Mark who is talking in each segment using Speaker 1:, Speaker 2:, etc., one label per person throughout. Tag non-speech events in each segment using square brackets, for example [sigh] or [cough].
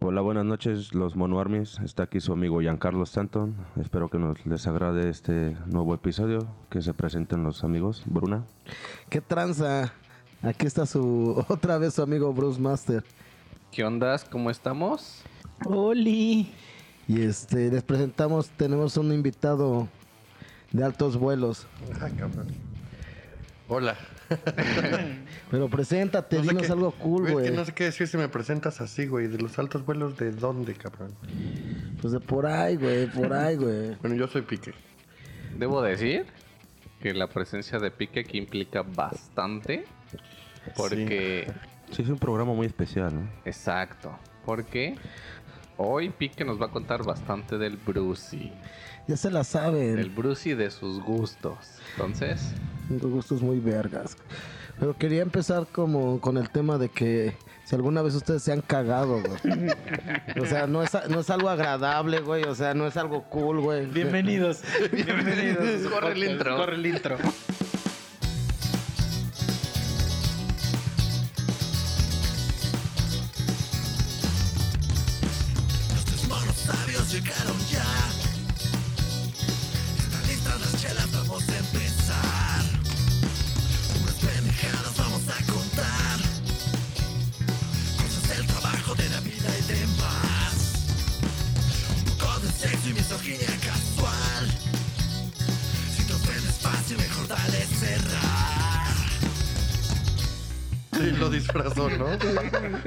Speaker 1: Hola, buenas noches, los Monoarmies. Está aquí su amigo Giancarlo Stanton. Espero que nos les agrade este nuevo episodio. Que se presenten los amigos. Bruna.
Speaker 2: ¿Qué tranza? Aquí está su [laughs] otra vez su amigo Bruce Master.
Speaker 3: ¿Qué ondas? ¿Cómo estamos?
Speaker 4: Oli.
Speaker 2: Y este les presentamos, tenemos un invitado de altos vuelos.
Speaker 5: Hola.
Speaker 2: Pero preséntate,
Speaker 5: No sé
Speaker 2: dinos
Speaker 5: qué-
Speaker 2: algo cool,
Speaker 5: güey, Es
Speaker 2: güey.
Speaker 5: que no sé qué decir si me presentas así, güey. ¿De los altos vuelos de dónde, cabrón?
Speaker 2: Pues de por ahí, güey, por ahí, güey.
Speaker 5: Bueno, yo soy Pique.
Speaker 3: Debo decir que la presencia de Pique aquí implica bastante. Porque.
Speaker 1: Sí, es un programa muy especial. ¿no?
Speaker 3: Exacto. Porque hoy Pique nos va a contar bastante del Brucey.
Speaker 2: Ya se la saben.
Speaker 3: Del Brucey de sus gustos. [laughs] Entonces,
Speaker 2: Tengo gustos muy vergas. Pero quería empezar como con el tema de que si alguna vez ustedes se han cagado, güey. O sea, no es, a- no es algo agradable, güey. O sea, no es algo cool, güey.
Speaker 4: Bienvenidos.
Speaker 3: [laughs]
Speaker 4: Bienvenidos.
Speaker 3: Corre el intro.
Speaker 4: Corre el intro.
Speaker 5: Sí, lo disfrazó, ¿no?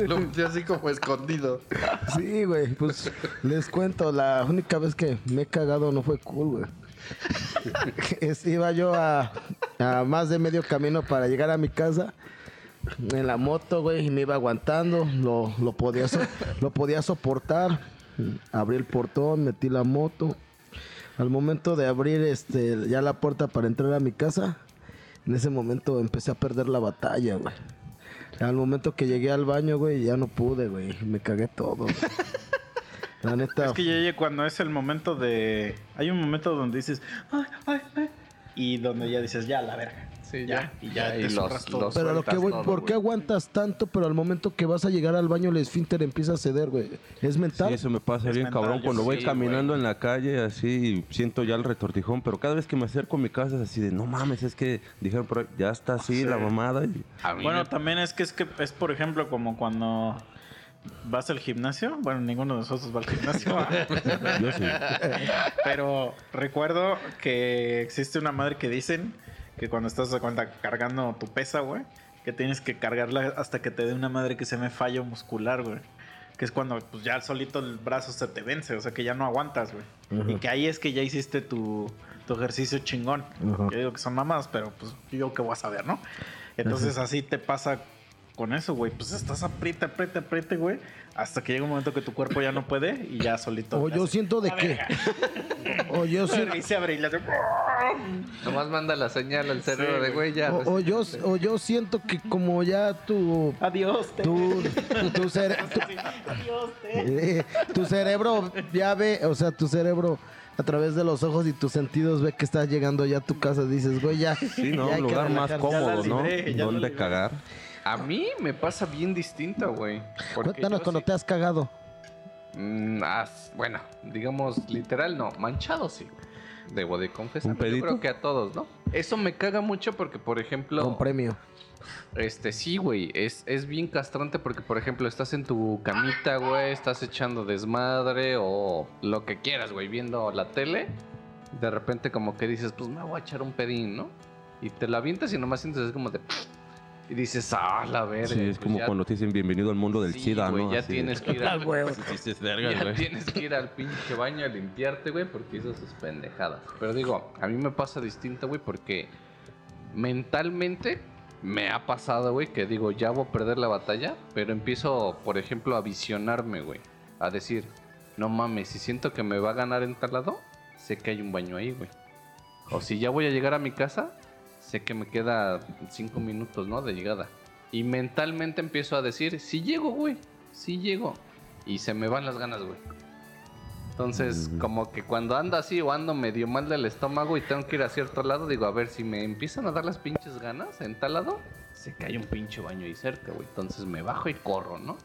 Speaker 5: lo metió así como escondido.
Speaker 2: Sí, güey. Pues les cuento, la única vez que me he cagado no fue cool, güey. [laughs] Es- iba yo a, a más de medio camino para llegar a mi casa. En la moto, güey, y me iba aguantando, lo, lo, podía,
Speaker 4: [laughs]
Speaker 2: so- lo podía soportar. Abrí el portón, metí la moto. Al momento de abrir este, ya la puerta para entrar a mi casa, en ese momento empecé a perder la batalla, güey. Al momento que llegué al baño, güey, ya no pude, güey. Me cagué todo.
Speaker 4: [laughs]
Speaker 2: güey. La neta.
Speaker 4: Es que ya llega cuando es el momento de. Hay un momento donde dices. Ay, ay, ay. Y donde ya dices, ya, la verga.
Speaker 3: sí, ya.
Speaker 4: Ya,
Speaker 3: Y
Speaker 4: y
Speaker 3: ya,
Speaker 4: ya
Speaker 3: y
Speaker 4: te
Speaker 3: los,
Speaker 4: zurras todo.
Speaker 3: los
Speaker 2: Pero a lo
Speaker 3: sueltas
Speaker 2: que voy,
Speaker 3: todo,
Speaker 2: ¿por qué
Speaker 3: güey.
Speaker 2: aguantas tanto? Pero al momento que vas a llegar al baño, el esfínter empieza a ceder, güey. ¿Es
Speaker 1: Sí,
Speaker 2: mental?
Speaker 1: eso me pasa
Speaker 4: Es
Speaker 1: bien,
Speaker 4: mental,
Speaker 1: cabrón.
Speaker 4: yo
Speaker 1: Cuando voy
Speaker 3: sí,
Speaker 1: caminando en la calle, así siento ya el retortijón. Pero cada vez que me acerco a mi casa, es así de no mames, es que dijeron, por ahí, ya está así la mamada. y-
Speaker 3: A mí
Speaker 4: Bueno,
Speaker 3: me-
Speaker 4: también es que es que es por ejemplo como cuando vas al gimnasio. Bueno, ninguno de nosotros va
Speaker 3: [laughs]
Speaker 4: al gimnasio. ¿va?
Speaker 1: Yo sí.
Speaker 4: Pero recuerdo que existe una madre que dicen que cuando estás de cuenta, cargando tu pesa, güey, que tienes que cargarla hasta que te dé una madre que se me fallo muscular, güey. Que es cuando pues, ya solito el brazo se te vence, o sea que ya no aguantas, güey. Y que ahí es que ya hiciste tu, tu ejercicio chingón.
Speaker 2: Ajá.
Speaker 4: Yo digo que son mamadas, pero pues yo qué voy a saber, ¿no? Entonces así te pasa con eso, güey. Pues estás aprieta, aprieta, aprieta, güey. Hasta que llega un momento que tu cuerpo ya no puede y ya solito.
Speaker 2: O
Speaker 4: te
Speaker 2: yo
Speaker 4: hace,
Speaker 2: siento de
Speaker 4: "La
Speaker 2: qué.
Speaker 4: verga".
Speaker 2: [laughs] O yo
Speaker 4: Sí,
Speaker 2: siento.
Speaker 4: y se abre y le hace-
Speaker 3: Nomás manda la señal al cerebro de
Speaker 4: güey.
Speaker 3: güey, ya.
Speaker 2: O, o yo, o yo siento que como ya tu.
Speaker 4: Adiós, te.
Speaker 2: Tu, tu, tu cere- tu-
Speaker 4: Adiós, te.
Speaker 2: eh, tu cerebro ya ve, o sea, tu cerebro a través de los ojos y tus sentidos ve que estás llegando ya a tu casa. Dices, güey, ya.
Speaker 1: Sí, ¿no?
Speaker 2: [laughs] ya hay
Speaker 1: Un
Speaker 2: que
Speaker 1: lugar más
Speaker 2: relajarse.
Speaker 1: cómodo, ¿no?
Speaker 4: libré, ya la
Speaker 1: Donde
Speaker 4: libré.
Speaker 1: cagar.
Speaker 3: A mí me pasa bien distinto, güey. porque
Speaker 2: Cuéntanos
Speaker 3: yo
Speaker 2: cuando
Speaker 3: sí-
Speaker 2: te has cagado.
Speaker 3: Mm, as- bueno, digamos literal, no, manchado sí. Debo de confesar.
Speaker 1: ¿Un
Speaker 3: Yo
Speaker 1: pedito?
Speaker 3: creo que a todos, ¿no? Eso me caga mucho porque, por ejemplo,
Speaker 2: Con premio.
Speaker 3: este sí, güey, es, es bien castrante porque, por ejemplo, estás en tu camita, güey, estás echando desmadre o lo que quieras, güey, viendo la tele. De repente como que dices, pues me voy a echar un pedín, ¿no? Y te la avientas y nomás sientes así como de... Y dices, ah, la verga.
Speaker 1: Sí, es
Speaker 3: pues
Speaker 1: como
Speaker 3: ya-
Speaker 1: cuando te dicen bienvenido al mundo del
Speaker 3: sí,
Speaker 1: SIDA,
Speaker 3: güey,
Speaker 1: ¿no?
Speaker 3: Ya
Speaker 1: Así de-
Speaker 3: tienes que ir al-
Speaker 1: Dices,
Speaker 3: ya
Speaker 1: "Verga, güey".
Speaker 3: tienes que ir al pinche baño a limpiarte, güey, porque hizo sus pendejadas. Pero digo, a mí me pasa distinto, güey, porque mentalmente me ha pasado, güey, que digo, ya voy a perder la batalla, pero empiezo, por ejemplo, a visionarme, güey. A decir, no mames, si siento que me va a ganar en tal lado, sé que hay un baño ahí, güey. O si ya voy a llegar a mi casa, sé que me queda cinco minutos, ¿no? De llegada. Y mentalmente empiezo a decir, si llego, güey, si llego. Y se me van las ganas, güey. Entonces, como que cuando ando así o ando medio mal del estómago y tengo que ir a cierto lado, digo, a ver, si me empiezan a dar las pinches ganas en tal lado, sé que hay un pinche baño ahí cerca, güey. Entonces me bajo y corro, ¿no?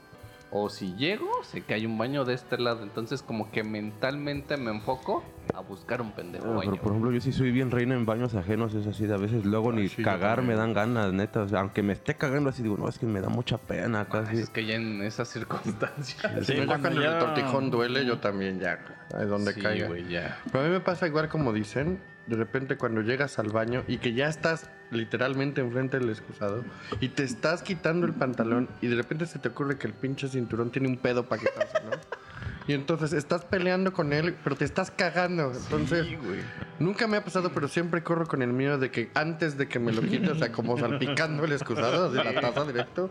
Speaker 3: O si llego, sé que hay un baño de este lado. Entonces, como que mentalmente me enfoco a buscar un pendejo
Speaker 1: Ah,
Speaker 3: baño.
Speaker 1: Pero, por ejemplo, yo sí soy bien reina en baños ajenos, es así, de a veces luego ni
Speaker 5: sí, yo
Speaker 1: cagar me
Speaker 5: también.
Speaker 1: dan ganas, neta. o sea, aunque me esté cagando así, digo, no, es que me da mucha pena casi.
Speaker 3: Es que ya en esas circunstancias.
Speaker 5: Si no, ya
Speaker 4: cuando
Speaker 5: cuando
Speaker 4: ya-
Speaker 5: el tortijón duele, yo también ya. Es donde
Speaker 3: Sí,
Speaker 5: caigo.
Speaker 3: güey, ya.
Speaker 5: Pero a mí me pasa igual como dicen, de repente cuando llegas al baño y que ya estás literalmente enfrente del excusado y te estás quitando el pantalón y de repente se te ocurre que el pinche cinturón tiene un pedo para que pase, ¿no? Y entonces estás peleando con él, pero te estás cagando. Entonces, nunca me ha pasado, pero siempre corro con el miedo de que antes de que me lo quite, o sea, como salpicando el excusado de la taza directo,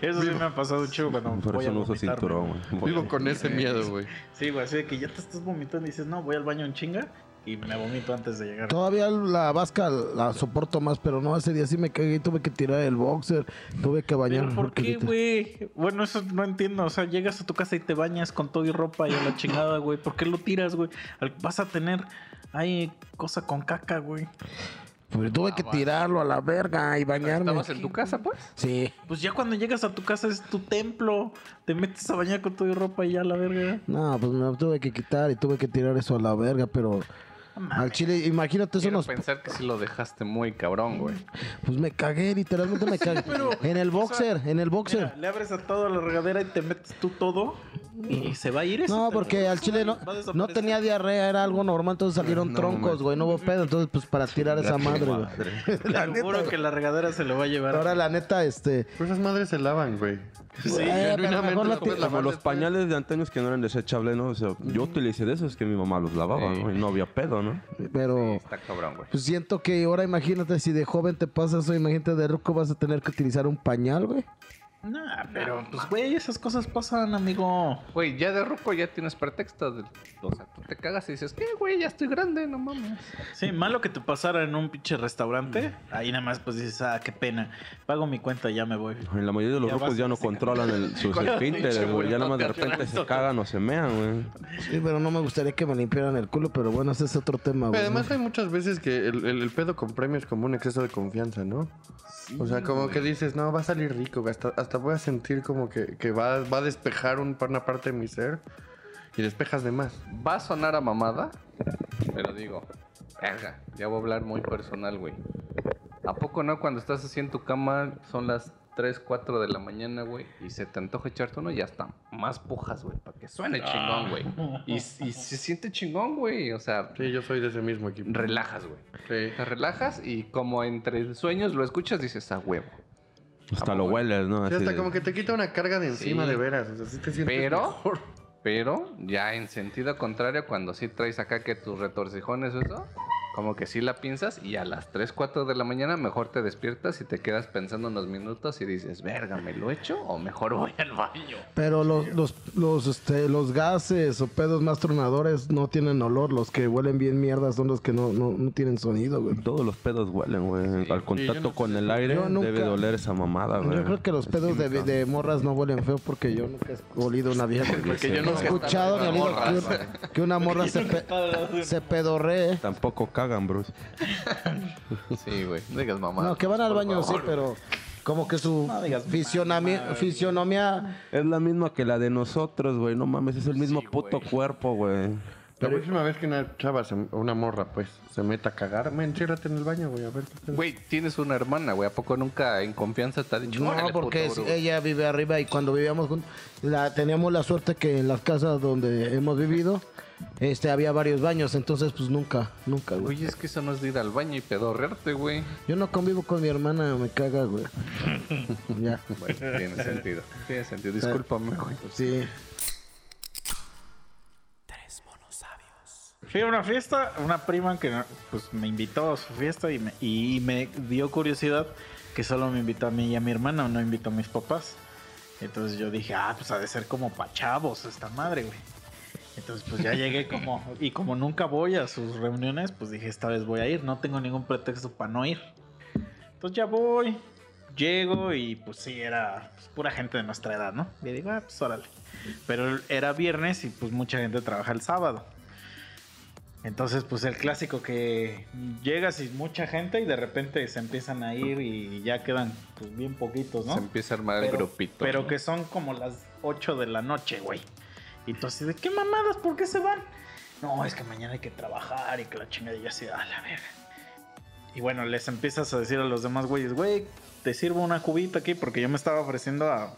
Speaker 4: Eso sí me ha pasado chido cuando
Speaker 1: Por
Speaker 4: voy
Speaker 1: eso
Speaker 4: a
Speaker 1: no uso
Speaker 4: vomitar,
Speaker 1: cinturón,
Speaker 4: güey.
Speaker 1: güey.
Speaker 5: vivo con ese miedo, güey.
Speaker 4: Sí, güey, así de que ya te estás vomitando y dices, no, voy al baño en chinga y me vomito antes de llegar.
Speaker 2: Todavía la vasca la soporto más, pero no, ese día sí me cagué y tuve que tirar el boxer, tuve que bañar.
Speaker 4: Pero ¿por qué,
Speaker 2: porque-
Speaker 4: güey? Bueno, eso no entiendo. O sea, llegas a tu casa y te bañas con todo y ropa y a la chingada, güey. ¿Por qué lo tiras, güey? Al- Vas a tener ahí cosa con caca, güey.
Speaker 2: Pero Pues, tuve que tirarlo a la verga y bañarme.
Speaker 3: ¿Estabas en tu casa, pues?
Speaker 2: Sí.
Speaker 4: Pues ya cuando llegas a tu casa es tu templo. Te metes a bañar con todo y ropa y ya la verga.
Speaker 2: No, pues me lo tuve que quitar y tuve que tirar eso a la verga, pero
Speaker 4: No
Speaker 2: al
Speaker 4: mames.
Speaker 2: chile, imagínate eso
Speaker 3: Quiero
Speaker 2: nos...
Speaker 3: pensar que sí lo dejaste muy cabrón, güey.
Speaker 2: Pues me cagué, literalmente me cagué. en el boxer, en el boxer.
Speaker 4: Mira, le abres a todo a la regadera y te metes tú todo y se va a ir eso.
Speaker 2: No,
Speaker 4: [laughs] te lo
Speaker 2: porque
Speaker 4: juro,
Speaker 2: al chile
Speaker 4: güey,
Speaker 2: no,
Speaker 4: va a
Speaker 2: no
Speaker 4: desaparecer.
Speaker 2: tenía diarrea, era algo normal, entonces salieron
Speaker 1: No,
Speaker 2: troncos,
Speaker 1: mames.
Speaker 2: güey, no hubo pedo, entonces pues para tirar esa madre, güey. [laughs]
Speaker 4: Te lo juro que la regadera se lo va a llevar.
Speaker 2: Ahora la neta, este...
Speaker 5: Pero esas madres se lavan, güey.
Speaker 4: Sí,
Speaker 2: eh, pero
Speaker 5: genuinamente
Speaker 2: mejor la
Speaker 5: las puedes
Speaker 2: ti-
Speaker 5: lavar
Speaker 1: Como los
Speaker 5: después.
Speaker 1: pañales de antaños que no eran desechables, ¿no? O sea, yo utilicé de esos que mi mamá los lavaba,
Speaker 3: Sí.
Speaker 1: ¿no? Y no había pedo, ¿no?
Speaker 2: Pero...
Speaker 3: Está cabrón, güey.
Speaker 2: Pues siento que ahora imagínate si de joven te pasa eso, imagínate de ruco vas a tener que utilizar un pañal, güey.
Speaker 4: No, pero pues, güey, esas cosas pasan, amigo.
Speaker 3: Güey, ya de ruco ya tienes pretexto. de- o sea, tú te cagas y dices, ¿qué, güey? Ya estoy grande, no mames.
Speaker 4: Sí, malo que te pasara en un pinche restaurante. Ahí nada más pues dices, ah, qué pena. Pago mi cuenta, ya me voy.
Speaker 1: En la mayoría de los
Speaker 4: Ya
Speaker 1: grupos
Speaker 4: vas,
Speaker 1: ya no
Speaker 4: se caga.
Speaker 1: controlan el- sus
Speaker 3: Con la pinche
Speaker 1: esfínteres, güey. Ya nada más de
Speaker 3: bolota
Speaker 1: repente se
Speaker 3: atrás.
Speaker 1: cagan o se mean, güey.
Speaker 2: Sí, pero no me gustaría que me limpiaran el culo, pero bueno, ese es otro
Speaker 3: Ah,
Speaker 2: tema, güey.
Speaker 5: Pero además hay muchas veces que el, el- el pedo con premios es como un exceso de confianza, ¿no? o sea, como que dices, no, va a salir rico, güey, hasta, hasta voy a sentir como que, que va, va a despejar un- una parte de mi ser y despejas de más.
Speaker 3: Va a sonar a mamada, pero digo, verga, ya voy a hablar muy personal, güey. ¿A poco no cuando estás así en tu cama son las 3, 4 de la mañana, güey? Y se te antoja echarte uno y hasta más pujas, güey, para que suene chingón, güey. Y, y se siente chingón, güey. O sea,
Speaker 5: Sí, yo soy de ese mismo equipo.
Speaker 3: relajas, güey.
Speaker 5: Sí.
Speaker 3: Te relajas y como entre sueños lo escuchas, dices, a huevo.
Speaker 1: Hasta
Speaker 3: Ah,
Speaker 1: lo
Speaker 3: bueno.
Speaker 1: hueles, ¿no?
Speaker 5: Sí,
Speaker 1: Así
Speaker 5: hasta
Speaker 1: de-
Speaker 5: como que te quita una carga de encima
Speaker 3: Sí.
Speaker 5: de veras. O sea, sí te sientes
Speaker 3: Pero-
Speaker 5: mejor.
Speaker 3: Pero ya en sentido contrario, cuando sí traes acá que tus retorcijones o eso, como que sí la piensas y a las 3, 4 de la mañana mejor te despiertas y te quedas pensando unos minutos y dices, verga, ¿me lo echo o mejor voy al baño?
Speaker 2: Pero los, los, los, este, los gases o pedos más tronadores no tienen olor. Los que huelen bien mierda son los que no, no, no tienen sonido, güey.
Speaker 1: Todos los pedos huelen, güey. Al contacto
Speaker 5: no sé
Speaker 1: con el aire
Speaker 2: Yo nunca-
Speaker 1: debe de oler esa mamada, güey.
Speaker 2: Yo creo que los
Speaker 1: Es
Speaker 2: pedos de,
Speaker 1: química.
Speaker 2: de morras no huelen feo porque yo nunca he olido una vieja.
Speaker 5: Porque yo
Speaker 2: No he
Speaker 5: no sé.
Speaker 2: escuchado ni olido que
Speaker 3: Morras,
Speaker 2: una, que una
Speaker 4: [laughs]
Speaker 2: morra se, pe- se pedorree.
Speaker 1: Tampoco cagan, Bruce.
Speaker 3: Sí, güey. No digas mamá.
Speaker 2: No, que van al baño, sí, pero como que su
Speaker 4: No digas
Speaker 2: fisionomía, fisionomía
Speaker 1: Es la misma que la de nosotros, güey. No mames, es el mismo puto cuerpo, güey.
Speaker 5: La próxima vez que una chava, se- una morra, pues, se meta a cagar, me enciérrate en el baño, güey, a ver qué pedo.
Speaker 3: Güey, tienes una hermana, güey. ¿A poco nunca en confianza te ha dicho?
Speaker 2: No,
Speaker 3: "Órale,
Speaker 2: porque
Speaker 3: puto
Speaker 2: si
Speaker 3: Bruce"?
Speaker 2: ella vive arriba y cuando vivíamos juntos, la, teníamos la suerte que en las casas donde hemos vivido, este, había varios baños, entonces pues nunca, nunca, güey.
Speaker 3: Oye, es que eso no es de ir al baño y pedorrearte, güey.
Speaker 2: Yo no convivo con mi hermana, me caga, güey. ya,
Speaker 3: Bueno, tiene
Speaker 4: [laughs]
Speaker 3: sentido. Tiene sentido. Discúlpame, güey.
Speaker 2: sí.
Speaker 4: Fui a una fiesta, una prima que pues me invitó a su fiesta y me, y me dio curiosidad que solo me invitó a mí y a mi hermana, no invitó a mis papás. Entonces yo dije, ah, pues ha de ser como pa' chavos esta madre, güey. Entonces pues ya llegué como, y como nunca voy a sus reuniones, pues dije, esta vez voy a ir, no tengo ningún pretexto para no ir. Entonces ya voy, llego y pues sí, era pues, pura gente de nuestra edad, ¿no? Y digo, ah, pues órale. Pero era viernes y pues mucha gente trabaja el sábado. Entonces, pues el clásico que llega sin mucha gente y de repente se empiezan a ir y ya quedan pues, bien poquitos, ¿no?
Speaker 3: Se empieza a armar
Speaker 4: pero,
Speaker 3: el grupito.
Speaker 4: pero
Speaker 3: ¿no?
Speaker 4: que son como las 8 de la noche, güey. Y tú así de, ¿qué mamadas? ¿Por qué se van? No, es que mañana hay que trabajar y que la chingada y yo así, a la verga. Y bueno, les empiezas a decir a los demás güeyes, güey, te sirvo una cubita aquí porque yo me estaba ofreciendo a,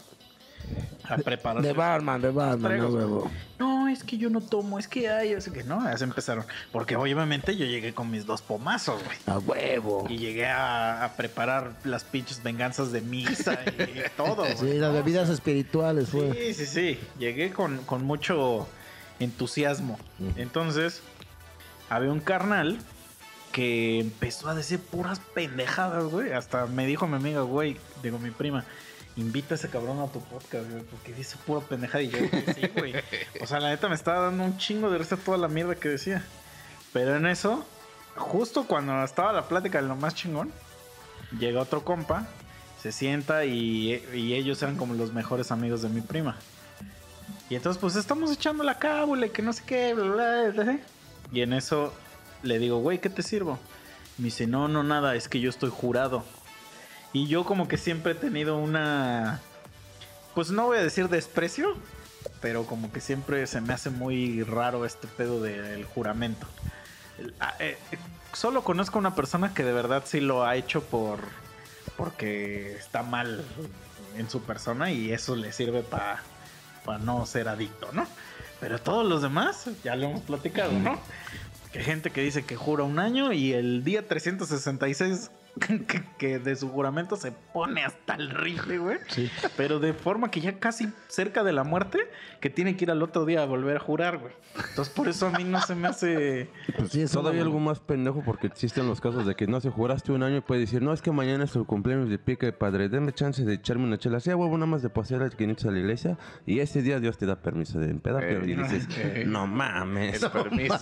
Speaker 4: a preparar.
Speaker 2: De barman, de barman, no
Speaker 4: tragos,
Speaker 2: huevo.
Speaker 4: No, es que yo no tomo, es que hay, así que no, ya se empezaron. Porque obviamente yo llegué con mis dos pomazos, güey.
Speaker 2: A huevo.
Speaker 4: Y llegué a, a preparar las pinches venganzas de misa y todo. güey,
Speaker 2: Sí, las
Speaker 4: ¿no?
Speaker 2: bebidas espirituales, güey.
Speaker 4: Sí, sí, sí. Llegué con, con mucho entusiasmo. Entonces, había un carnal que empezó a decir puras pendejadas, güey. Hasta me dijo mi amiga, güey, digo mi prima, invita a ese cabrón a tu podcast, güey, porque dice pura pendejada. Y yo, sí, güey. O sea, la neta me estaba dando un chingo de risa toda la mierda que decía. Pero en eso, justo cuando estaba la plática de lo más chingón, llega otro compa, se sienta y, y ellos eran como los mejores amigos de mi prima. Y entonces, pues estamos echando la cábula y que no sé qué, bla, bla, bla, bla. Y en eso le digo, güey, ¿qué te sirvo? Me dice, no, no, nada, es que yo estoy jurado. Y yo, como que siempre he tenido una. Pues no voy a decir desprecio, pero como que siempre se me hace muy raro este pedo del juramento. El- ah, eh, eh, solo conozco a una persona que de verdad sí lo ha hecho por porque está mal en su persona y eso le sirve para no ser adicto, ¿no? Pero todos los demás ya lo hemos platicado, ¿no?
Speaker 1: [laughs]
Speaker 4: Que hay gente que dice que jura un año y el día 366 [laughs] que, que de su juramento se pone hasta el rifle, güey. Pero de forma que ya casi cerca de la muerte, que tiene que ir al otro día a volver a jurar, güey. Entonces por eso a mí no se me hace... [laughs]
Speaker 2: Pues sí, es
Speaker 1: Todavía
Speaker 2: una-
Speaker 1: algo más pendejo porque existen los casos de que no se juraste un año y puedes decir, no, es que mañana es el cumpleaños de pica y padre, denme chance de echarme una chela. Sí, a huevo, nada más de pasear al 500 a la iglesia y ese día Dios te da permiso de empedarte.
Speaker 3: Eh,
Speaker 1: y dices,
Speaker 3: eh.
Speaker 1: no mames.
Speaker 3: El [laughs] permiso.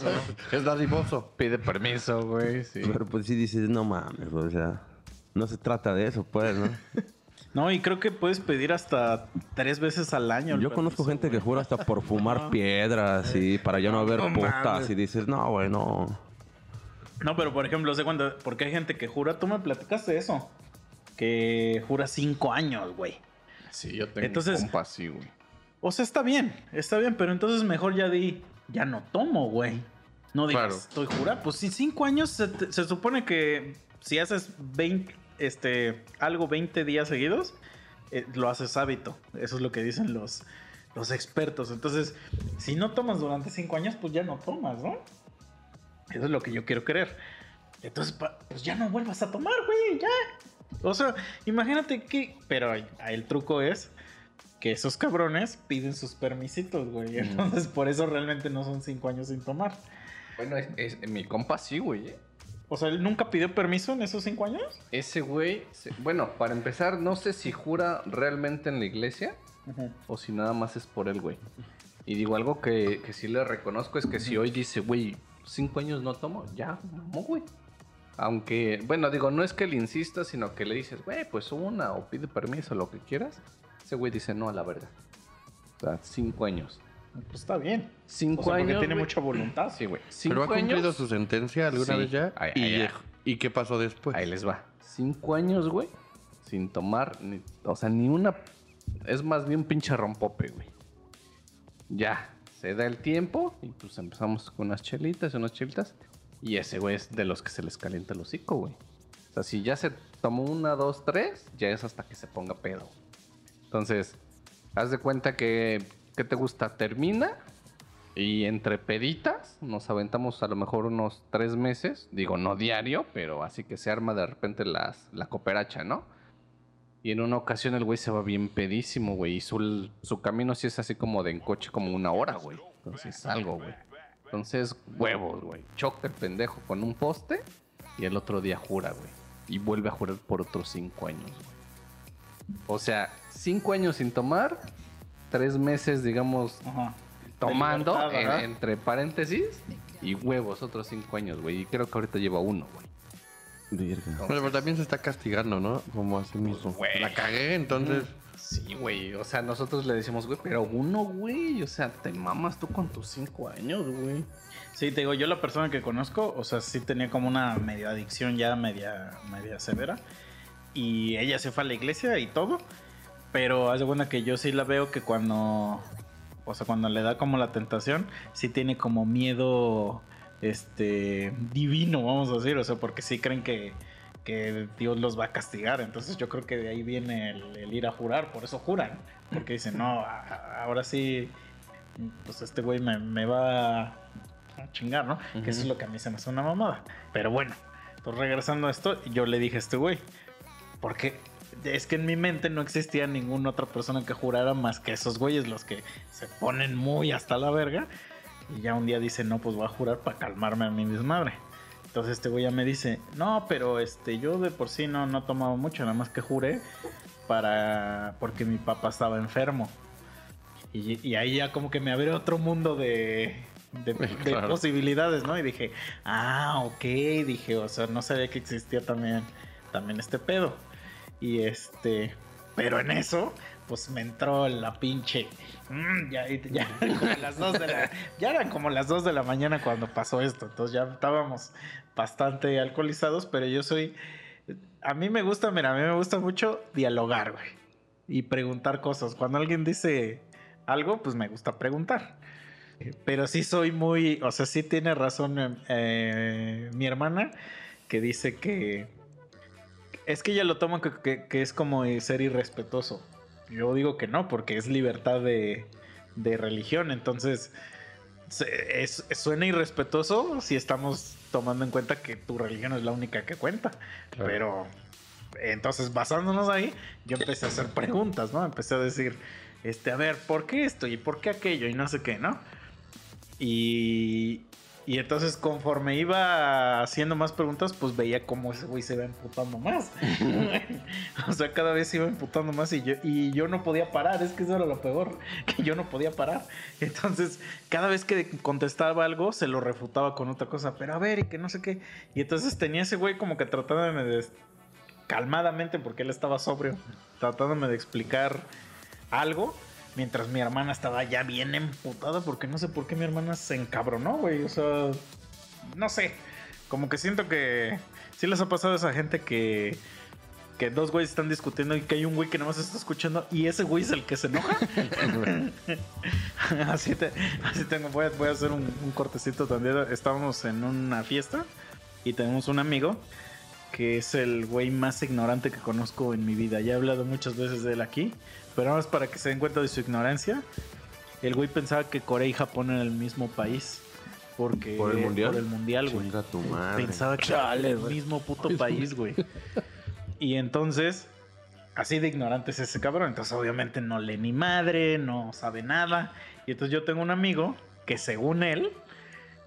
Speaker 5: Es dadivoso.
Speaker 3: Pide permiso, güey. Sí.
Speaker 1: Pero pues sí dices, no mames, o sea, no se trata de eso, pues, ¿no?
Speaker 4: No, y creo que puedes pedir hasta tres veces al año. el
Speaker 1: Yo conozco
Speaker 4: permiso,
Speaker 1: gente que
Speaker 4: güey.
Speaker 1: jura hasta por
Speaker 4: [laughs]
Speaker 1: fumar piedras y para ya no haber
Speaker 2: No
Speaker 1: putas
Speaker 2: mames.
Speaker 1: y dices, no, güey, no.
Speaker 4: No, pero por ejemplo, sé cuando. Porque hay gente que jura, tú me platicaste eso. Que jura cinco años, güey.
Speaker 3: Sí, yo tengo
Speaker 4: Entonces-
Speaker 3: un compa así, güey.
Speaker 4: O sea, está bien, está bien, pero entonces mejor ya di, ya no tomo, güey. No digas,
Speaker 5: Claro.
Speaker 4: estoy jurado. Pues si cinco años se, te- se supone que si haces 20, este, algo 20 días seguidos, eh, lo haces hábito. Eso es lo que dicen los, los expertos. Entonces, si no tomas durante cinco años, pues ya no tomas, ¿no? Eso es lo que yo quiero creer. Entonces, pa- pues ya no vuelvas a tomar, güey, ya. O sea, imagínate que... Pero ahí- ahí el truco es que esos cabrones piden sus permisitos, güey. Entonces, por eso realmente no son cinco años sin tomar.
Speaker 3: Bueno, es, es- mi compa sí, güey. ¿eh?
Speaker 4: O sea, él nunca pidió permiso en esos cinco años.
Speaker 3: Ese güey, se- bueno, para empezar, no sé si jura realmente en la iglesia o si nada más es por él, güey. Y digo, algo que, que sí le reconozco es que si hoy dice, güey, cinco años no tomo, ya, no, güey. Aunque, bueno, digo, no es que le insista, sino que le dices, güey, pues una, o pide permiso, lo que quieras. Ese güey dice, no, a la verga. O sea, cinco años.
Speaker 4: Pues está bien.
Speaker 3: Cinco
Speaker 4: O sea, porque
Speaker 3: años.
Speaker 4: tiene
Speaker 3: güey.
Speaker 4: mucha voluntad.
Speaker 3: Sí, güey. Cinco
Speaker 5: Pero ha cumplido
Speaker 3: años.
Speaker 5: su sentencia alguna
Speaker 3: Sí.
Speaker 5: vez ya.
Speaker 3: Ay,
Speaker 5: y,
Speaker 3: ay, ay.
Speaker 5: dej- ¿Y qué pasó después?
Speaker 3: Ahí les va. Cinco años, güey. Sin tomar, ni- o sea, ni una... Es más bien pinche rompope, güey. Ya, se da el tiempo y pues empezamos con unas chelitas, unas chelitas. Y ese güey es de los que se les calienta el hocico, güey. O sea, si ya se tomó una, dos, tres, ya es hasta que se ponga pedo. Entonces, haz de cuenta que, ¿qué te gusta? Termina y entre peditas nos aventamos a lo mejor unos tres meses. Digo, no diario, pero así que se arma de repente las, la cooperacha, ¿no? Y en una ocasión el güey se va bien pedísimo, güey. Y su, su camino sí es así como de en coche, como una hora, güey. Entonces algo, güey. Entonces, huevos, güey. Choca el pendejo con un poste y el otro día jura, güey. Y vuelve a jurar por otros cinco años, güey. O sea, cinco años sin tomar, tres meses, digamos,
Speaker 4: Ajá.
Speaker 3: tomando,
Speaker 4: De libertad,
Speaker 3: en-
Speaker 4: ¿verdad?
Speaker 3: entre paréntesis, y huevos, otros cinco años, güey. Y creo que ahorita lleva uno, güey.
Speaker 1: Virga.
Speaker 5: Bueno, pero también se está castigando, ¿no? Como a sí mismo.
Speaker 3: Güey.
Speaker 5: La cagué, entonces
Speaker 3: Sí, güey. O sea, nosotros le decimos, güey, pero uno, güey. O sea, te mamas tú con tus cinco años, güey.
Speaker 4: Sí, te digo, yo la persona que conozco, o sea, sí tenía como una medio adicción ya media, media severa. Y ella se fue a la iglesia y todo. Pero hace buena que yo sí la veo que cuando. O sea, cuando le da como la tentación, sí tiene como miedo. Este. divino, vamos a decir. O sea, porque sí creen que. que Dios los va a castigar. Entonces yo creo que de ahí viene el, el ir a jurar. Por eso juran. Porque dicen, no, a- a- ahora sí. Pues este güey me, me va a a chingar, ¿no? Que eso es lo que a mí se me hace una mamada. Pero bueno, pues regresando a esto, yo le dije a este güey, porque es que en mi mente no existía ninguna otra persona que jurara más que esos güeyes, los que se ponen muy hasta la verga. Y ya un día dice, no, pues voy a jurar para calmarme a mi desmadre. Entonces este güey ya me dice, no, pero este, yo de por sí no, no tomaba mucho, nada más que juré para porque mi papá estaba enfermo. Y, y ahí ya como que me abrió otro mundo de, de- de
Speaker 5: Claro.
Speaker 4: posibilidades, ¿no? Y dije, ah, ok, dije, o sea, no sabía que existía también, también este pedo. Y este, pero en eso, pues me entró la pinche. mm, ya, ya, [laughs] eran como las dos de la, ya eran como las 2 de la mañana cuando pasó esto. Entonces ya estábamos bastante alcoholizados, pero yo soy. A mí me gusta, mira, a mí me gusta mucho dialogar, güey. Y preguntar cosas. Cuando alguien dice algo, pues me gusta preguntar. Pero sí soy muy. O sea, sí tiene razón eh, eh, mi hermana que dice que. Es que ella lo toma que, que- que es como eh, ser irrespetuoso. Yo digo que no, porque es libertad de, de religión. Entonces, se- es- suena irrespetuoso si estamos tomando en cuenta que tu religión es la única que cuenta. Pero entonces, basándonos ahí, yo empecé a hacer preguntas, ¿no? Empecé a decir, este, a ver, ¿por qué esto? ¿Y por qué aquello? Y no sé qué, ¿no? Y, y entonces, conforme iba haciendo más preguntas, pues veía cómo ese güey se iba emputando más. [laughs] o sea, cada vez se iba emputando más y yo, y yo no podía parar. Es que eso era lo peor, [laughs] que yo no podía parar. Entonces, cada vez que contestaba algo, se lo refutaba con otra cosa. Pero a ver, y que no sé qué. Y entonces tenía ese güey como que tratándome de calmadamente porque él estaba sobrio, tratándome de explicar algo, mientras mi hermana estaba ya bien emputada porque no sé por qué mi hermana se encabronó, güey, o sea, no sé, como que siento que sí les ha pasado a esa gente que que dos güeyes están discutiendo y que hay un güey que nada más está escuchando y ese güey es el que se enoja. [laughs] así, te- así tengo, voy a, voy a hacer un, un cortecito también. Estábamos en una fiesta y tenemos un amigo que es el güey más ignorante que conozco en mi vida. Ya he hablado muchas veces de él aquí, pero nada más para que se den cuenta de su ignorancia. El güey pensaba que Corea y Japón eran el mismo país. Porque,
Speaker 1: ¿Por el mundial?
Speaker 4: Por el mundial, güey.
Speaker 1: Chinga tu madre.
Speaker 4: Pensaba que era el mismo puto país, güey. Y entonces, así de ignorante es ese cabrón. Entonces, obviamente, no lee ni madre, no sabe nada. Y entonces, yo tengo un amigo que, según él,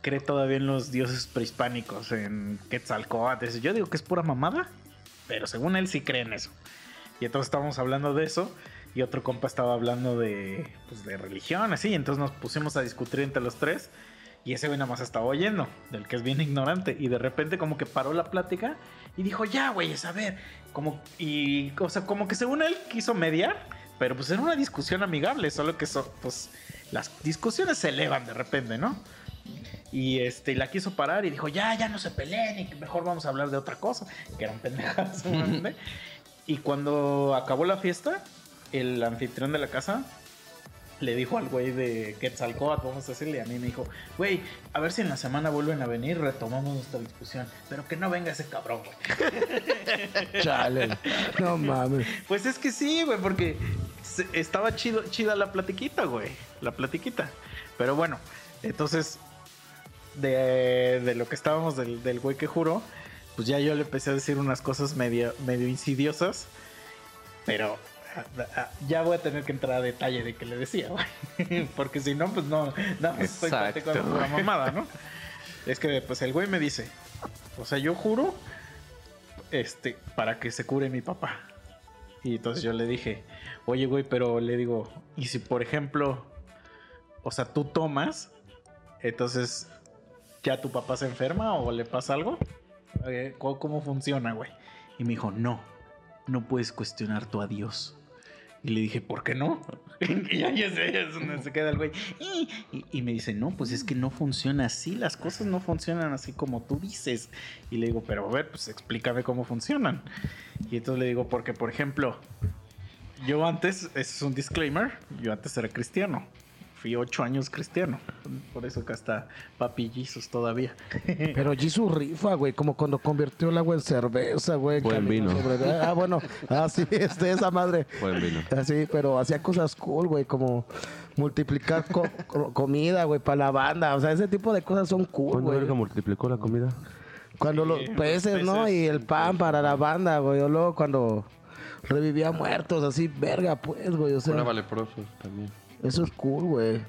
Speaker 4: cree todavía en los dioses prehispánicos, en Quetzalcóatl. Yo digo que es pura mamada, pero según él, sí cree en eso. Y entonces, estábamos hablando de eso. Y otro compa estaba hablando de, pues, de religión, así. Y entonces, nos pusimos a discutir entre los tres. Y ese güey nada más estaba oyendo, del que es bien ignorante. Y de repente como que paró la plática y dijo, ya, güey, a ver. Como, y, o sea, como que según él quiso mediar, pero pues era una discusión amigable, solo que eso, pues, las discusiones se elevan de repente, ¿no? Y este, y la quiso parar y dijo, ya, ya no se peleen y que mejor vamos a hablar de otra cosa, que eran pendejadas. seguramente. y cuando acabó la fiesta, el anfitrión de la casa le dijo al güey de Quetzalcóatl, vamos a decirle, y a mí me dijo, güey, a ver si en la semana vuelven a venir, retomamos nuestra discusión, pero que no venga ese cabrón, güey.
Speaker 2: Chale. No mames.
Speaker 4: Pues es que sí, güey, porque se- estaba chido, chida la platiquita, güey. La platiquita. Pero bueno, entonces, de, de lo que estábamos del, del güey que juró, pues ya yo le empecé a decir unas cosas medio, medio insidiosas. Pero a- a- ya voy a tener que entrar a detalle de qué le decía, güey. [laughs] Porque si no, pues no, nada más estoy
Speaker 3: Exacto,
Speaker 4: platicando pura
Speaker 3: güey.
Speaker 4: mamada, ¿no? Es que pues el güey me dice, o sea, yo juro este, para que se cure mi papá. Y entonces yo le dije, oye, güey, pero le digo, y si por ejemplo, o sea, tú tomas, entonces, ¿ya tu papá se enferma o le pasa algo? Eh, ¿Cómo, cómo funciona, güey? Y me dijo, no, no puedes cuestionar tu adiós. Y le dije, ¿por qué no? [laughs] y ahí es, ahí es donde se queda el güey. "Y", y- y me dice, no, pues es que no funciona así, las cosas no funcionan así como tú dices. Y le digo, pero a ver, pues explícame cómo funcionan. Y entonces le digo, porque por ejemplo, yo antes, ese es un disclaimer, yo antes era cristiano. Fui ocho años cristiano. Por eso acá está Papi Jesus todavía. [laughs]
Speaker 2: Pero Jesus rifa, güey, como cuando convirtió el agua en cerveza, güey.
Speaker 1: Buen
Speaker 2: caminó
Speaker 1: vino.
Speaker 2: sobre- Ah, bueno, así [laughs] es de esa madre.
Speaker 1: Buen vino.
Speaker 2: Así, pero hacía cosas cool, güey, como multiplicar co- co- comida, güey, para la banda. O sea, ese tipo de cosas son cool,
Speaker 1: ¿Cuándo
Speaker 2: güey.
Speaker 1: verga multiplicó la comida?
Speaker 2: Cuando los
Speaker 4: Sí, los
Speaker 2: peces, ¿no?
Speaker 4: peces.
Speaker 2: Y el pan para la banda, güey. O luego cuando revivía muertos, así, verga, pues, güey. O sea,
Speaker 5: Ahora vale prosos también.
Speaker 2: eso es cool, güey.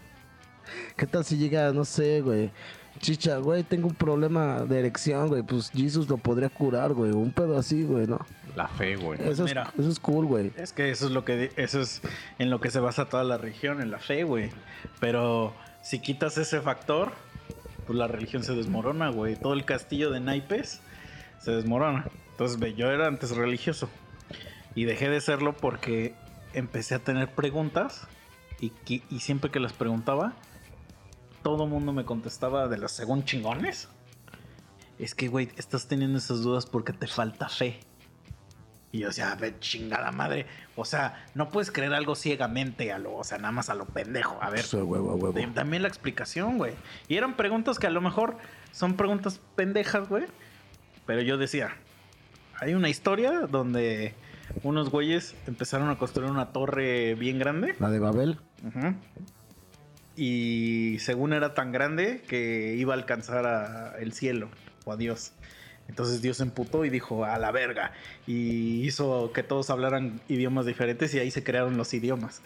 Speaker 2: ¿Qué tal si llega, no sé, güey? Chicha, güey, tengo un problema de erección, güey. Pues Jesus lo podría curar, güey. Un pedo así, güey, ¿no?
Speaker 3: La fe, güey.
Speaker 2: Eso es,
Speaker 4: mira.
Speaker 2: eso es cool, güey.
Speaker 4: Es que eso es lo que di- eso es en lo que se basa toda la religión, en la fe, güey. Pero si quitas ese factor, pues la religión se desmorona, güey. Todo el castillo de naipes se desmorona. Entonces, ve, yo era antes religioso y dejé de serlo porque empecé a tener preguntas y, qui- y siempre que las preguntaba, todo mundo me contestaba de los según chingones. Es que, güey, estás teniendo esas dudas porque te falta fe. Y yo decía, a ver, chingada madre. O sea, no puedes creer algo ciegamente, a lo, o sea, nada más a lo pendejo. A ver,
Speaker 2: Eso, güey, güey, güey,
Speaker 4: de-
Speaker 2: güey.
Speaker 4: Dame la explicación, güey. Y eran preguntas que a lo mejor son preguntas pendejas, güey. Pero yo decía, hay una historia donde unos güeyes empezaron a construir una torre bien grande.
Speaker 2: La de Babel.
Speaker 4: Ujú. Y según era tan grande que iba a alcanzar a el cielo o a Dios. Entonces Dios se emputó y dijo a la verga. Y hizo que todos hablaran idiomas diferentes y ahí se crearon los idiomas.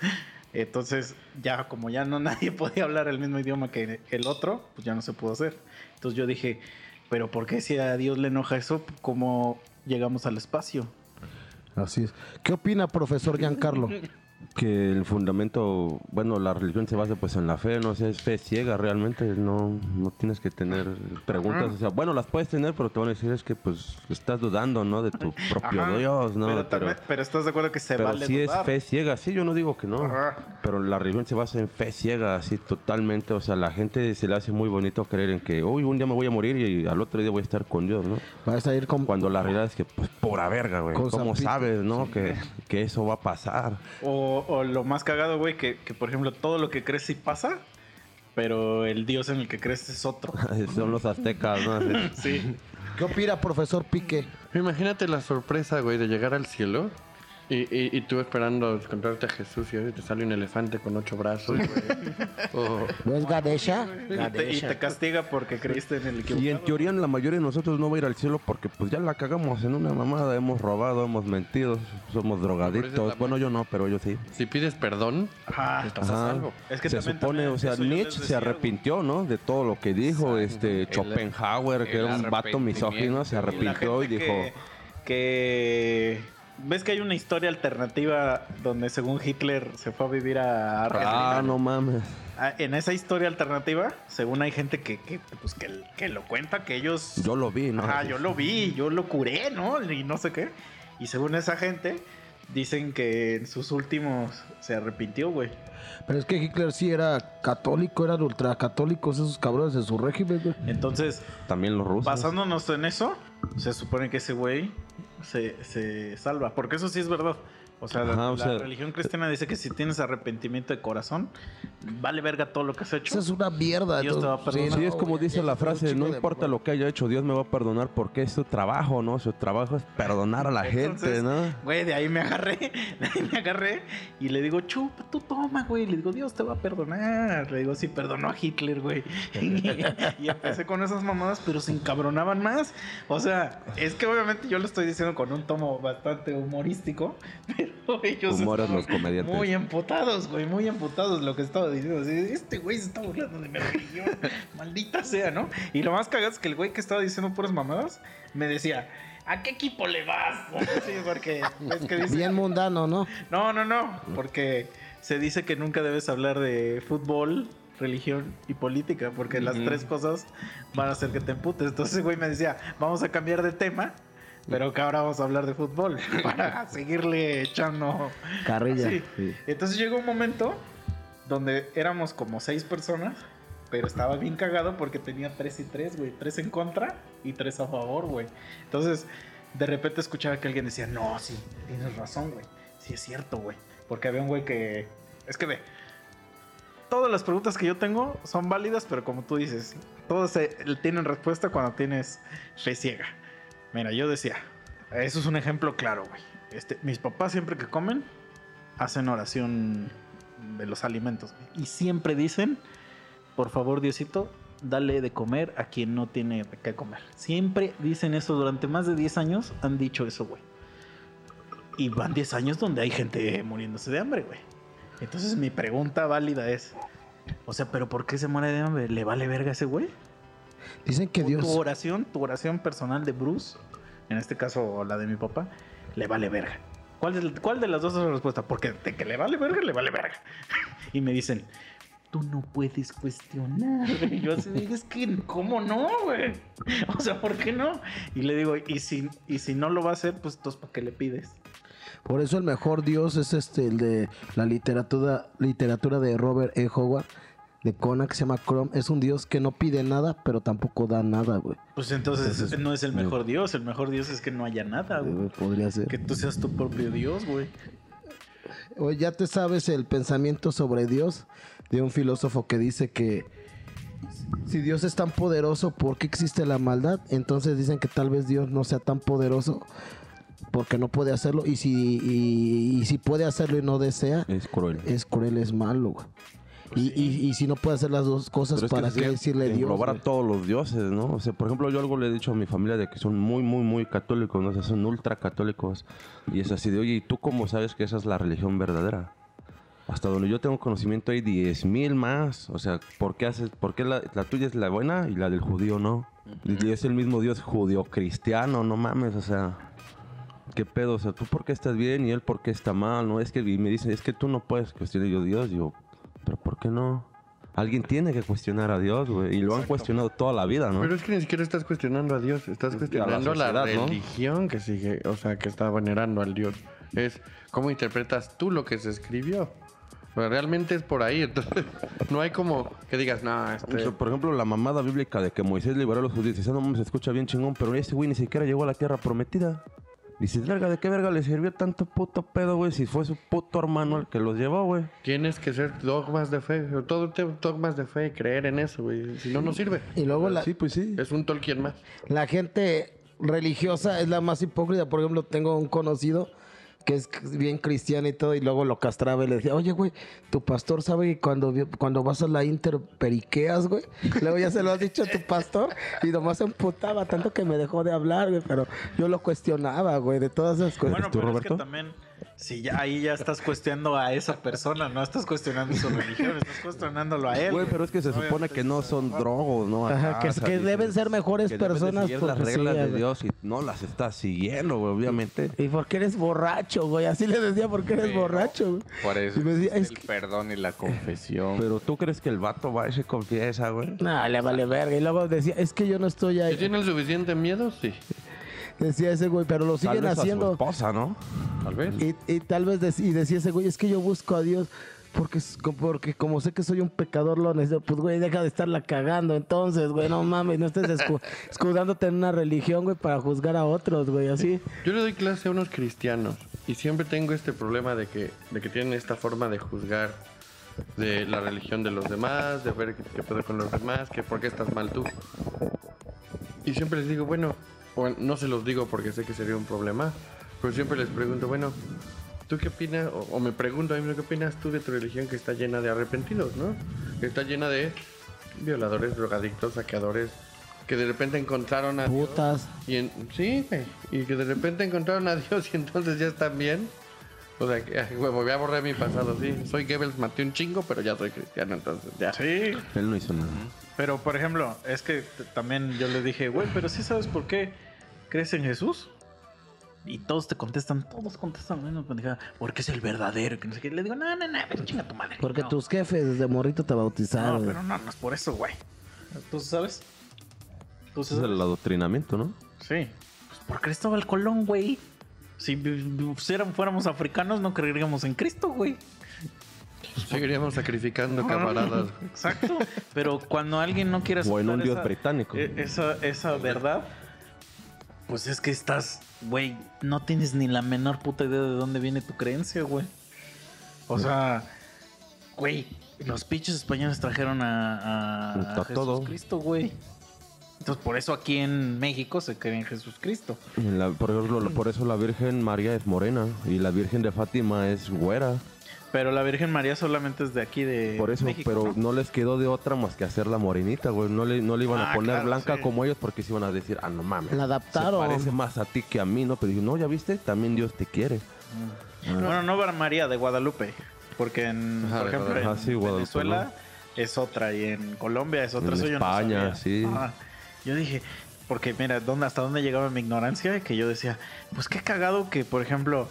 Speaker 4: Entonces, ya como ya no [laughs] nadie podía hablar el mismo idioma que el otro, pues ya no se pudo hacer. Entonces yo dije, pero ¿por qué si a Dios le enoja eso? ¿Cómo llegamos al espacio?
Speaker 2: Así es. ¿Qué opina, profesor
Speaker 3: [laughs]
Speaker 2: Giancarlo?
Speaker 1: Que el fundamento, bueno, la religión se basa pues en la fe, no sé, es fe ciega realmente, no, no tienes que tener preguntas, o sea, bueno, las puedes tener, pero te van a decir es que pues estás dudando, ¿no? De tu propio
Speaker 4: Ajá.
Speaker 1: Dios, ¿no?
Speaker 4: pero, también- pero estás de acuerdo que se
Speaker 1: Pero
Speaker 4: vale
Speaker 1: sí es
Speaker 4: dudar?
Speaker 1: fe ciega, sí, yo no digo que no.
Speaker 4: Ajá.
Speaker 1: Pero la religión se basa en fe ciega, así totalmente. O sea, la gente se le hace muy bonito creer en que hoy un día me voy a morir y al otro día voy a estar con Dios, ¿no?
Speaker 2: Vas a ir con...
Speaker 1: Cuando la realidad es que, pues, por la verga, güey.
Speaker 2: Con
Speaker 1: ¿Cómo
Speaker 2: San Pito.
Speaker 1: sabes, no? Que, que eso va a pasar. [laughs]
Speaker 4: O, o lo más cagado, güey, que, que, por ejemplo todo lo que crees sí pasa, pero el dios en el que crees
Speaker 1: [laughs]
Speaker 4: es otro.
Speaker 1: Son los aztecas, ¿no?
Speaker 4: [laughs]
Speaker 1: Así.
Speaker 4: Sí.
Speaker 2: ¿Qué opina, profesor Pique?
Speaker 5: Imagínate la sorpresa, güey, de llegar al cielo y, y- y tú esperando encontrarte a Jesús y ahora te sale un elefante con ocho brazos, güey. O-
Speaker 2: ¿No es Ganesha?
Speaker 4: Y te, y te castiga porque creíste en el equivocado.
Speaker 1: Y en teoría la mayoría de nosotros no va a ir al cielo porque pues ya la cagamos en una mamada, hemos robado, hemos mentido, somos drogadictos.
Speaker 5: también.
Speaker 1: Bueno, yo no, pero yo sí.
Speaker 5: si pides perdón,
Speaker 4: Ajá.
Speaker 5: estás a
Speaker 1: Ajá.
Speaker 5: salvo.
Speaker 4: Es que
Speaker 1: se
Speaker 4: también-
Speaker 1: supone,
Speaker 4: también
Speaker 1: o sea,
Speaker 4: eso yo les
Speaker 1: Nietzsche se
Speaker 4: decía, güey.
Speaker 1: arrepintió, ¿no? De todo lo que dijo, este Schopenhauer, que
Speaker 3: el
Speaker 1: era un vato
Speaker 3: arrepentimiento.
Speaker 1: misógino, se
Speaker 3: Y la
Speaker 4: Y la
Speaker 1: arrepintió y
Speaker 4: gente
Speaker 1: dijo,
Speaker 4: que- que ves que hay una historia alternativa donde según Hitler se fue a vivir a Argentina.
Speaker 1: ah, no mames.
Speaker 4: Ah, En esa historia alternativa, según hay gente que, que, pues, que, que lo cuenta, que ellos
Speaker 1: Yo lo vi, ¿no?
Speaker 4: Ajá, yo lo vi, yo lo curé, ¿no? Y no sé qué. Y según esa gente, dicen que en sus últimos se arrepintió, güey.
Speaker 2: Pero es que Hitler sí era católico, eran ultracatólicos esos cabrones de su régimen, güey.
Speaker 4: Entonces,
Speaker 1: También los rusos.
Speaker 4: basándonos en eso, se supone que ese güey se, se salva. Porque eso sí es verdad. O sea, la-
Speaker 1: Ajá, o
Speaker 4: la
Speaker 1: sea-
Speaker 4: religión cristiana dice que si tienes arrepentimiento de corazón, vale verga todo lo que has hecho.
Speaker 2: Esa es una mierda.
Speaker 4: Dios te va a perdonar.
Speaker 1: Sí, es
Speaker 2: no,
Speaker 1: como
Speaker 2: güey,
Speaker 1: dice
Speaker 2: ya
Speaker 1: la
Speaker 2: está un
Speaker 1: frase,
Speaker 2: chingo
Speaker 1: no
Speaker 2: de
Speaker 1: importa
Speaker 2: mamá.
Speaker 1: lo que haya hecho, Dios me va a perdonar porque es su trabajo, ¿no? Su trabajo es perdonar a la gente,
Speaker 4: [laughs] Entonces,
Speaker 1: ¿no?
Speaker 4: Güey, de ahí me agarré, [laughs] de ahí me agarré y le digo, chupa, tú toma, güey. Le digo, Dios te va a perdonar. Le digo, sí, perdonó a Hitler, güey. [laughs] y empecé con esas mamadas, pero se encabronaban más. O sea, es que obviamente yo lo estoy diciendo con un tomo bastante humorístico, [laughs] pero ellos
Speaker 1: Humor en
Speaker 4: estaban
Speaker 1: los comediantes.
Speaker 4: muy emputados, güey, muy emputados lo que estaba diciendo. Así, este güey se está burlando de mi religión, [laughs] maldita sea, ¿no? Y lo más cagado es que el güey que estaba diciendo puras mamadas me decía, ¿a qué equipo le vas? [laughs] Sí, porque es que dice,
Speaker 2: Bien mundano, ¿no?
Speaker 4: no, no, no, porque se dice que nunca debes hablar de fútbol, religión y política, porque las tres cosas van a hacer que te emputes. Entonces, güey, me decía, vamos a cambiar de tema. Pero que ahora vamos a hablar de fútbol [laughs] para seguirle echando
Speaker 2: Carrilla.
Speaker 4: Sí.
Speaker 2: Sí.
Speaker 4: Entonces llegó un momento donde éramos como seis personas, pero estaba bien cagado porque tenía tres y tres, güey. Tres en contra y tres a favor, güey. Entonces, de repente escuchaba que alguien decía, no, sí, tienes razón, güey. Sí es cierto, güey. Porque había un güey que... Es que ve, todas las preguntas que yo tengo son válidas, pero como tú dices, todas eh, tienen respuesta cuando tienes fe ciega. Mira, yo decía, eso es un ejemplo claro, güey. Este, mis papás siempre que comen hacen oración de los alimentos. güey. Y siempre dicen, por favor Diosito, dale de comer a quien no tiene de qué comer. Siempre dicen eso, durante más de 10 años han dicho eso, güey. Y van 10 años donde hay gente muriéndose de hambre, güey. Entonces mi pregunta válida es, o sea, ¿pero por qué se muere de hambre? ¿Le vale verga a ese güey?
Speaker 2: Dicen que
Speaker 4: tu-
Speaker 2: Dios.
Speaker 4: Tu oración, tu oración personal de Bruce, en este caso la de mi papá, le vale verga. ¿Cuál de, cuál de las dos es la respuesta? Porque de que le vale verga, le vale verga. [laughs] Y me dicen, tú no puedes cuestionar. [laughs] Y yo así digo, es que, ¿cómo no, güey? O sea, ¿por qué no? Y le digo, y si, y si no lo va a hacer, pues entonces, ¿para qué le pides?
Speaker 2: Por eso el mejor Dios es este, el de la literatura, literatura de Robert E. Howard, de Conan, que se llama Chrome. Es un Dios que no pide nada, pero tampoco da nada, güey.
Speaker 4: Pues entonces,
Speaker 2: Entonces,
Speaker 4: no es el
Speaker 2: no.
Speaker 4: mejor Dios. El mejor Dios es que no haya nada, güey.
Speaker 2: Eh, Podría ser.
Speaker 4: Que tú seas tu propio Dios, güey.
Speaker 2: O ya te sabes el pensamiento sobre Dios de un filósofo que dice que si Dios es tan poderoso, ¿por qué existe la maldad? Entonces dicen que tal vez Dios no sea tan poderoso porque no puede hacerlo. Y si, y- y si puede hacerlo y no desea,
Speaker 1: Es cruel.
Speaker 2: es cruel, es malo, güey. Y, y- y si no puede hacer las dos cosas,
Speaker 1: Pues Pero es que
Speaker 2: ¿para
Speaker 1: se
Speaker 2: qué
Speaker 1: tiene
Speaker 2: decirle
Speaker 1: que
Speaker 2: Dios?
Speaker 1: Englobar a
Speaker 2: güey?
Speaker 1: todos los dioses, ¿no? O sea, por ejemplo, yo algo le he dicho a mi familia de que son muy, muy, muy católicos, ¿no? O sea, son ultra católicos. Y es así de, oye, ¿y tú cómo sabes que esa es la religión verdadera? Hasta donde yo tengo conocimiento hay 10.000 más. O sea, ¿por qué, haces, por qué la, la tuya es la buena y la del judío no? Y es el mismo Dios judío cristiano, no mames, o sea. ¿Qué pedo? O sea, ¿tú por qué estás bien y él por qué está mal? No, es que y me dicen, es que tú no puedes cuestionar yo Dios. Yo, ¿pero por qué no? Alguien tiene que cuestionar a Dios, güey. Y lo han cuestionado toda la vida, ¿no?
Speaker 5: Pero es que ni siquiera estás cuestionando a Dios, estás
Speaker 1: la
Speaker 5: cuestionando la,
Speaker 1: sociedad, ¿no?
Speaker 5: religión que sigue, o sea, que está venerando al Dios. Es cómo interpretas tú lo que se escribió. O sea, realmente es por ahí, [laughs] entonces no hay como que digas, no,
Speaker 1: O
Speaker 5: este...
Speaker 1: sea, por ejemplo, la mamada bíblica de que Moisés liberó a los judíos. Esa no mames, se escucha bien chingón, pero ese güey ni siquiera llegó a la tierra prometida. Dices, verga, ¿de qué verga le sirvió tanto puto pedo, güey? Si fue su puto hermano el que los llevó, güey.
Speaker 5: Tienes que ser dogmas de fe, o todo te- dogmas de fe, creer en eso, güey. Si no, no sirve.
Speaker 2: Y luego la,
Speaker 1: Sí, pues sí.
Speaker 5: Es un Tolkien más.
Speaker 2: la gente religiosa es la más hipócrita. Por ejemplo, tengo un conocido que es bien cristiano y todo, y luego lo castraba y le decía, oye, güey, tu pastor sabe que cuando, vi- cuando vas a la Inter periqueas, güey. Luego ya se lo has dicho a tu pastor y nomás se emputaba tanto que me dejó de hablar, güey, pero yo lo cuestionaba, güey, de todas esas cosas.
Speaker 4: Bueno,
Speaker 1: tú,
Speaker 4: pero es
Speaker 1: Roberto?
Speaker 4: que también, si ya, ahí ya estás cuestionando a esa persona, no estás cuestionando su religión, estás cuestionándolo a él.
Speaker 1: Güey, pero es que se supone que no son drogos, ¿no?
Speaker 2: Ajá,
Speaker 1: Acá,
Speaker 2: que-
Speaker 1: ah, o sea,
Speaker 2: que
Speaker 1: dices,
Speaker 2: deben ser mejores
Speaker 1: que deben de
Speaker 2: personas
Speaker 1: seguir las
Speaker 2: porque sí,
Speaker 1: reglas de
Speaker 2: güey.
Speaker 1: Dios y no las estás siguiendo, güey, obviamente.
Speaker 2: ¿Y por qué eres borracho, güey? Así le decía, ¿por qué eres
Speaker 3: Pero,
Speaker 2: borracho? güey?
Speaker 3: Por eso
Speaker 2: Y me decía,
Speaker 3: existe
Speaker 2: es
Speaker 3: el
Speaker 2: que-
Speaker 3: perdón y la confesión.
Speaker 1: Pero tú crees que el vato va y se confiesa, güey.
Speaker 2: Nah, le vale verga. Y luego decía, es que yo no estoy
Speaker 5: Si
Speaker 2: ahí.
Speaker 5: tiene el suficiente miedo, sí.
Speaker 2: Decía ese güey, pero lo
Speaker 1: Tal
Speaker 2: siguen
Speaker 1: vez a su
Speaker 2: haciendo.
Speaker 1: esposa, ¿no?
Speaker 5: Tal vez.
Speaker 2: Y, y tal vez dec- y decía ese güey, es que yo busco a Dios porque, es- porque como sé que soy un pecador, lo necesito. Pues, güey, deja de estarla cagando. Entonces, güey, no mames, no estés escu- [laughs] escudándote en una religión, güey, para juzgar a otros, güey, así.
Speaker 5: Yo le doy clase a unos cristianos y siempre tengo este problema de que, de que tienen esta forma de juzgar de la religión de los demás, de ver qué, qué pedo con los demás, que por qué estás mal tú. Y siempre les digo, bueno, o no se los digo porque sé que sería un problema, pero siempre les pregunto, bueno, ¿tú qué opinas? O, o me pregunto a mí, ¿qué opinas tú de tu religión que está llena de arrepentidos, no? Que está llena de violadores, drogadictos, saqueadores, que de repente encontraron a... Dios
Speaker 2: Putas.
Speaker 5: y en- sí, güey. Y que de repente encontraron a Dios y entonces ya están bien. O sea, que, ay, huevo, voy a borrar mi pasado, sí. Soy Goebbels, maté un chingo, pero ya soy cristiano, entonces ya.
Speaker 4: Sí,
Speaker 1: Él no hizo nada.
Speaker 4: pero por ejemplo, es que t- también yo le dije, güey, pero sí sabes por qué crees en Jesús. Y todos te contestan, todos contestan, bueno, pendejada, porque es el verdadero, que no sé qué. Le digo, no, no, no, ven, chinga tu madre.
Speaker 2: Porque
Speaker 4: no.
Speaker 2: tus jefes desde morrito te
Speaker 4: No,
Speaker 2: bautizaron.
Speaker 4: pero no, no es por eso, güey. ¿Tú sabes? ¿Tú
Speaker 1: Ese es
Speaker 4: sabes?
Speaker 1: el adoctrinamiento, ¿no?
Speaker 4: Sí. Pues, por Cristóbal Colón, güey. Si vi- vi- fuéramos- fuéramos africanos, no creeríamos en Cristo, güey.
Speaker 1: [laughs]
Speaker 5: Seguiríamos sacrificando camaradas.
Speaker 4: Exacto. [laughs] Pero cuando alguien no quiere
Speaker 1: O en un
Speaker 4: aceptar
Speaker 1: dios
Speaker 4: esa-
Speaker 1: británico.
Speaker 2: eh,
Speaker 4: e- Esa, esa verdad, pues es que estás, güey, no tienes ni la menor puta idea de dónde viene tu creencia, güey. O sea, güey, los pinches españoles trajeron a, a- a
Speaker 1: A
Speaker 4: Jesús
Speaker 1: todo.
Speaker 4: Cristo, güey. Entonces, por eso aquí en México se cree en Jesús Cristo.
Speaker 1: En la- por, eso- por eso la Virgen María es morena y la Virgen de Fátima es güera.
Speaker 4: Pero la Virgen María solamente es de aquí, de
Speaker 1: Por eso,
Speaker 4: Eh, México,
Speaker 1: pero mm,
Speaker 4: ¿no?
Speaker 1: ¿no? les quedó de otra más que hacerla morenita, güey. No le, no le iban a
Speaker 4: Ah,
Speaker 1: poner
Speaker 4: claro,
Speaker 1: blanca
Speaker 4: sí.
Speaker 1: como ellos porque se iban a decir, ah, no mames.
Speaker 2: La adaptaron.
Speaker 1: Se parece más a ti que a mí, ¿no? Pero dije, no, ya viste, también Dios te quiere. ah.
Speaker 4: Bueno, no Bar María de Guadalupe, porque en,
Speaker 5: Ajá,
Speaker 4: por
Speaker 5: de
Speaker 4: ejemplo, en
Speaker 1: Guadalupe. Ah, sí, Guadalupe,
Speaker 4: Venezuela es otra y en Colombia es otra.
Speaker 1: En
Speaker 4: eso yo no
Speaker 1: España,
Speaker 4: sabía.
Speaker 1: sí.
Speaker 4: Ajá. yo dije, porque mira, ¿dónde, hasta dónde llegaba mi ignorancia, que yo decía, pues qué cagado que, por ejemplo,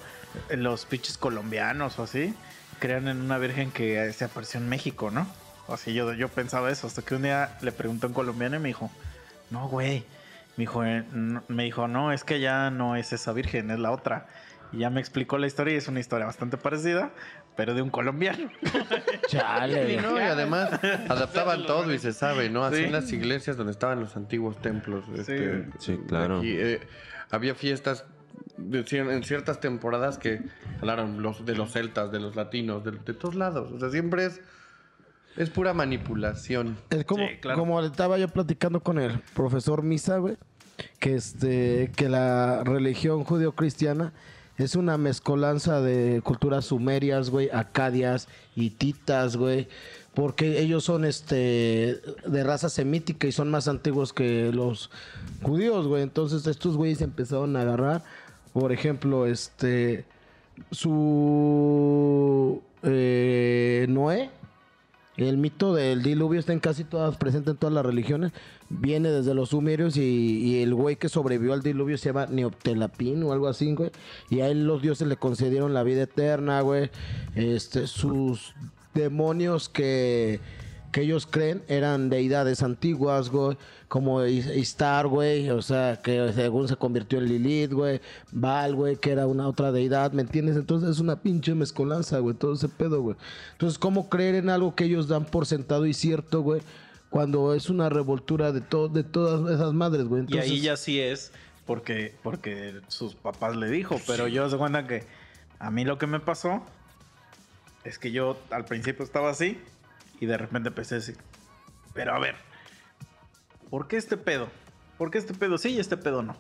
Speaker 4: los pinches colombianos o así crean en una virgen que eh, se apareció en México, ¿no? O así yo, yo pensaba eso, hasta que un día le pregunté a un colombiano y me dijo, no, güey. Me dijo, eh, no- me dijo, no, es que ya no es esa virgen, es la otra. Y ya me explicó la historia y es una historia bastante parecida, pero de un colombiano.
Speaker 5: Y,
Speaker 2: Chale.
Speaker 5: no, y además [laughs] adaptaban todo y se sabe, ¿no? Así
Speaker 4: Sí.
Speaker 5: en las iglesias donde estaban los antiguos templos. este,
Speaker 1: Sí, claro.
Speaker 5: Aquí, eh, había fiestas de cier- en ciertas temporadas que hablaron los, de los celtas, de los latinos, de, de todos lados. O sea, siempre es, es pura manipulación.
Speaker 2: Es como,
Speaker 4: Sí, claro.
Speaker 2: como estaba yo platicando con el profesor Misa, güey, que, este, que la religión judio-cristiana es una mezcolanza de culturas sumerias, güey, acadias, hititas, güey, porque ellos son este de raza semítica y son más antiguos que los judíos, güey. Entonces estos güeyes empezaron a agarrar, por ejemplo, este su eh, Noé, el mito del diluvio está en casi todas, presente en todas las religiones. Viene desde los sumerios y, y el güey que sobrevivió al diluvio se llama Neoptelapín o algo así, güey. Y a él los dioses le concedieron la vida eterna, güey. Este, sus demonios que, que ellos creen eran deidades antiguas, güey. Como Is- Istar, güey. O sea, que según se convirtió en Lilith, güey. Baal, güey, que era una otra deidad, ¿me entiendes? Entonces es una pinche mezcolanza, güey. Todo ese pedo, güey. Entonces, ¿cómo creer en algo que ellos dan por sentado y cierto, güey? Cuando es una revoltura de, to- de todas esas madres, güey.
Speaker 4: Y
Speaker 2: Entonces,
Speaker 4: ahí ya sí es porque, porque sus papás le dijo, pero yo se cuenta que a mí lo que me pasó es que yo al principio estaba así y de repente empecé a decir, pero a ver, ¿por qué este pedo? ¿Por qué este pedo sí y este pedo no?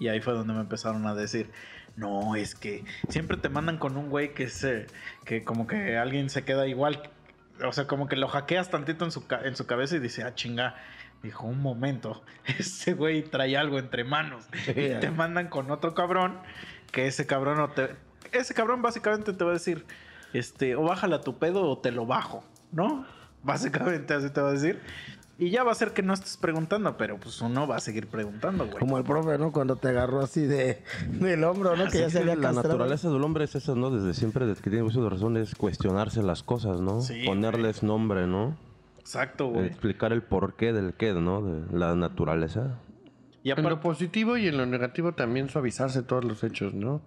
Speaker 4: Y ahí fue donde me empezaron a decir, no, es que siempre te mandan con un güey que es, eh, que como que alguien se queda igual, o sea, como que lo hackeas tantito en su, ca- en su cabeza y dice, ah, chinga. Dijo, un momento, [laughs] ese güey trae algo entre manos. Y te mandan con otro cabrón, que ese cabrón no te... Ese cabrón básicamente te va a decir, este, o bájala tu pedo o te lo bajo, ¿no? Básicamente así te va a decir. Y ya va a ser que no estés preguntando, pero pues uno va a seguir preguntando, güey.
Speaker 2: Como el profe, ¿no? Cuando te agarró así de, del hombro,
Speaker 4: Ah,
Speaker 2: ¿no? Que ya se había
Speaker 1: la
Speaker 2: castrado.
Speaker 1: naturaleza del hombre es eso, ¿no? Desde siempre, desde que tiene uso de razón, es cuestionarse las cosas, ¿no?
Speaker 4: Sí,
Speaker 1: Ponerles nombre, ¿no?
Speaker 4: Exacto, güey.
Speaker 1: Explicar el porqué del qué, ¿no? De la naturaleza.
Speaker 4: Y
Speaker 5: En lo
Speaker 4: aparte,
Speaker 5: positivo y en lo negativo también suavizarse todos los hechos, ¿no?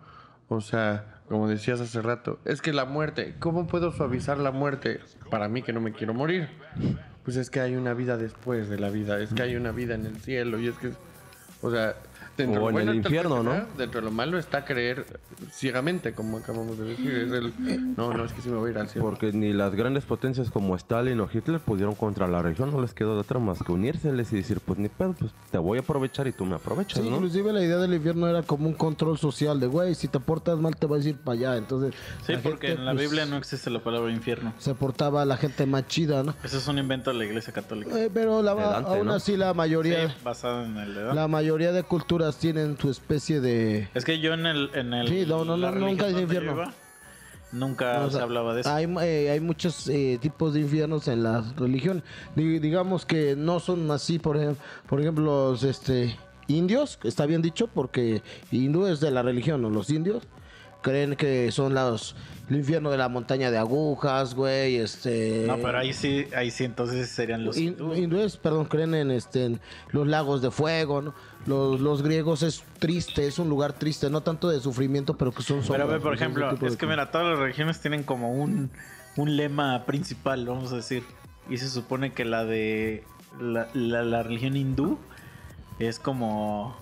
Speaker 5: O sea, como decías hace rato, es que la muerte, ¿cómo puedo suavizar la muerte? Para mí que no me quiero morir. Pues es que hay una vida después de la vida, es que hay una vida en el cielo y es que, o sea, dentro,
Speaker 1: O en
Speaker 5: bueno,
Speaker 1: el
Speaker 5: dentro de lo
Speaker 1: infierno,
Speaker 5: que
Speaker 1: ¿no?
Speaker 5: sea, Dentro de lo malo está creer ciegamente, como acabamos de decir. Es el, no, no, es que sí me voy a ir al cielo.
Speaker 1: Porque ni las grandes potencias como Stalin o Hitler pudieron contra la religión, no les quedó de otra más que unírseles y decir, pues ni pedo, pues te voy a aprovechar y tú me aprovechas,
Speaker 2: Sí, pues,
Speaker 1: ¿no?
Speaker 2: inclusive la idea del infierno era como un control social de, güey, si te portas mal te vas a ir para allá. Entonces,
Speaker 4: sí,
Speaker 2: la
Speaker 4: porque
Speaker 2: gente,
Speaker 4: en la
Speaker 2: pues,
Speaker 4: Biblia no existe la palabra infierno.
Speaker 2: Se portaba la gente más chida, ¿no?
Speaker 4: Eso es un invento de la Iglesia Católica.
Speaker 2: Eh, pero la,
Speaker 1: De Dante,
Speaker 2: aún
Speaker 1: ¿no?
Speaker 2: así la
Speaker 4: Sí,
Speaker 2: mayoría...
Speaker 4: basado en el de Dante.
Speaker 2: La mayoría de culturas tienen su especie de.
Speaker 4: Es que yo en el. En el
Speaker 2: Sí, no, no,
Speaker 4: la
Speaker 2: no, nunca
Speaker 4: religión
Speaker 2: es
Speaker 4: donde
Speaker 2: infierno.
Speaker 4: yo iba, Nunca
Speaker 2: o sea,
Speaker 4: se hablaba de eso.
Speaker 2: Hay, eh, hay muchos eh, tipos de infiernos en las religiones. Di- digamos que no son así, por ejemplo, por ejemplo los este, indios, está bien dicho, porque hindú es de la religión, ¿no? los indios. creen que son los el infierno de la montaña de agujas, güey, este
Speaker 4: No, pero ahí sí, ahí sí entonces serían los
Speaker 2: hin-
Speaker 4: hindúes.
Speaker 2: hindúes, perdón, creen en este en los lagos de fuego, ¿no? Los, los griegos es triste, es un lugar triste, no tanto de sufrimiento, pero que son
Speaker 4: Pero
Speaker 2: sombras,
Speaker 4: ve, por
Speaker 2: ese
Speaker 4: ejemplo,
Speaker 2: tipo de
Speaker 4: es que
Speaker 2: cosas.
Speaker 4: mira, todas las religiones tienen como un, un lema principal, vamos a decir. Y se supone que la de la, la- la religión hindú es como...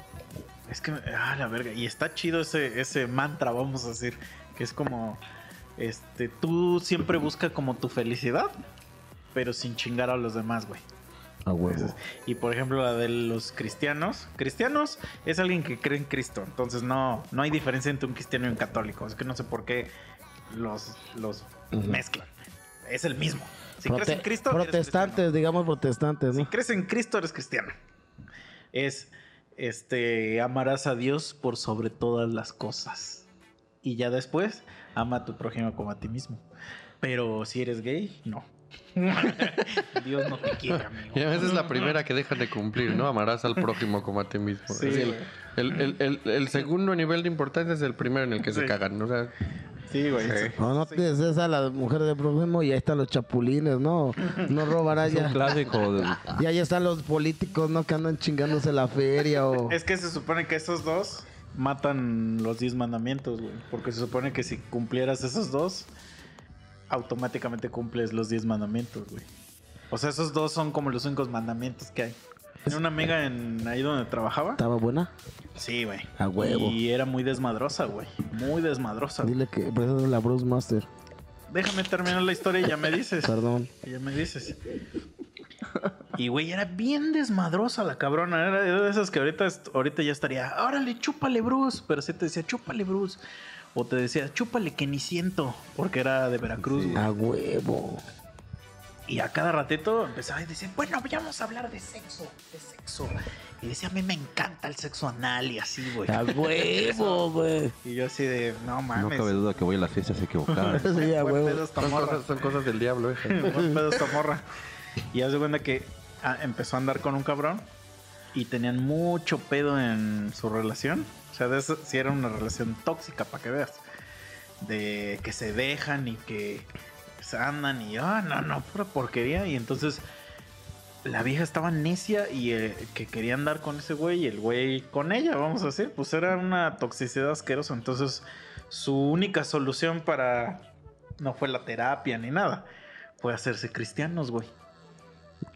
Speaker 4: Es que... Ah, la verga. Y está chido ese, ese mantra, vamos a decir. Que es como... Este, tú siempre busca como tu felicidad, pero sin chingar a los demás, güey.
Speaker 2: A huevo.
Speaker 4: Entonces, y por ejemplo, la de los cristianos. Cristianos es alguien que cree en Cristo. Entonces no, no hay diferencia entre un cristiano y un católico. Es que no sé por qué los, los mezclan. Es el mismo. Si
Speaker 2: Prote-
Speaker 4: crees en Cristo, eres
Speaker 2: protestantes, digamos protestantes,
Speaker 4: cristiano.
Speaker 2: ¿no?
Speaker 4: Si crees en Cristo, eres cristiano. Es este amarás a Dios por sobre todas las cosas. Y ya después, ama a tu prójimo como a ti mismo. Pero si eres gay, no. [laughs] Dios no te quiere,
Speaker 2: [laughs]
Speaker 4: amigo.
Speaker 5: Y a veces es la primera que dejan de cumplir, ¿no? Amarás al prójimo como a ti mismo.
Speaker 4: Sí,
Speaker 5: Es el,
Speaker 4: güey.
Speaker 5: el- el- el- el segundo nivel de importancia es el primero en el que se
Speaker 4: Sí.
Speaker 5: cagan. O sea,
Speaker 4: Sí, güey.
Speaker 5: Sí.
Speaker 2: No, no te des a la mujer de prójimo y ahí están los chapulines, ¿no? No robará
Speaker 1: Es un
Speaker 2: ya. Ah,
Speaker 1: clásico. de-
Speaker 2: Y ahí están los políticos, ¿no? Que andan chingándose la feria o...
Speaker 4: Es que se supone que esos dos matan los 10 mandamientos, güey. Porque se supone que si cumplieras esos dos, automáticamente cumples los 10 mandamientos, güey. O sea, esos dos son como los únicos mandamientos que hay. Tenía una amiga en ahí donde trabajaba.
Speaker 2: ¿Estaba buena?
Speaker 4: Sí, güey.
Speaker 2: A huevo.
Speaker 4: Y era muy desmadrosa, güey. Muy desmadrosa. güey.
Speaker 2: Dile que presentes la Bruce Master.
Speaker 4: Déjame terminar la historia y ya me dices.
Speaker 2: Perdón.
Speaker 4: Y Ya me dices. Y güey, era bien desmadrosa la cabrona. Era era de esas que ahorita, est- ahorita ya estaría, órale, chúpale, Bruce. Pero sí te decía, chúpale, Bruce. O te decía, chúpale, que ni siento. Porque era de Veracruz, güey.
Speaker 2: A huevo.
Speaker 4: Y a cada ratito empezaba y decía, bueno, vamos a hablar de sexo, de sexo. Y decía, a mí me encanta el sexo anal y así, güey.
Speaker 2: A huevo, güey.
Speaker 4: Y yo así de, no
Speaker 1: No
Speaker 4: mames.
Speaker 1: cabe duda que voy a las fiestas equivocadas.
Speaker 2: Sí, a
Speaker 4: buen
Speaker 2: huevo.
Speaker 4: pedo esta
Speaker 5: son
Speaker 4: morra.
Speaker 5: cosas, son cosas del diablo,
Speaker 4: [laughs]
Speaker 5: hija.
Speaker 4: Buen pedo esta morra. Y haz de cuenta que ah, empezó a andar con un cabrón y tenían mucho pedo en su relación. O sea, de eso sí era una relación tóxica, para que veas. De que se dejan y que se andan y, ah, no, no, pura porquería. Y entonces la vieja estaba necia y eh, que quería andar con ese güey y el güey con ella, vamos a decir. Pues era una toxicidad asquerosa. Entonces su única solución para... No fue la terapia ni nada. Fue hacerse cristianos, güey.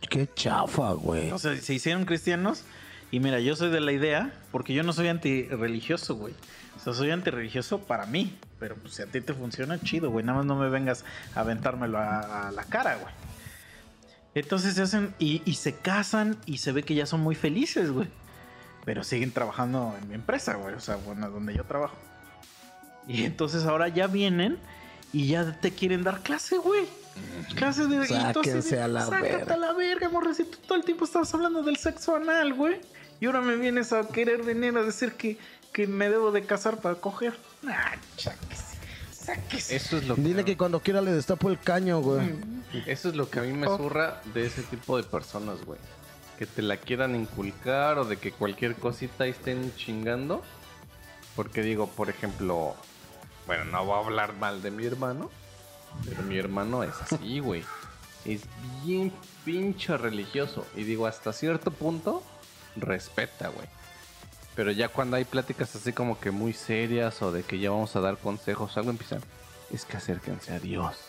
Speaker 2: Qué chafa, güey.
Speaker 4: O sea, se hicieron cristianos. Y mira, yo soy de la idea, porque yo no soy antirreligioso, güey. O sea, soy antirreligioso para mí. Pero pues, si a ti te funciona, chido, güey. Nada más no me vengas a aventármelo a, a la cara, güey. Entonces se hacen y, y se casan y se ve que ya son muy felices, güey. Pero siguen trabajando en mi empresa, güey. O sea, bueno, donde yo trabajo. Y entonces ahora ya vienen y ya te quieren dar clase, güey. Clase de... y tú así de,
Speaker 2: Sáquense a la
Speaker 4: "Sácate
Speaker 2: verga".
Speaker 4: a la verga, morra. Si tú todo el tiempo estabas hablando del sexo anal, güey. Y ahora me vienes a querer venir a decir que, que me debo de casar para coger. Ah, sáquese, sáquese.
Speaker 3: Eso es lo que,
Speaker 2: Dile que cuando quiera le destapo el caño, güey.
Speaker 3: eso es lo que a mí me zurra de ese tipo de personas, güey. Que te la quieran inculcar o de que cualquier cosita ahí estén chingando. Porque digo, por ejemplo, bueno, no voy a hablar mal de mi hermano, pero mi hermano es así, güey. Es bien pinche religioso. Y digo, hasta cierto punto, respeta, güey. Pero ya cuando hay pláticas así como que muy serias o de que ya vamos a dar consejos, algo empiezan. Es que acérquense a Dios.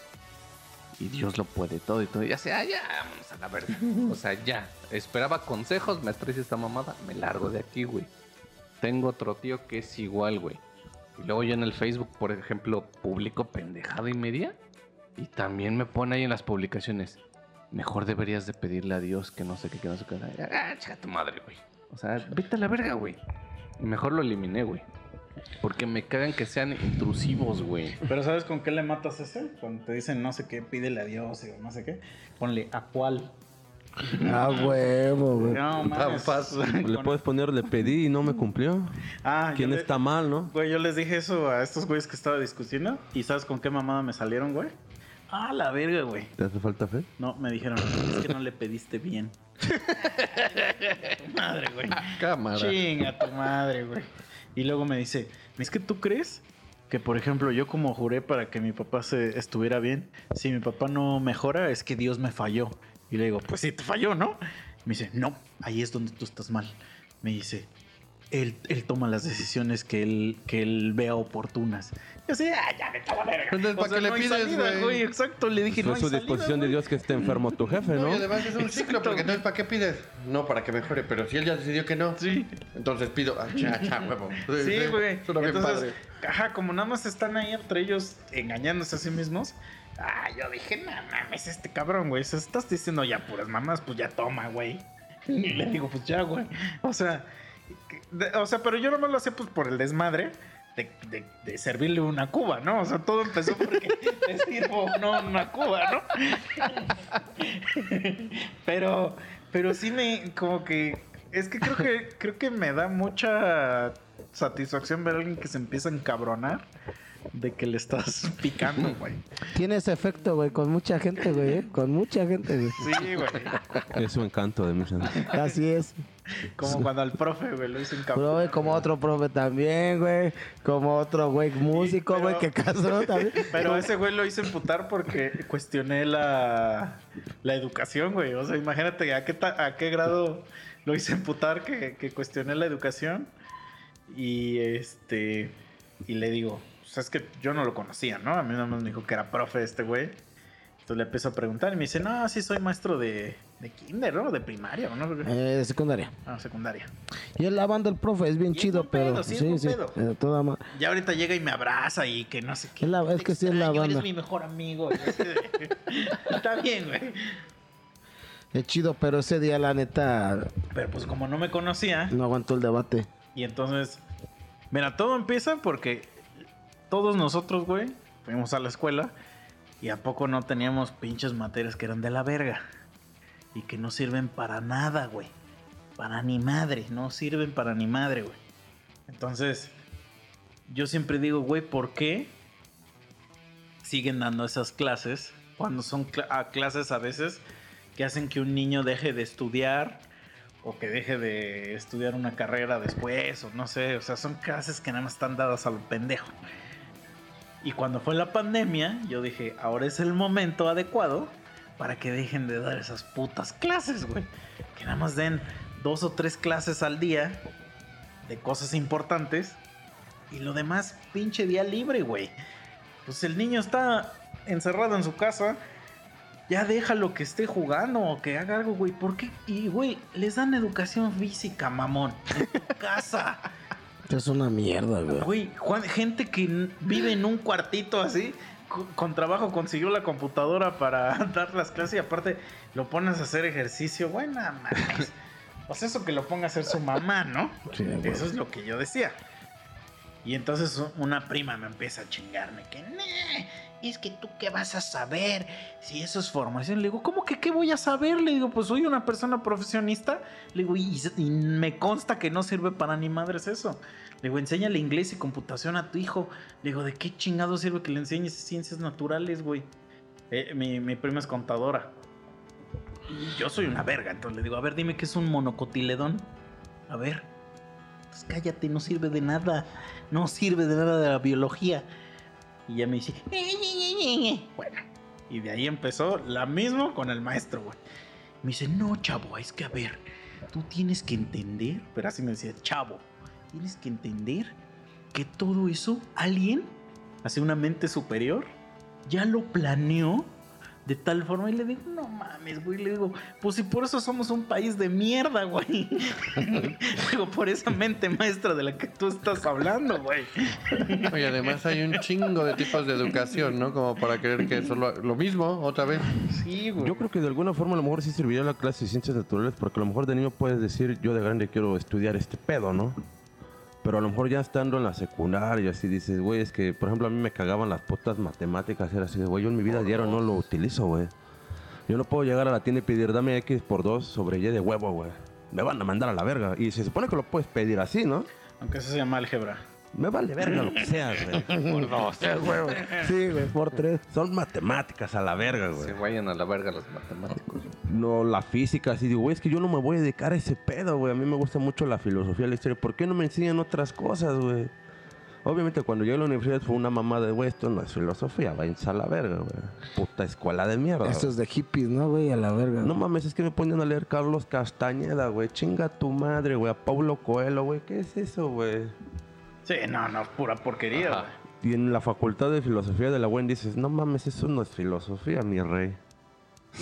Speaker 3: Y Dios lo puede todo y todo. Y ya sea, ya, vamos a la verga. O sea, ya. Esperaba consejos, me traes esta mamada, me largo de aquí, güey. Tengo otro tío que es igual, güey. Y luego yo en el Facebook, por ejemplo, publico pendejada y media. Y también me pone ahí en las publicaciones. Mejor deberías de pedirle a Dios que no sé qué, que no sé qué. Ah, chica tu madre, güey. O sea, vete a la verga, güey. Y Mejor lo eliminé, güey. Porque me cagan que sean intrusivos, güey.
Speaker 4: Pero ¿sabes con qué le matas ese? Cuando te dicen no sé qué, pídele a Dios o no sé qué. Ponle a cuál.
Speaker 2: A huevo, güey.
Speaker 4: No, mames.
Speaker 1: Le
Speaker 4: Con-
Speaker 1: puedes poner, le pedí y no me cumplió.
Speaker 4: Ah,
Speaker 1: ¿Quién
Speaker 4: yo le-
Speaker 1: está mal, no?
Speaker 4: Güey, yo les dije eso a estos güeyes que estaba discutiendo. ¿Y sabes con qué mamada me salieron, güey? Ah, la verga, güey.
Speaker 1: ¿Te hace falta fe?
Speaker 4: No, me dijeron, es que no le pediste bien. Madre, güey.
Speaker 5: Cámara.
Speaker 4: Chinga tu madre, güey. Y luego me dice, ¿es que tú crees Que por ejemplo, yo como juré para que mi papá se estuviera bien, si mi papá no mejora, es que Dios me falló. Y le digo, pues sí te falló, ¿no? Me dice, no, ahí es donde tú estás mal. Me dice, él, él toma las decisiones que él, que él vea oportunas. Yo así, ah, ya me toma verga.
Speaker 5: Entonces, ¿para qué le
Speaker 4: no hay
Speaker 5: pides,
Speaker 4: salida,
Speaker 5: güey?
Speaker 4: Exacto, le dije,
Speaker 1: Pues fue
Speaker 4: no hay
Speaker 1: su
Speaker 4: salida,
Speaker 1: disposición de
Speaker 4: güey".
Speaker 1: Dios que esté enfermo tu jefe,
Speaker 5: [laughs] No,
Speaker 1: ¿no?
Speaker 5: y además es un ciclo, porque entonces ¿para qué pides? No, para que mejore, pero si él ya decidió que no,
Speaker 4: Sí.
Speaker 5: entonces pido, ah, cha, cha, huevo.
Speaker 4: Sí, güey.
Speaker 5: Suena bien padre.
Speaker 4: Entonces, ajá, como nada más están ahí entre ellos engañándose a sí mismos. Ah, yo dije, no mames, este cabrón, güey. Se estás diciendo ya puras mamás, pues ya toma, güey. Y le digo, pues ya, güey. O sea, que- de- o sea, pero yo nomás lo hacía pues por el desmadre. De, de- de servirle una cuba, ¿no? O sea, todo empezó porque te sirvo no una cuba, ¿no? Pero, pero sí me, como que, es que creo que, creo que me da mucha satisfacción ver a alguien que se empieza a encabronar de que le estás picando, güey.
Speaker 2: Tiene ese efecto, güey, con mucha gente, güey, ¿eh? con mucha gente, güey.
Speaker 4: Sí, güey.
Speaker 1: Es un encanto de muchas.
Speaker 2: Así es.
Speaker 4: Como cuando al profe, güey, lo hizo encabronar.
Speaker 2: Pero, güey, como otro profe también, güey. Como otro, güey, músico,
Speaker 4: pero-
Speaker 2: güey, que casó
Speaker 4: [laughs]
Speaker 2: también.
Speaker 4: Pero ese güey lo hizo emputar porque cuestioné la, la educación, güey. O sea, imagínate a qué, ta- a qué grado lo hice emputar que, que cuestioné la educación. Y este. Y le digo, pues es que yo no lo conocía, ¿no? A mí nada más me dijo que era profe este güey. Entonces le empiezo a preguntar y me dice, no, sí soy maestro de, de kinder, ¿no? De primaria, ¿o ¿no?
Speaker 2: Eh, de secundaria.
Speaker 4: Ah, secundaria.
Speaker 2: Y él lavando el profe, es bien
Speaker 4: Y es
Speaker 2: chido,
Speaker 4: buen
Speaker 2: pero.
Speaker 4: pedo, sí, es buen pedo.
Speaker 2: eh, toda ma-
Speaker 4: Ya ahorita llega y me abraza y que no sé qué.
Speaker 2: Es la-
Speaker 4: "Te
Speaker 2: es que sí es la
Speaker 4: extraño,
Speaker 2: banda".
Speaker 4: Eres mi mejor amigo. Y así de- [laughs] Está bien, güey.
Speaker 2: Es chido, pero ese día, la neta,
Speaker 4: Pero pues como no me conocía,
Speaker 2: no aguantó el debate.
Speaker 4: y entonces, mira, todo empieza porque todos nosotros, güey, fuimos a la escuela y a poco no teníamos pinches materias que eran de la verga y que no sirven para nada, güey. Para ni madre, no sirven para ni madre, güey. Entonces, yo siempre digo, güey, ¿por qué siguen dando esas clases cuando son cla- a clases a veces que hacen que un niño deje de estudiar o que deje de estudiar una carrera después, o no sé, o sea, son clases que nada más están dadas a lo pendejo. Y cuando fue la pandemia, yo dije, ahora es el momento adecuado para que dejen de dar esas putas clases, güey. Que nada más den dos o tres clases al día de cosas importantes y lo demás, pinche día libre, güey. Pues el niño está encerrado en su casa, ya déjalo que esté jugando o que haga algo, güey. ¿Por qué? Y, güey, les dan educación física, mamón. En tu casa.
Speaker 2: Es una mierda, güey.
Speaker 4: Ah, Güey, Juan- gente que n- vive en un cuartito así, co- con, trabajo consiguió la computadora para [laughs] dar las clases y aparte lo pones a hacer ejercicio. Buena mames. Pues eso que lo ponga a hacer su mamá, ¿no?
Speaker 2: Sí, güey.
Speaker 4: Eso es lo que yo decía. Y entonces u- una prima me empieza a chingarme que, "Nah, es que tú qué vas a saber si eso es formación. Le digo, ¿cómo que qué voy a saber? Le digo, pues soy una persona profesionista. Le digo, y, y me consta que no sirve para ni madres eso. Le digo, enséñale inglés y computación a tu hijo. Le digo, ¿de qué chingado sirve que le enseñes ciencias naturales, güey? Eh, mi, mi prima es contadora. Y yo soy una verga. Entonces le digo, a ver, dime qué es un monocotiledón. A ver. Pues cállate, no sirve de nada. No sirve de nada de la biología. Y ya me dice, "Eh, ñe, ñe, ñe, ñe". bueno. Y de ahí empezó la misma con el maestro, güey. Me dice, no, chavo, es que a ver, tú tienes que entender. Pero así me decía, chavo, tienes que entender que todo eso alguien, hace una mente superior, ya lo planeó de tal forma. Y le digo, no mames, güey. Le digo, pues si por eso somos un país de mierda, güey. digo, por esa mente maestra de la que tú estás hablando, güey.
Speaker 5: Y además hay un chingo de tipos de educación, ¿no? Como para creer que solo lo mismo, otra vez.
Speaker 4: Sí, güey.
Speaker 1: Yo creo que de alguna forma a lo mejor sí serviría la clase de ciencias naturales porque a lo mejor de niño puedes decir yo de grande quiero estudiar este pedo, ¿no? Pero a lo mejor ya estando en la secundaria así dices, güey, es que por ejemplo a mí me cagaban las putas matemáticas, era así de, güey, yo en mi vida diaria no lo utilizo, güey. Yo no puedo llegar a la tienda y pedir dame X por 2 sobre Y de huevo, güey. Me van a mandar a la verga. Y se supone que lo puedes pedir así, ¿no?
Speaker 4: Aunque eso se llama álgebra.
Speaker 1: Me vale verga lo que sea,
Speaker 2: [laughs]
Speaker 1: güey.
Speaker 2: Sí, güey, por tres.
Speaker 1: Son matemáticas a la verga, güey.
Speaker 3: Se vayan a la verga los matemáticos.
Speaker 1: no la física, así digo, güey, es que yo no me voy a dedicar a ese pedo, güey. A mí me gusta mucho la filosofía, la historia. ¿Por qué no me enseñan otras cosas, güey? Obviamente cuando llegué a la universidad fue una mamada de, güey, esto no es filosofía, va a la verga, güey. Puta escuela de mierda.
Speaker 2: Esto es de hippies, ¿no, güey? A la verga.
Speaker 1: güey. No mames, es que me ponen a leer Carlos Castañeda, güey. Chinga tu madre, güey. A Paulo Coelho, güey. ¿Qué es eso, güey?
Speaker 4: Sí, no, no, pura porquería,
Speaker 3: Ajá.
Speaker 4: güey.
Speaker 1: Y en la facultad de filosofía de la UEN dices, no mames, eso no es filosofía, mi rey.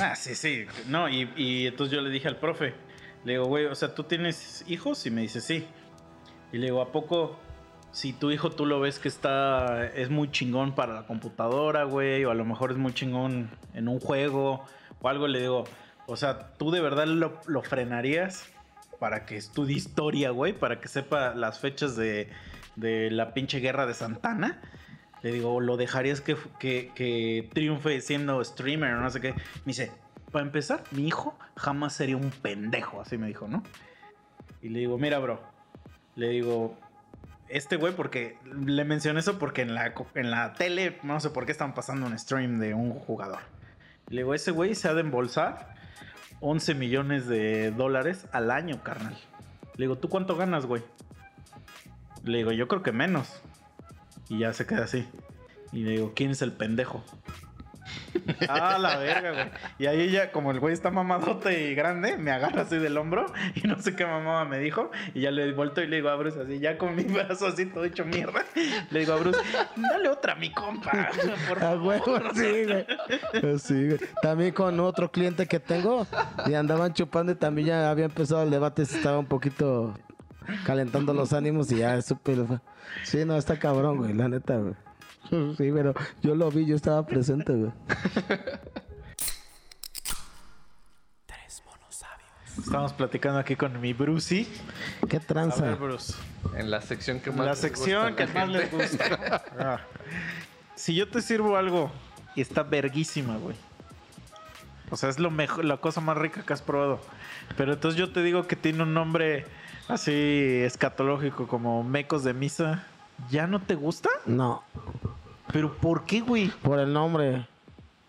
Speaker 4: Ah, sí, sí. No, y, y entonces yo le dije al profe, le digo, güey, o sea, ¿tú tienes hijos? Y me dice, sí. Y le digo, ¿a poco si tu hijo tú lo ves que está, es muy chingón para la computadora, güey, o a lo mejor es muy chingón en un juego o algo? Le digo, o sea, ¿tú de verdad lo, lo frenarías para que estudie historia, güey, para que sepa las fechas de, de la pinche guerra de Santana? Le digo, ¿lo dejarías que, que, que triunfe siendo streamer o no sé qué? Me dice, para empezar, mi hijo jamás sería un pendejo, así me dijo, ¿no? Y le digo, mira, bro. Le digo, este güey, porque le mencioné eso porque en la, co- en la tele, no sé por qué estaban pasando un stream de un jugador. Le digo, ese güey se ha de embolsar 11 millones de dólares al año, carnal. Le digo, ¿tú cuánto ganas, güey? Le digo, yo creo que menos. Y ya se queda así. Y le digo, ¿quién es el pendejo? [laughs] ah, la verga, güey. Y ahí ella, como el güey está mamadote y grande, me agarra así del hombro y no sé qué mamada me dijo. Y ya le vuelto y le digo a Bruce así, ya con mi brazo así todo hecho mierda. Le digo a Bruce, dale otra a mi compa. [laughs] Por
Speaker 2: A
Speaker 4: favor.
Speaker 2: huevo, sí, güey. Así, güey. También con otro cliente que tengo, y andaban chupando y también ya había empezado el debate, se estaba un poquito calentando los ánimos y ya supe. le fue- Sí, no, está cabrón, güey, la neta, güey. [laughs] Sí, pero yo lo vi, yo estaba presente, güey.
Speaker 4: Estamos platicando aquí con mi Brucey.
Speaker 2: Qué
Speaker 4: A ver,
Speaker 2: tranza.
Speaker 4: Bruce.
Speaker 3: En la sección que más
Speaker 4: La
Speaker 3: les gusta a
Speaker 4: sección
Speaker 3: la
Speaker 4: que más
Speaker 3: gente.
Speaker 4: les gusta. [laughs] Ah. Si yo te sirvo algo y está verguísima, güey. O sea, es lo mejor, la cosa más rica que has probado. Pero entonces yo te digo que tiene un nombre así escatológico como mecos de misa. ¿Ya no te gusta?
Speaker 2: No,
Speaker 4: ¿Pero por qué, güey?
Speaker 2: por el nombre.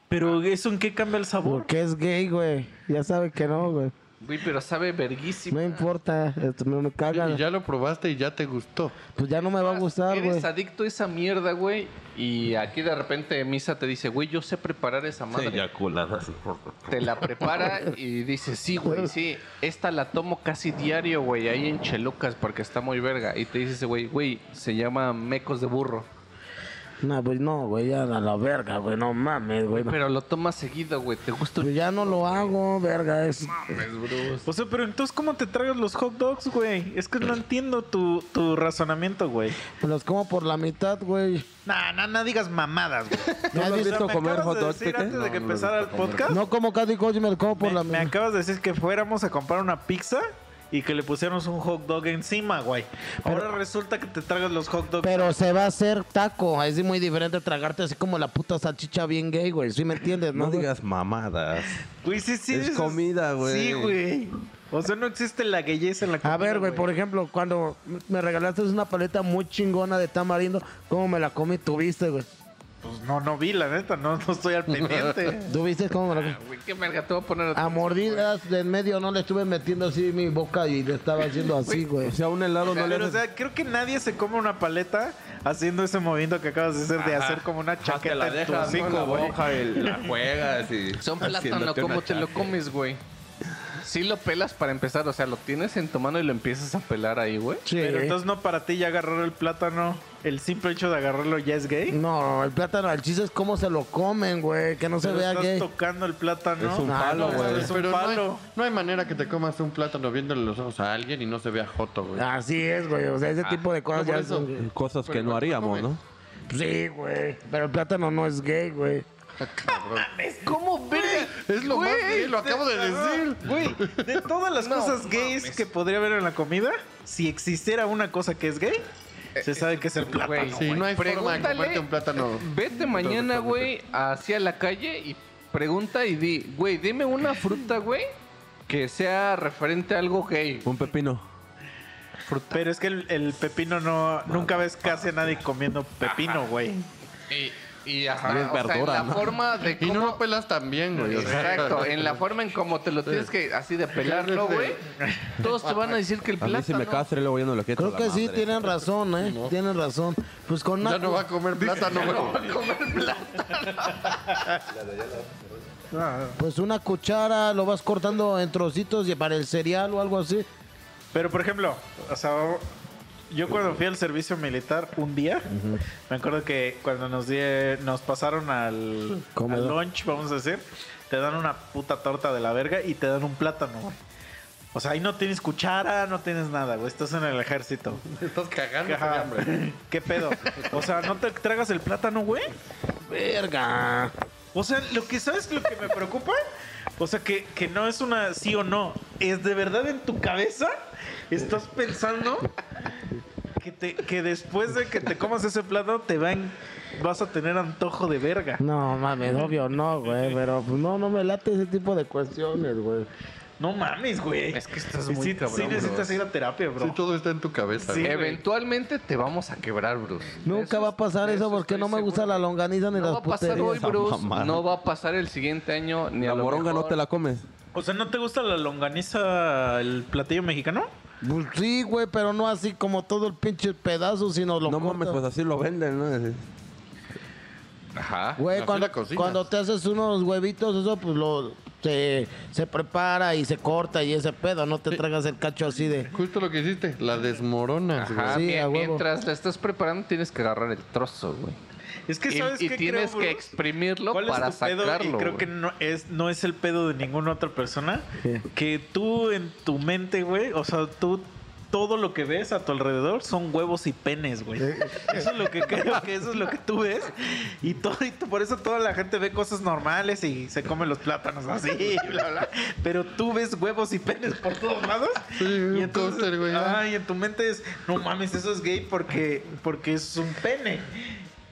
Speaker 4: ¿Pero eso en qué cambia el sabor?
Speaker 2: Porque es gay, güey. Ya sabe que no, güey.
Speaker 3: Güey, pero sabe verguísima.
Speaker 2: No importa, esto me, me cagan.
Speaker 5: Y ya lo probaste y ya te gustó.
Speaker 2: Pues ya no me va a gustar,
Speaker 3: Eres
Speaker 2: güey.
Speaker 3: adicto a esa mierda, güey. Y aquí de repente Misa te dice, güey, yo sé preparar esa madre.
Speaker 1: culadas.
Speaker 3: Te la prepara y dice, sí, güey, sí. Esta la tomo casi diario, güey, ahí en Chelucas porque está muy verga. Y te dice ese güey, güey, se llama mecos de burro.
Speaker 2: No, pues no, güey, ya a la verga, güey. No mames, güey. no.
Speaker 3: Pero lo tomas seguido, güey. Te gusta
Speaker 2: Pues ya no lo hago, verga. Es...
Speaker 4: O sea, pero entonces, ¿cómo te tragas los hot dogs, güey? Es que no entiendo tu, tu razonamiento, güey.
Speaker 2: Los como por la mitad, güey.
Speaker 4: Nah, nah, no digas mamadas, güey. [laughs]
Speaker 2: ¿Me has
Speaker 4: O sea,
Speaker 2: visto
Speaker 4: me
Speaker 1: comer
Speaker 4: acabas
Speaker 1: hot
Speaker 4: de
Speaker 1: dogs,
Speaker 4: decir
Speaker 1: Pepe?
Speaker 4: antes de
Speaker 1: No,
Speaker 4: que
Speaker 1: no me
Speaker 4: empezara el
Speaker 1: gusta comer.
Speaker 4: podcast?
Speaker 2: No como Caddy Coach, me lo como por
Speaker 4: me,
Speaker 2: la
Speaker 4: me
Speaker 2: mitad.
Speaker 4: acabas de decir que fuéramos a comprar una pizza y que le pusiéramos un hot dog encima, güey. Ahora resulta que te tragas los hot dogs.
Speaker 2: Pero se va a hacer taco. Es muy diferente tragarte así como la puta salchicha bien gay, güey. ¿Sí me entiendes?
Speaker 1: No
Speaker 2: No,
Speaker 1: digas mamadas.
Speaker 4: Güey, sí, sí,
Speaker 1: es comida, güey.
Speaker 4: Sí, güey. O sea, no existe la gayeza en la comida,
Speaker 2: A ver, güey, por ejemplo, cuando me regalaste una paleta muy chingona de tamarindo, ¿cómo me la comí? ¿Tuviste, güey?
Speaker 4: Pues no, no vi, la neta. No, no
Speaker 2: [laughs]
Speaker 4: estoy al pendiente.
Speaker 2: ¿Tuviste cómo me la comí?
Speaker 3: Güey, qué merga, te voy a poner otra
Speaker 2: A
Speaker 3: vez,
Speaker 2: mordidas de en medio no le estuve metiendo así mi boca y le estaba haciendo así, güey.
Speaker 1: O sea, un helado no le
Speaker 4: Pero, o
Speaker 1: haces...
Speaker 4: sea, creo que nadie se come una paleta haciendo ese movimiento que acabas de hacer de
Speaker 3: Ajá.
Speaker 4: hacer como una
Speaker 1: Ah, te
Speaker 4: chaqueta
Speaker 1: la
Speaker 4: en tu
Speaker 1: dejas, ¿no?
Speaker 4: hocico,
Speaker 1: la
Speaker 4: güey.
Speaker 1: boja y la [laughs] juegas y...
Speaker 3: güey. Son plátano,
Speaker 1: haciéndote
Speaker 3: ¿cómo
Speaker 1: una
Speaker 3: te lo
Speaker 1: chaqueta.
Speaker 3: comes, güey? Sí lo pelas para empezar, o sea, lo tienes en tu mano y lo empiezas a pelar ahí, güey.
Speaker 2: Sí.
Speaker 4: Pero entonces no para ti ya agarrar el plátano, el simple hecho de agarrarlo ya es gay.
Speaker 2: No, el plátano, el chiste es cómo se lo comen, güey. Que no se
Speaker 4: Pero
Speaker 2: vea
Speaker 4: estás
Speaker 2: gay.
Speaker 4: tocando el plátano.
Speaker 1: Es un
Speaker 2: Ah,
Speaker 1: palo,
Speaker 2: no,
Speaker 1: güey.
Speaker 4: Es un
Speaker 5: Pero no hay,
Speaker 4: palo.
Speaker 5: no hay manera que te comas un plátano viéndole los ojos a alguien y no se vea joto,
Speaker 4: Ah,
Speaker 5: güey.
Speaker 2: Así es, güey. O sea, ese tipo de cosas
Speaker 5: no, por
Speaker 2: ya
Speaker 5: eso.
Speaker 2: son-
Speaker 1: Cosas que
Speaker 5: Pero
Speaker 1: no
Speaker 5: no
Speaker 1: haríamos,
Speaker 5: comes.
Speaker 1: ¿no?
Speaker 2: Sí, güey. Pero el plátano no es gay, güey.
Speaker 3: ¿Cómo verga?
Speaker 5: Es lo más gay, lo acabo de decir.
Speaker 4: [laughs] Güey, de todas las cosas gays que podría haber en la comida, si existiera una cosa que es gay, se sabe que es el plátano.
Speaker 5: Sí, no hay forma de
Speaker 3: Pregúntale.
Speaker 5: comerte un plátano.
Speaker 3: Vete mañana, güey, hacia la calle y pregunta y di, güey, dime una fruta, güey, que sea referente a algo gay.
Speaker 1: Un pepino.
Speaker 4: Pero es que el, el pepino no. nunca ves casi a nadie comiendo pepino, güey.
Speaker 3: Y, y hasta
Speaker 1: Bien
Speaker 3: o sea,
Speaker 1: verdura,
Speaker 3: en la
Speaker 1: ¿no? [laughs]
Speaker 3: forma de
Speaker 5: Y
Speaker 3: cómo...
Speaker 5: no lo pelas tan bien, güey. o sea.
Speaker 3: Exacto, en la forma en como te lo tienes que así de pelarlo, güey. Todos te van a decir que el
Speaker 1: A mí
Speaker 3: plátano.
Speaker 1: si me castre, luego yo no lo quito.
Speaker 2: Creo que sí, tienen razón, ¿eh? Tienen razón. Pues con una...
Speaker 5: Ya no va a comer plátano, güey.
Speaker 2: Pues una cuchara lo vas cortando en trocitos y para el cereal o algo así.
Speaker 4: Pero por ejemplo, o sea, yo cuando fui al servicio militar un día, me acuerdo que cuando nos die- nos pasaron al, al
Speaker 2: Comedor.
Speaker 4: lunch, vamos a decir, te dan una puta torta de la verga y te dan un plátano, güey. O sea, ahí no tienes cuchara, no tienes nada, güey. Estás en el ejército.
Speaker 5: Estás cagando,
Speaker 4: Ajá.
Speaker 5: güey, hambre.
Speaker 4: ¿Qué pedo? O sea, ¿no te tragas el plátano, güey?
Speaker 2: Verga.
Speaker 4: O sea, lo que sabes lo que me preocupa, o sea, que, que no es una sí o no, es de verdad en tu cabeza estás pensando que, te, que después de que te comas ese plato te van, vas a tener antojo de verga.
Speaker 2: No, mames, obvio, no, güey. Pero pues, no, no me late ese tipo de cuestiones, güey.
Speaker 4: No mames, güey.
Speaker 3: Es que estás
Speaker 4: Sí-
Speaker 3: muy
Speaker 4: sí,
Speaker 3: cabrón, bro.
Speaker 4: necesitas ir a terapia, bro.
Speaker 5: Sí, todo está en tu cabeza,
Speaker 4: Sí.
Speaker 5: güey.
Speaker 3: Eventualmente te vamos a quebrar, Bruce.
Speaker 2: Nunca
Speaker 3: Eso-
Speaker 2: va a pasar
Speaker 3: de
Speaker 2: eso porque
Speaker 3: estoy
Speaker 2: no me gusta
Speaker 3: seguro.
Speaker 2: la longaniza ni
Speaker 3: No va
Speaker 2: las
Speaker 3: a pasar
Speaker 2: puterías.
Speaker 3: hoy,
Speaker 1: Esa
Speaker 3: Bruce.
Speaker 1: mamada.
Speaker 3: No va a pasar el siguiente año ni
Speaker 1: La
Speaker 3: a lo
Speaker 1: moronga no
Speaker 3: mejor.
Speaker 1: te la comes.
Speaker 4: O sea, ¿no te gusta la longaniza, el platillo mexicano?
Speaker 2: Pues sí, güey, pero no así como todo el pinche pedazo, sino lo
Speaker 1: No mames, pues
Speaker 2: cortas.
Speaker 1: así lo venden, ¿no?
Speaker 3: Ajá.
Speaker 2: Güey,
Speaker 5: así
Speaker 2: cuando,
Speaker 5: la cocinas.
Speaker 2: cuando te haces unos huevitos, eso pues lo se, se prepara y se corta y ese pedo, no te tragas el cacho así de
Speaker 5: Justo lo que hiciste, la desmorona.
Speaker 3: Ajá,
Speaker 2: Sí,
Speaker 3: mien-
Speaker 2: a huevo.
Speaker 3: mientras la estás preparando tienes que agarrar el trozo, güey.
Speaker 4: Es que
Speaker 3: Y,
Speaker 4: sabes
Speaker 3: y
Speaker 4: qué
Speaker 3: tienes
Speaker 4: creo,
Speaker 3: que
Speaker 4: Bruce?
Speaker 3: exprimirlo
Speaker 4: ¿Cuál
Speaker 3: para
Speaker 4: es tu pedo?
Speaker 3: sacarlo.
Speaker 4: y creo
Speaker 3: güey.
Speaker 4: que no es, no es el pedo de ninguna otra persona.
Speaker 2: ¿Qué?
Speaker 4: Que tú en tu mente, güey, o sea, tú todo lo que ves a tu alrededor son huevos y penes, güey.
Speaker 5: Eh,
Speaker 4: Eso es lo que creo que eso es lo que tú ves. Y, todo, y t- por eso toda la gente ve cosas normales y se come los plátanos así, [laughs] y bla, bla. Pero tú ves huevos y penes por todos lados.
Speaker 5: Sí, un cócter, güey, ya.
Speaker 4: ah, y en tu mente es, no mames, eso es gay porque, porque es un pene.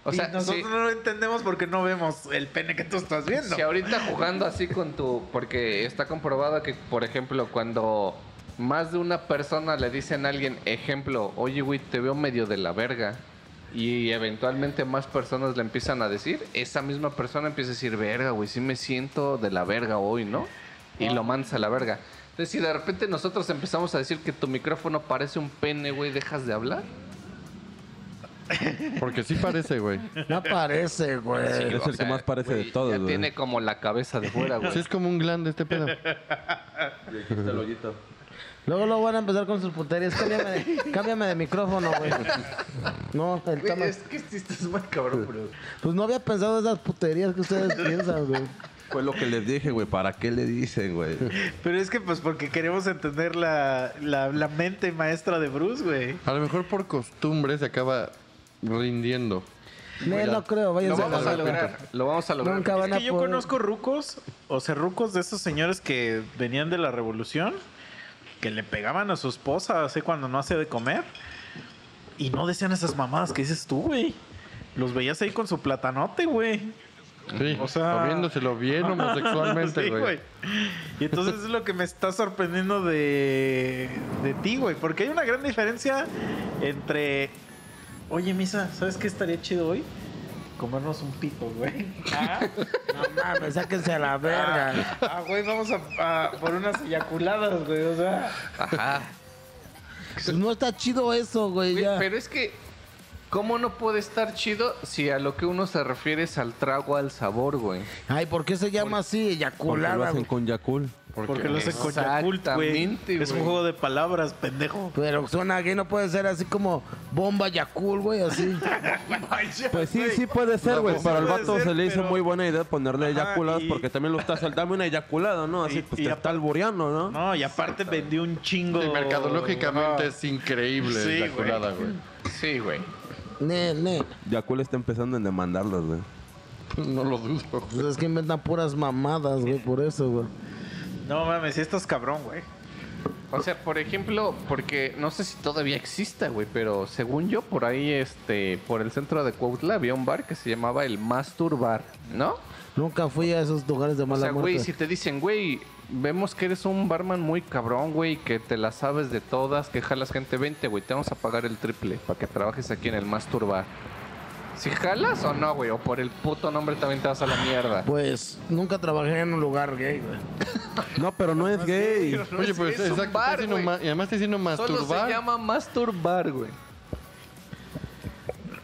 Speaker 3: O
Speaker 4: O
Speaker 3: sea,
Speaker 4: sea, nosotros
Speaker 3: sí.
Speaker 4: no lo entendemos porque no vemos el pene que tú estás
Speaker 3: [laughs]
Speaker 4: viendo.
Speaker 3: Si ahorita jugando así con tu. Porque está comprobado que, por ejemplo, cuando más de una persona le dicen a alguien, ejemplo, oye, güey, te veo medio de la verga. Y eventualmente más personas le empiezan a decir, esa misma persona empieza a decir, verga, güey, sí me siento de la verga hoy, ¿no? Y lo mandas a la verga. Entonces, si de repente nosotros empezamos a decir que tu micrófono parece un pene, güey, dejas de hablar.
Speaker 5: Porque sí parece, güey.
Speaker 2: no parece, güey.
Speaker 1: es
Speaker 3: o
Speaker 1: el que más parece de
Speaker 3: güey,
Speaker 1: todos,
Speaker 3: Ya
Speaker 1: güey.
Speaker 3: tiene como la cabeza de fuera, güey.
Speaker 5: Sí es como un glande este pedo.
Speaker 2: Luego lo van a empezar con sus puterías. Cámbiame de, cámbiame de micrófono, güey. No, el
Speaker 3: Güey,
Speaker 2: tema.
Speaker 3: es que sí estás muy cabrón, bro.
Speaker 2: Pues no había pensado esas puterías que
Speaker 3: [laughs]
Speaker 2: ustedes piensan, güey.
Speaker 1: Fue lo que les dije, güey. ¿Para qué le dicen,
Speaker 2: [laughs]
Speaker 1: güey?
Speaker 4: Pero es que pues porque queremos entender la, la, la mente maestra de Bruce, güey.
Speaker 5: A lo mejor por costumbre se acaba rindiendo.
Speaker 2: No, no creo,
Speaker 3: Lo
Speaker 2: váyanse a
Speaker 3: vamos
Speaker 2: la
Speaker 3: a
Speaker 2: verga.
Speaker 3: lograr. Lo vamos a lograr.
Speaker 2: Nunca
Speaker 4: Es
Speaker 2: van a
Speaker 4: que yo
Speaker 2: poder.
Speaker 4: conozco rucos, o sea, rucos de esos señores que venían de la revolución, que le pegaban a su esposa así cuando no hace de comer, y no decían esas mamadas que dices tú, güey. Los veías ahí con su platanote, güey.
Speaker 5: Sí,
Speaker 4: O sea-
Speaker 5: comiéndoselo bien homosexualmente,
Speaker 4: Sí,
Speaker 5: güey.
Speaker 4: Y entonces es lo que me está sorprendiendo de, de ti, güey. Porque hay una gran diferencia entre. Oye, Misa, ¿sabes qué estaría chido hoy? Comernos un pito, güey. Ah,
Speaker 2: No mames, pues, sáquense a la verga.
Speaker 4: ah, güey, vamos a, a por unas eyaculadas, güey. O sea,
Speaker 3: Ajá.
Speaker 2: Pues no está chido eso, güey.
Speaker 3: Güey,
Speaker 2: Ya.
Speaker 3: Pero es que, ¿cómo no puede estar chido si a lo que uno se refiere es al trago, al sabor, güey?
Speaker 2: Ay, ¿por qué se llama así?
Speaker 1: Porque lo
Speaker 2: Eyaculada.
Speaker 1: hacen
Speaker 2: güey.
Speaker 1: con Yakul.
Speaker 4: porque lo hacen con Yakult, güey.
Speaker 3: Exactamente,
Speaker 4: Es un
Speaker 3: güey.
Speaker 4: juego de palabras, pendejo.
Speaker 2: Pero suena gay, no puede ser así como bomba Yakul, güey,
Speaker 1: [laughs]
Speaker 2: así.
Speaker 1: Pues sí, sí puede ser, güey.
Speaker 4: pues sí
Speaker 1: Para el
Speaker 4: puede
Speaker 1: vato
Speaker 4: ser,
Speaker 1: se le hizo
Speaker 4: pero-
Speaker 1: muy buena idea ponerle
Speaker 4: Ajá,
Speaker 1: eyaculadas
Speaker 4: y-
Speaker 1: porque también lo está saltando una eyaculada, ¿no? Así
Speaker 4: Y-
Speaker 1: pues
Speaker 4: y
Speaker 1: te
Speaker 4: a-
Speaker 1: está albureando, ¿no?
Speaker 4: No, y aparte vendió un chingo.
Speaker 5: Sí, mercadológicamente
Speaker 4: Ajá.
Speaker 5: es increíble
Speaker 4: Sí,
Speaker 5: la colada, güey.
Speaker 3: Sí, güey.
Speaker 2: Ne, ne.
Speaker 1: Yakul está empezando en demandarlos, güey.
Speaker 5: No lo dudo.
Speaker 2: Pues es que inventan puras mamadas, güey, por eso, güey.
Speaker 4: No mames, sí estás cabrón, güey.
Speaker 3: O sea, por ejemplo, porque no sé si todavía exista, güey, pero según yo, por ahí, este, por el centro de Cuautla había un bar que se llamaba el Masturbar, ¿no?
Speaker 2: Nunca fui a esos lugares de
Speaker 3: O
Speaker 2: mala
Speaker 3: sea,
Speaker 2: muerte.
Speaker 3: güey, si te dicen, güey, vemos que eres un barman muy cabrón, güey, que te la sabes de todas, que jalas gente 20, güey, te vamos a pagar el triple para que trabajes aquí en el Masturbar. Si jalas o no, güey, o por el puto nombre también te vas a la mierda.
Speaker 2: Pues nunca trabajé en un lugar gay, güey.
Speaker 1: No, pero no es gay.
Speaker 5: Oye,
Speaker 3: es-
Speaker 5: pues
Speaker 3: es un
Speaker 5: exacto. está
Speaker 3: bar,
Speaker 5: diciendo
Speaker 3: güey.
Speaker 5: ma- y además está diciendo
Speaker 3: Solo se
Speaker 5: masturbar.
Speaker 3: llama masturbar, güey.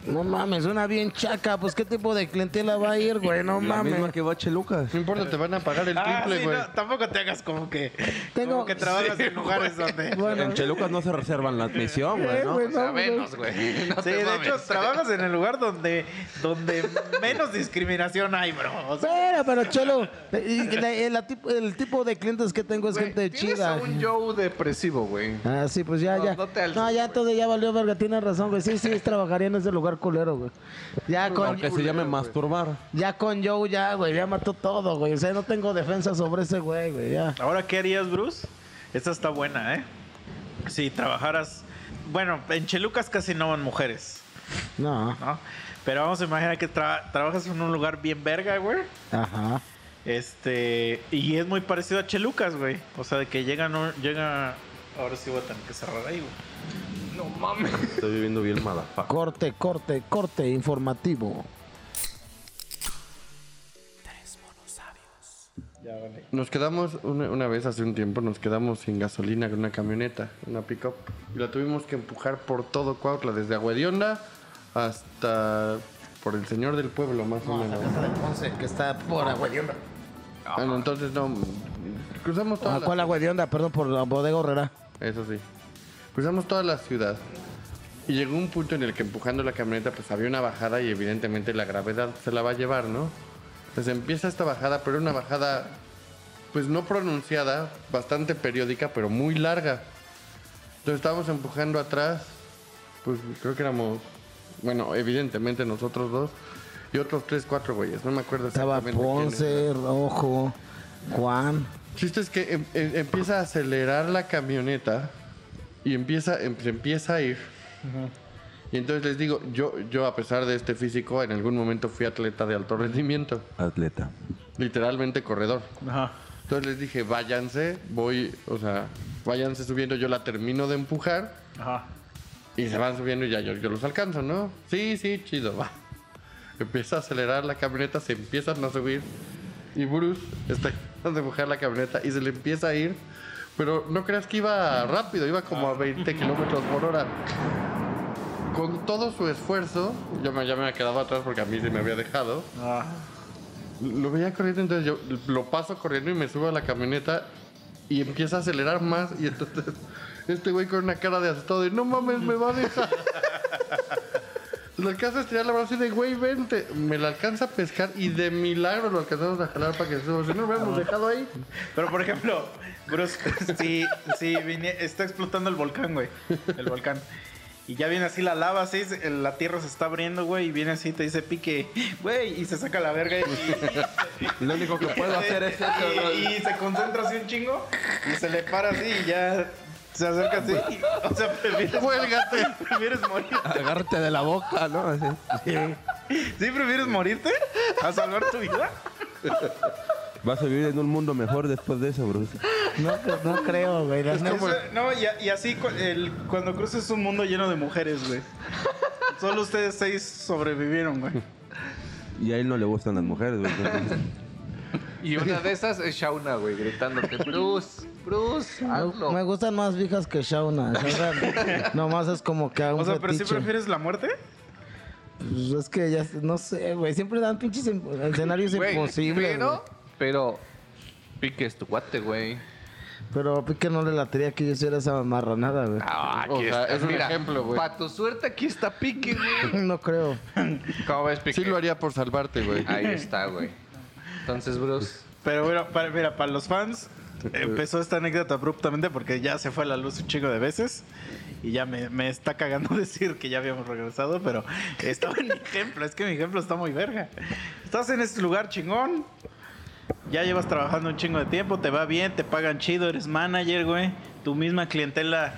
Speaker 2: No mames, suena bien chaca. Pues, ¿qué tipo de clientela va a ir, güey? No
Speaker 1: La misma
Speaker 2: mames.
Speaker 1: que va a Chelucas.
Speaker 5: No importa, te van a pagar el
Speaker 4: Ah,
Speaker 5: triple,
Speaker 4: sí,
Speaker 5: güey.
Speaker 4: no, tampoco te hagas como que,
Speaker 2: Tengo-
Speaker 4: como que trabajas en lugares donde...
Speaker 1: En Chelucas no se reservan la admisión,
Speaker 2: Eh,
Speaker 1: güey, ¿no?
Speaker 2: güey,
Speaker 3: O sea,
Speaker 2: no, güey.
Speaker 3: menos, güey. No
Speaker 4: Sí,
Speaker 3: te
Speaker 4: de hecho,
Speaker 3: mames.
Speaker 4: trabajas en el lugar donde, donde menos discriminación hay, bro. O sea,
Speaker 2: Pero, pero, Cholo, eh, y la- y la tipo- el tipo de clientes que tengo es
Speaker 3: Güey,
Speaker 2: gente
Speaker 3: tienes
Speaker 2: chida.
Speaker 3: a un Joe depresivo, güey.
Speaker 2: Ah, sí, pues ya,
Speaker 3: No,
Speaker 2: ya.
Speaker 3: no te alces,
Speaker 2: No,
Speaker 3: güey.
Speaker 2: ya entonces ya valió verga, tienes razón, güey. Sí,
Speaker 3: [laughs]
Speaker 2: sí, trabajaría en ese lugar culero, güey. Ya con,
Speaker 1: Aunque se llame masturbar.
Speaker 2: ya con Joe, ya, güey, ya mató todo, güey. O sea, no tengo defensa sobre ese güey, güey, ya.
Speaker 4: Ahora, ¿qué harías, Bruce? Esta está buena, ¿eh? Si trabajaras... Bueno, en Chelucas casi no van mujeres,
Speaker 2: No,
Speaker 4: ¿no? Pero vamos a imaginar que tra- trabajas en un lugar bien verga, güey.
Speaker 2: ajá.
Speaker 4: Este... Y es muy parecido a Chelucas, güey. O sea, de que llegan... un- Llega... Ahora sí voy a tener que cerrar ahí, güey.
Speaker 3: No mames.
Speaker 1: Estoy viviendo bien malafa.
Speaker 2: Corte, corte, corte informativo.
Speaker 5: Nos quedamos una, una vez hace un tiempo, nos quedamos sin gasolina con una camioneta, una pickup, y la tuvimos que empujar por todo Cuautla, desde Aguadionda hasta por el señor del pueblo, más
Speaker 3: Ah,
Speaker 5: o menos.
Speaker 2: que está por Aguadionda.
Speaker 5: Ah, no, entonces no. Cruzamos toda
Speaker 2: ¿A
Speaker 5: la
Speaker 2: cuál Aguadionda? Perdón, por la bodega horrera.
Speaker 5: Eso sí. Cruzamos toda la ciudad. Y llegó un punto en el que empujando la camioneta, pues había una bajada y evidentemente la gravedad se la va a llevar, ¿no? Pues empieza esta bajada, pero una bajada, pues no pronunciada, bastante periódica, pero muy larga. Entonces estábamos empujando atrás, pues creo que éramos, bueno, evidentemente nosotros dos y otros tres, cuatro güeyes, no me acuerdo
Speaker 2: Estaba
Speaker 5: exactamente quiénes eran.
Speaker 2: Ponce, Rojo, Juan.
Speaker 5: Chiste es que em- em- empieza a acelerar la camioneta y empieza, em- se empieza a ir. Y entonces les digo, yo, yo a pesar de este físico, en algún momento fui atleta de alto rendimiento,
Speaker 1: Atleta.
Speaker 5: literalmente corredor.
Speaker 4: Ajá.
Speaker 5: Entonces les dije, váyanse, voy, o sea, váyanse subiendo, yo la termino de empujar
Speaker 4: Ajá.
Speaker 5: y se van subiendo y ya yo, yo los alcanzo, ¿no? Sí, sí, chido, va. [laughs] Empieza a acelerar la camioneta, se empiezan a subir. Y Bruce está tratando de empujar la camioneta y se le empieza a ir. Pero no creas que iba rápido, iba como a 20 kilómetros por hora. Con todo su esfuerzo, yo me, ya me había quedado atrás porque a mí se me había dejado.
Speaker 4: Ah.
Speaker 5: Lo veía corriendo, entonces yo lo paso corriendo y me subo a la camioneta y empieza a acelerar más. Y entonces [laughs] este güey con una cara de asustado de no mames, me va a dejar. [laughs] Lo alcanza a estirar la mano así de güey, vente. Me la alcanza a pescar y de milagro lo alcanzamos a jalar para que se suba. Si no, lo hubiéramos dejado ahí.
Speaker 4: Pero por ejemplo, Bruce, [laughs] si, si vinie- está explotando el volcán, güey. El volcán. Y ya viene así la lava, así, se- la tierra se está abriendo, güey, y viene así, te dice pique, güey, y se saca la verga. Y,
Speaker 1: Lo único que [laughs] puedo hacer es eso, ¿no?
Speaker 4: y, y se concentra así un chingo, y se le para así, y ya se acerca así. y- o sea, prefieres,
Speaker 5: Cuélgate.
Speaker 4: prefieres morir.
Speaker 1: Agárrate de la boca, ¿no? Así.
Speaker 4: ¿Sí prefieres morirte a salvar tu vida?
Speaker 1: Vas a vivir en un mundo mejor después de eso, Bruce.
Speaker 2: No, no creo, güey. la neta.
Speaker 4: Eso- no, y, a- y así cu- el- cuando cruces un mundo lleno de mujeres, güey. Solo ustedes seis sobrevivieron, güey.
Speaker 1: Y a él no le gustan las mujeres, güey. entonces-
Speaker 3: Y una de esas es Shauna, güey, gritándote, Bruce, Bruce, hazlo.
Speaker 2: Ah, Me gustan más viejas que Shauna. o
Speaker 3: [laughs]
Speaker 2: sea, nomás es como que hago un
Speaker 4: O sea, pero si
Speaker 2: fetiche.
Speaker 4: prefieres la muerte.
Speaker 2: Pues es que ya, no sé, güey. Siempre dan pinches en- escenarios
Speaker 3: Güey,
Speaker 2: imposibles.
Speaker 3: Pero,
Speaker 2: Pero...
Speaker 3: pero, Pique es tu guate, güey.
Speaker 2: pero Pique no le latería que yo hiciera esa marranada, güey.
Speaker 3: Ah,
Speaker 5: O sea, es un ejemplo, güey.
Speaker 3: Para tu suerte, aquí está Pique,
Speaker 2: [laughs]
Speaker 3: güey.
Speaker 2: No creo.
Speaker 3: ¿Cómo ves, Pique?
Speaker 5: Sí lo haría por salvarte, güey.
Speaker 3: Ahí está, güey. Entonces, Bruce,
Speaker 4: Pero bueno, para, mira, para los fans, empezó esta anécdota abruptamente porque ya se fue la luz un chingo de veces. Y ya me, me está cagando [laughs] decir que ya habíamos regresado, pero estaba en mi ejemplo. Es que mi ejemplo está muy verga. Estás en este lugar chingón. Ya llevas trabajando un chingo de tiempo, te va bien, te pagan chido, eres manager, güey. Tu misma clientela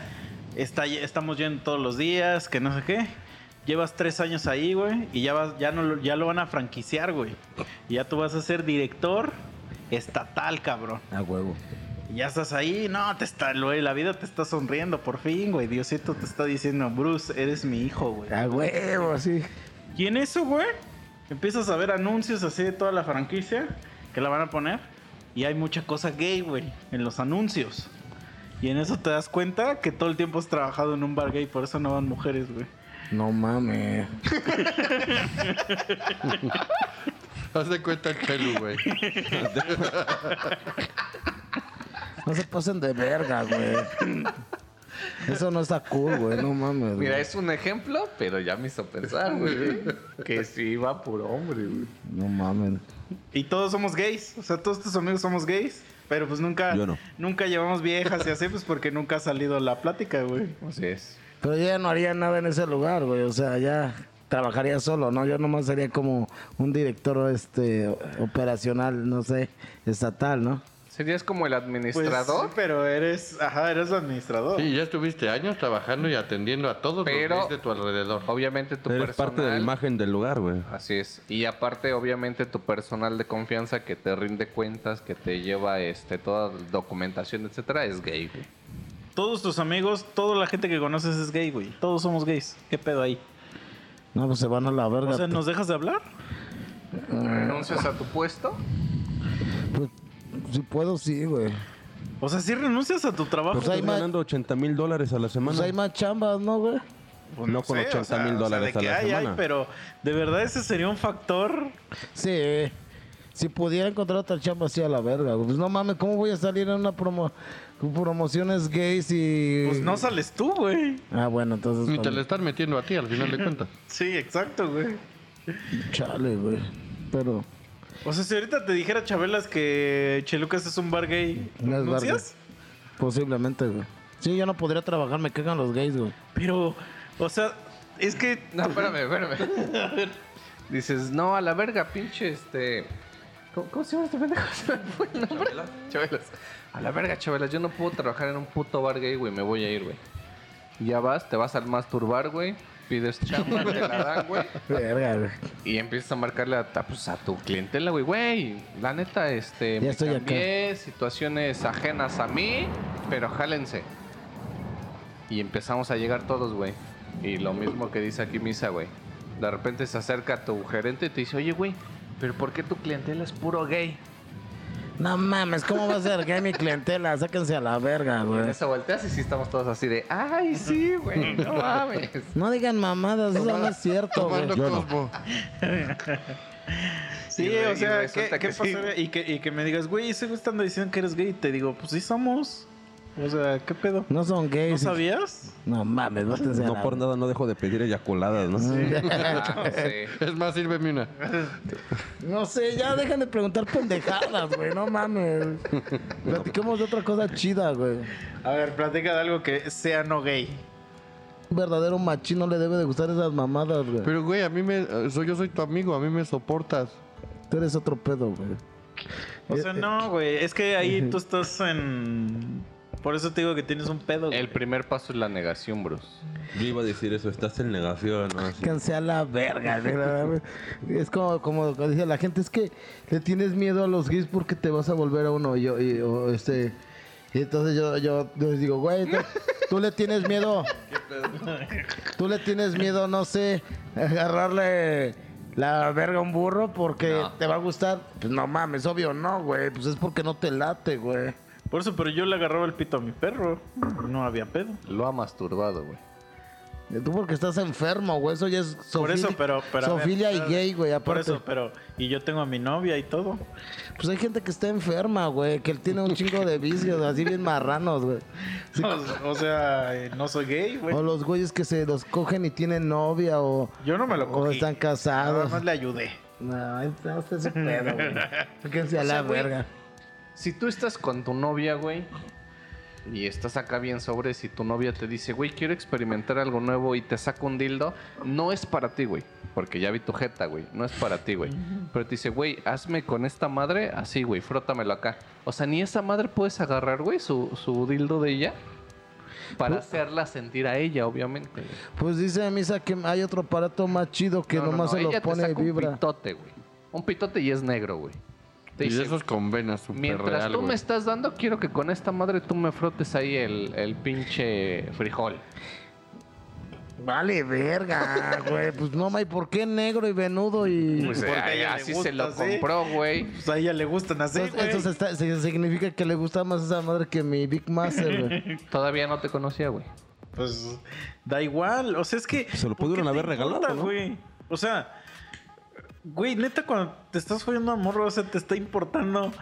Speaker 4: está, estamos yendo todos los días, que no sé qué. Llevas tres años ahí, güey, y ya, vas, ya, no, lo- ya lo van a franquiciar, güey. Y ya tú vas a ser director estatal, cabrón.
Speaker 2: A huevo.
Speaker 4: Y ya estás ahí, no, te está, güey, la vida te está sonriendo, por fin, güey. Diosito te está diciendo, Bruce, eres mi hijo, güey.
Speaker 2: A huevo, sí.
Speaker 4: Y en eso, güey, empiezas a ver anuncios así de toda la franquicia que la van a poner. Y hay mucha cosa gay, güey, en los anuncios. Y en eso te das cuenta que todo el tiempo has trabajado en un bar gay, por eso no van mujeres, güey.
Speaker 2: No mames.
Speaker 5: [laughs] Haz de cuenta el pelu, güey.
Speaker 2: No se pasen de verga, güey. Eso no está cool, güey. No mames.
Speaker 3: Mira,
Speaker 2: güey.
Speaker 3: es un ejemplo, pero ya me hizo pensar, güey. [laughs] que sí va por hombre, güey.
Speaker 2: No mames.
Speaker 4: Y todos somos gays, o sea, todos tus amigos somos gays. Pero pues nunca,
Speaker 1: Yo no.
Speaker 4: nunca llevamos viejas y así, pues porque nunca ha salido la plática, güey.
Speaker 3: Así es.
Speaker 2: Pero yo ya no haría nada en ese lugar, güey. O sea, ya trabajaría solo, ¿no? Yo nomás sería como un director este operacional, no sé, estatal, ¿no?
Speaker 3: Serías como el
Speaker 4: Pues,
Speaker 3: administrador,
Speaker 4: sí, pero eres, ajá, eres administrador.
Speaker 5: Sí, ya estuviste años trabajando y atendiendo a todos
Speaker 3: Pero-
Speaker 5: los gays de tu alrededor.
Speaker 3: obviamente tu
Speaker 1: Eres
Speaker 3: personal.
Speaker 1: parte de la imagen del lugar, güey.
Speaker 2: Pues
Speaker 3: Así es. Y aparte, obviamente, tu personal de confianza que te rinde cuentas, que te lleva este toda documentación, etcétera, es gay, güey.
Speaker 4: Todos tus amigos, toda la gente que conoces es gay, güey. Todos somos gays. ¿Qué pedo ahí?
Speaker 2: No, pues se van a la verga.
Speaker 4: O sea, ¿nos dejas de hablar?
Speaker 3: ¿Renuncias a tu puesto?
Speaker 2: Pues, si puedo, sí, güey.
Speaker 4: O sea, si renuncias a tu trabajo.
Speaker 2: Pues hay
Speaker 1: Estás
Speaker 2: más-
Speaker 1: ganando 80 mil dólares a la semana.
Speaker 2: Pues hay más chambas, ¿no, güey?
Speaker 4: Pues,
Speaker 1: no con 80 mil dólares
Speaker 4: de
Speaker 1: a
Speaker 4: que
Speaker 1: la
Speaker 4: hay,
Speaker 1: semana.
Speaker 4: hay, pero de verdad ese sería un factor.
Speaker 2: Sí. eh. Si pudiera encontrar otra chamba así a la verga, güey. Pues no mames, ¿cómo voy a salir en una promo con promociones gays y.
Speaker 4: Pues
Speaker 1: Mm.
Speaker 4: no sales tú, güey.
Speaker 2: Ah, bueno, entonces.
Speaker 5: Ni te le
Speaker 2: también.
Speaker 5: están metiendo a ti, al final de cuentas.
Speaker 4: Sí, exacto, güey.
Speaker 2: Chale, güey. Pero.
Speaker 4: O sea, si ahorita te dijera Chabelas que Chelucas es un bar gay,
Speaker 2: No es bar gay.
Speaker 4: ¿renuncias?
Speaker 2: Posiblemente, güey. Sí, yo no podría trabajar, me cagan los gays, güey.
Speaker 4: Pero, o sea, es que
Speaker 3: No, espérame, espérame. Dices, no, a la verga, pinche este. ¿Cómo, cómo se llama este pendejo? [laughs] Se me fue el nombre. Chabelas. A la verga, Chabelas, yo no puedo trabajar en un puto bar gay, güey. Me voy a ir, güey. Ya vas, te vas al masturbar, güey. Pides chamba, te la dan, güey.
Speaker 2: Verga, güey.
Speaker 3: Y empiezas a marcarle a, ta- pues, a tu clientela, güey, güey. La neta, este.
Speaker 2: Ya
Speaker 3: me
Speaker 2: estoy acá.
Speaker 3: cambié, situaciones ajenas a mí, pero jálense. Y empezamos a llegar todos, güey. Y lo mismo que dice aquí Misa, güey. De repente se acerca tu gerente y te dice, oye, güey, pero ¿por qué tu clientela es puro gay?
Speaker 2: No mames, ¿cómo va a ser gay mi clientela? Sáquense a la verga,
Speaker 3: Y en
Speaker 2: güey.
Speaker 3: eso volteas y sí estamos todos así de, ay, sí, güey,
Speaker 2: [laughs]
Speaker 3: no mames. [laughs]
Speaker 2: No digan mamadas, eso no es cierto, güey.
Speaker 5: Tomando
Speaker 1: Yo no.
Speaker 5: Cosmo.
Speaker 4: Sí,
Speaker 3: Y re-
Speaker 4: eh, o
Speaker 3: y
Speaker 4: sea, ¿qué,
Speaker 3: resulta
Speaker 4: qué
Speaker 3: que sí,
Speaker 4: pasaría?
Speaker 3: güey.
Speaker 4: Y, que, y que me digas, güey, ese güey está diciendo que eres gay. Y te digo, pues sí somos. O sea, ¿qué pedo?
Speaker 2: No son gays.
Speaker 4: ¿No sabías?
Speaker 2: No mames, bátense a
Speaker 1: No
Speaker 2: la
Speaker 1: por nada no dejo Pues de pedir eyaculadas, ¿no?
Speaker 3: Ah, sí.
Speaker 5: Es más, sírveme una.
Speaker 2: No sé, ya dejan de preguntar pendejadas, güey. No mames. Platiquemos de otra cosa chida, güey.
Speaker 4: A ver, platica de algo que sea no gay.
Speaker 2: Un verdadero machín no le debe de gustar esas mamadas, güey.
Speaker 5: Pero, güey, a mí me. eh, soy- yo soy tu amigo, a mí me soportas.
Speaker 2: Tú eres otro pedo, güey.
Speaker 4: O
Speaker 2: Eh,
Speaker 4: sea, no, güey. Es que ahí tú estás en. Por eso te digo que tienes un pedo. güey.
Speaker 3: El primer paso es la negación, Bruce.
Speaker 1: Yo iba a decir eso, estás en negación, ¿no? Así.
Speaker 2: Sáquense a la verga, güey, no mames. Es como, como dice la gente, es que le tienes miedo a los gays porque te vas a volver a uno. Yo, y, o, este, y entonces yo, yo les digo, güey, tú, tú le tienes
Speaker 4: [laughs]
Speaker 2: miedo. Tú le tienes miedo, no sé, agarrarle la verga a un burro porque
Speaker 3: No.
Speaker 2: te va a gustar. Pues no mames, obvio no, güey. Pues es porque no te late, güey.
Speaker 4: Por eso, pero yo le agarraba el pito a mi perro. No había pedo.
Speaker 3: Lo ha masturbado, güey.
Speaker 2: Tú porque estás enfermo, güey. Eso ya es
Speaker 4: Por eso,
Speaker 2: zoofilia-
Speaker 4: pero. pero a ver,
Speaker 2: zoofilia y
Speaker 4: pero-
Speaker 2: gay, güey.
Speaker 4: Por
Speaker 2: Aparte.
Speaker 4: eso, pero. Y yo tengo a mi novia y todo.
Speaker 2: Pues hay gente que está enferma, güey, que él tiene un chingo de vicios, así bien marranos, güey. Sí,
Speaker 4: O, o sea, eh, no soy gay, güey.
Speaker 2: o los güeyes que se los cogen y tienen novia o,
Speaker 4: Yo no me lo
Speaker 2: o
Speaker 4: cogí.
Speaker 2: están
Speaker 4: Nada
Speaker 2: casados.
Speaker 4: más le ayudé.
Speaker 2: No, no está su pedo, güey. Fíjense a
Speaker 3: O
Speaker 2: la
Speaker 3: sea, güey,
Speaker 2: verga.
Speaker 3: Si tú estás con tu novia, güey, y estás acá bien sobre, si tu novia te dice, güey, quiero experimentar algo nuevo y te saca un dildo, no es para ti, güey. Porque ya vi tu jeta, güey. No es para ti, güey. Pero te dice, güey, hazme con esta madre así, güey, frótamelo acá. O sea, ni esa madre puedes agarrar, güey, su, su dildo de ella. Para hacerla sentir a ella, obviamente.
Speaker 2: Pues dice Misa que hay otro aparato más chido que
Speaker 3: No, no,
Speaker 2: nomás
Speaker 3: no,
Speaker 2: se
Speaker 3: ella
Speaker 2: lo
Speaker 3: te
Speaker 2: pone y
Speaker 3: saca Un
Speaker 2: vibra.
Speaker 3: pitote, güey. Un pitote y es negro, güey. Te
Speaker 5: Y de
Speaker 3: dice,
Speaker 5: esos con venas super
Speaker 3: Mientras
Speaker 5: real,
Speaker 3: tú me
Speaker 5: güey.
Speaker 3: estás dando, quiero que con esta madre tú me frotes ahí el, el pinche frijol.
Speaker 2: Vale, verga, güey. Pues no, ma, ¿y por qué negro y venudo y...?
Speaker 3: Pues
Speaker 4: Porque a
Speaker 3: ay,
Speaker 4: ella le
Speaker 3: así
Speaker 4: gusta,
Speaker 3: se lo
Speaker 4: sí.
Speaker 3: compró, güey.
Speaker 4: Pues a ella le gustan así,
Speaker 2: entonces,
Speaker 4: güey.
Speaker 2: entonces está- se- significa que le gusta más esa madre que mi Big Master,
Speaker 4: [laughs]
Speaker 2: güey.
Speaker 3: Todavía no te conocía, güey.
Speaker 4: Pues da igual. O sea, es que.
Speaker 1: Se lo
Speaker 4: ¿por
Speaker 1: pudieron
Speaker 4: qué te
Speaker 1: haber regalado, ¿no?
Speaker 4: güey? O sea, güey, neta, cuando te estás follando a morro, o sea, te está importando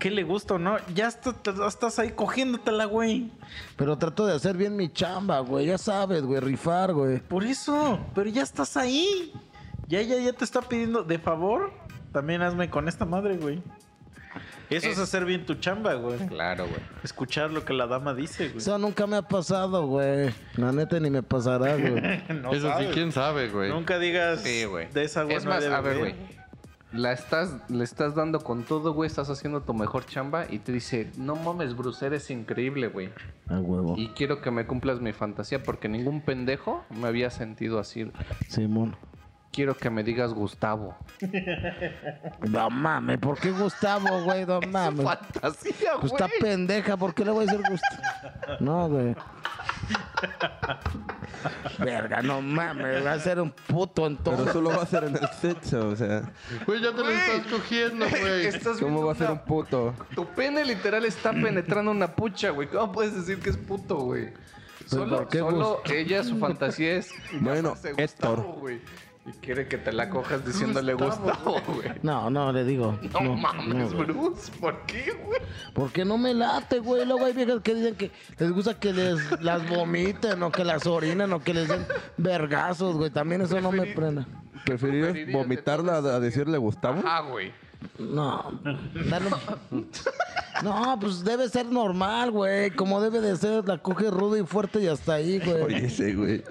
Speaker 4: qué le gusta o no. Ya está- ya estás ahí cogiéndotela, güey.
Speaker 2: Pero trato de hacer bien mi chamba, güey. Ya sabes, güey, rifar, güey.
Speaker 4: Por eso, pero ya estás ahí. Ya, ya, ya te está pidiendo, de favor, también hazme con esta madre, güey. Eso es,
Speaker 3: Es-
Speaker 4: hacer bien tu chamba, güey.
Speaker 3: Claro, güey.
Speaker 4: Escuchar lo que la dama dice, güey.
Speaker 2: Eso nunca me ha pasado, güey. La neta ni me pasará,
Speaker 3: [laughs]
Speaker 2: güey.
Speaker 4: [laughs] No
Speaker 5: Eso
Speaker 4: sabes.
Speaker 5: sí, quién sabe, güey.
Speaker 4: Nunca digas
Speaker 3: Sí, güey.
Speaker 4: de esa agua
Speaker 3: Es
Speaker 4: no
Speaker 3: más,
Speaker 4: debe
Speaker 3: a ver, güey.
Speaker 4: beber.
Speaker 3: La estás, le estás dando con todo, güey. Estás haciendo tu mejor chamba y te dice, no mames, Bruce, eres increíble, güey.
Speaker 2: A huevo.
Speaker 3: Y quiero que me cumplas mi fantasía porque ningún pendejo me había sentido así.
Speaker 2: Simón.
Speaker 3: Quiero que me digas Gustavo.
Speaker 2: No mames, ¿por qué Gustavo, güey? No mames.
Speaker 3: Fantasía,
Speaker 2: Pues está pendeja, ¿por qué le voy a decir Gustavo? No, güey. Verga, no mames, va a ser un puto
Speaker 1: Pero
Speaker 2: entonces.
Speaker 1: eso lo va a hacer en el sexo, o sea.
Speaker 5: Güey, ya te lo estás cogiendo,
Speaker 3: [laughs]
Speaker 5: güey.
Speaker 3: Estás
Speaker 1: ¿Cómo
Speaker 3: viendo
Speaker 1: va a ser
Speaker 3: una-
Speaker 1: un puto?
Speaker 3: Tu pene literal está penetrando una pucha, güey. ¿Cómo puedes decir que es puto, güey? Solo,
Speaker 2: ¿por qué
Speaker 3: solo ella, su fantasía es.
Speaker 1: Bueno,
Speaker 3: llamarse
Speaker 1: Héctor.
Speaker 3: Gustavo, güey. Y quiere que te la cojas diciéndole Gustavo, güey.
Speaker 2: No, no, le digo.
Speaker 3: No, mames,
Speaker 2: no, güey.
Speaker 3: Bruce. ¿Por qué, güey?
Speaker 2: Porque no me late, güey. Luego hay viejas que dicen que les gusta que les las vomiten o que las orinen o que les den vergazos, güey. También eso no me
Speaker 3: Preferí-
Speaker 2: prenda.
Speaker 1: ¿Preferirías
Speaker 3: Preferiría
Speaker 1: vomitarla a, a decirle Gustavo?
Speaker 3: Ah, güey.
Speaker 2: No. dale un- No, pues debe ser normal, güey. Como debe de ser, la coge rudo y fuerte y hasta ahí,
Speaker 1: [laughs]
Speaker 2: güey.
Speaker 1: Oye, ese güey.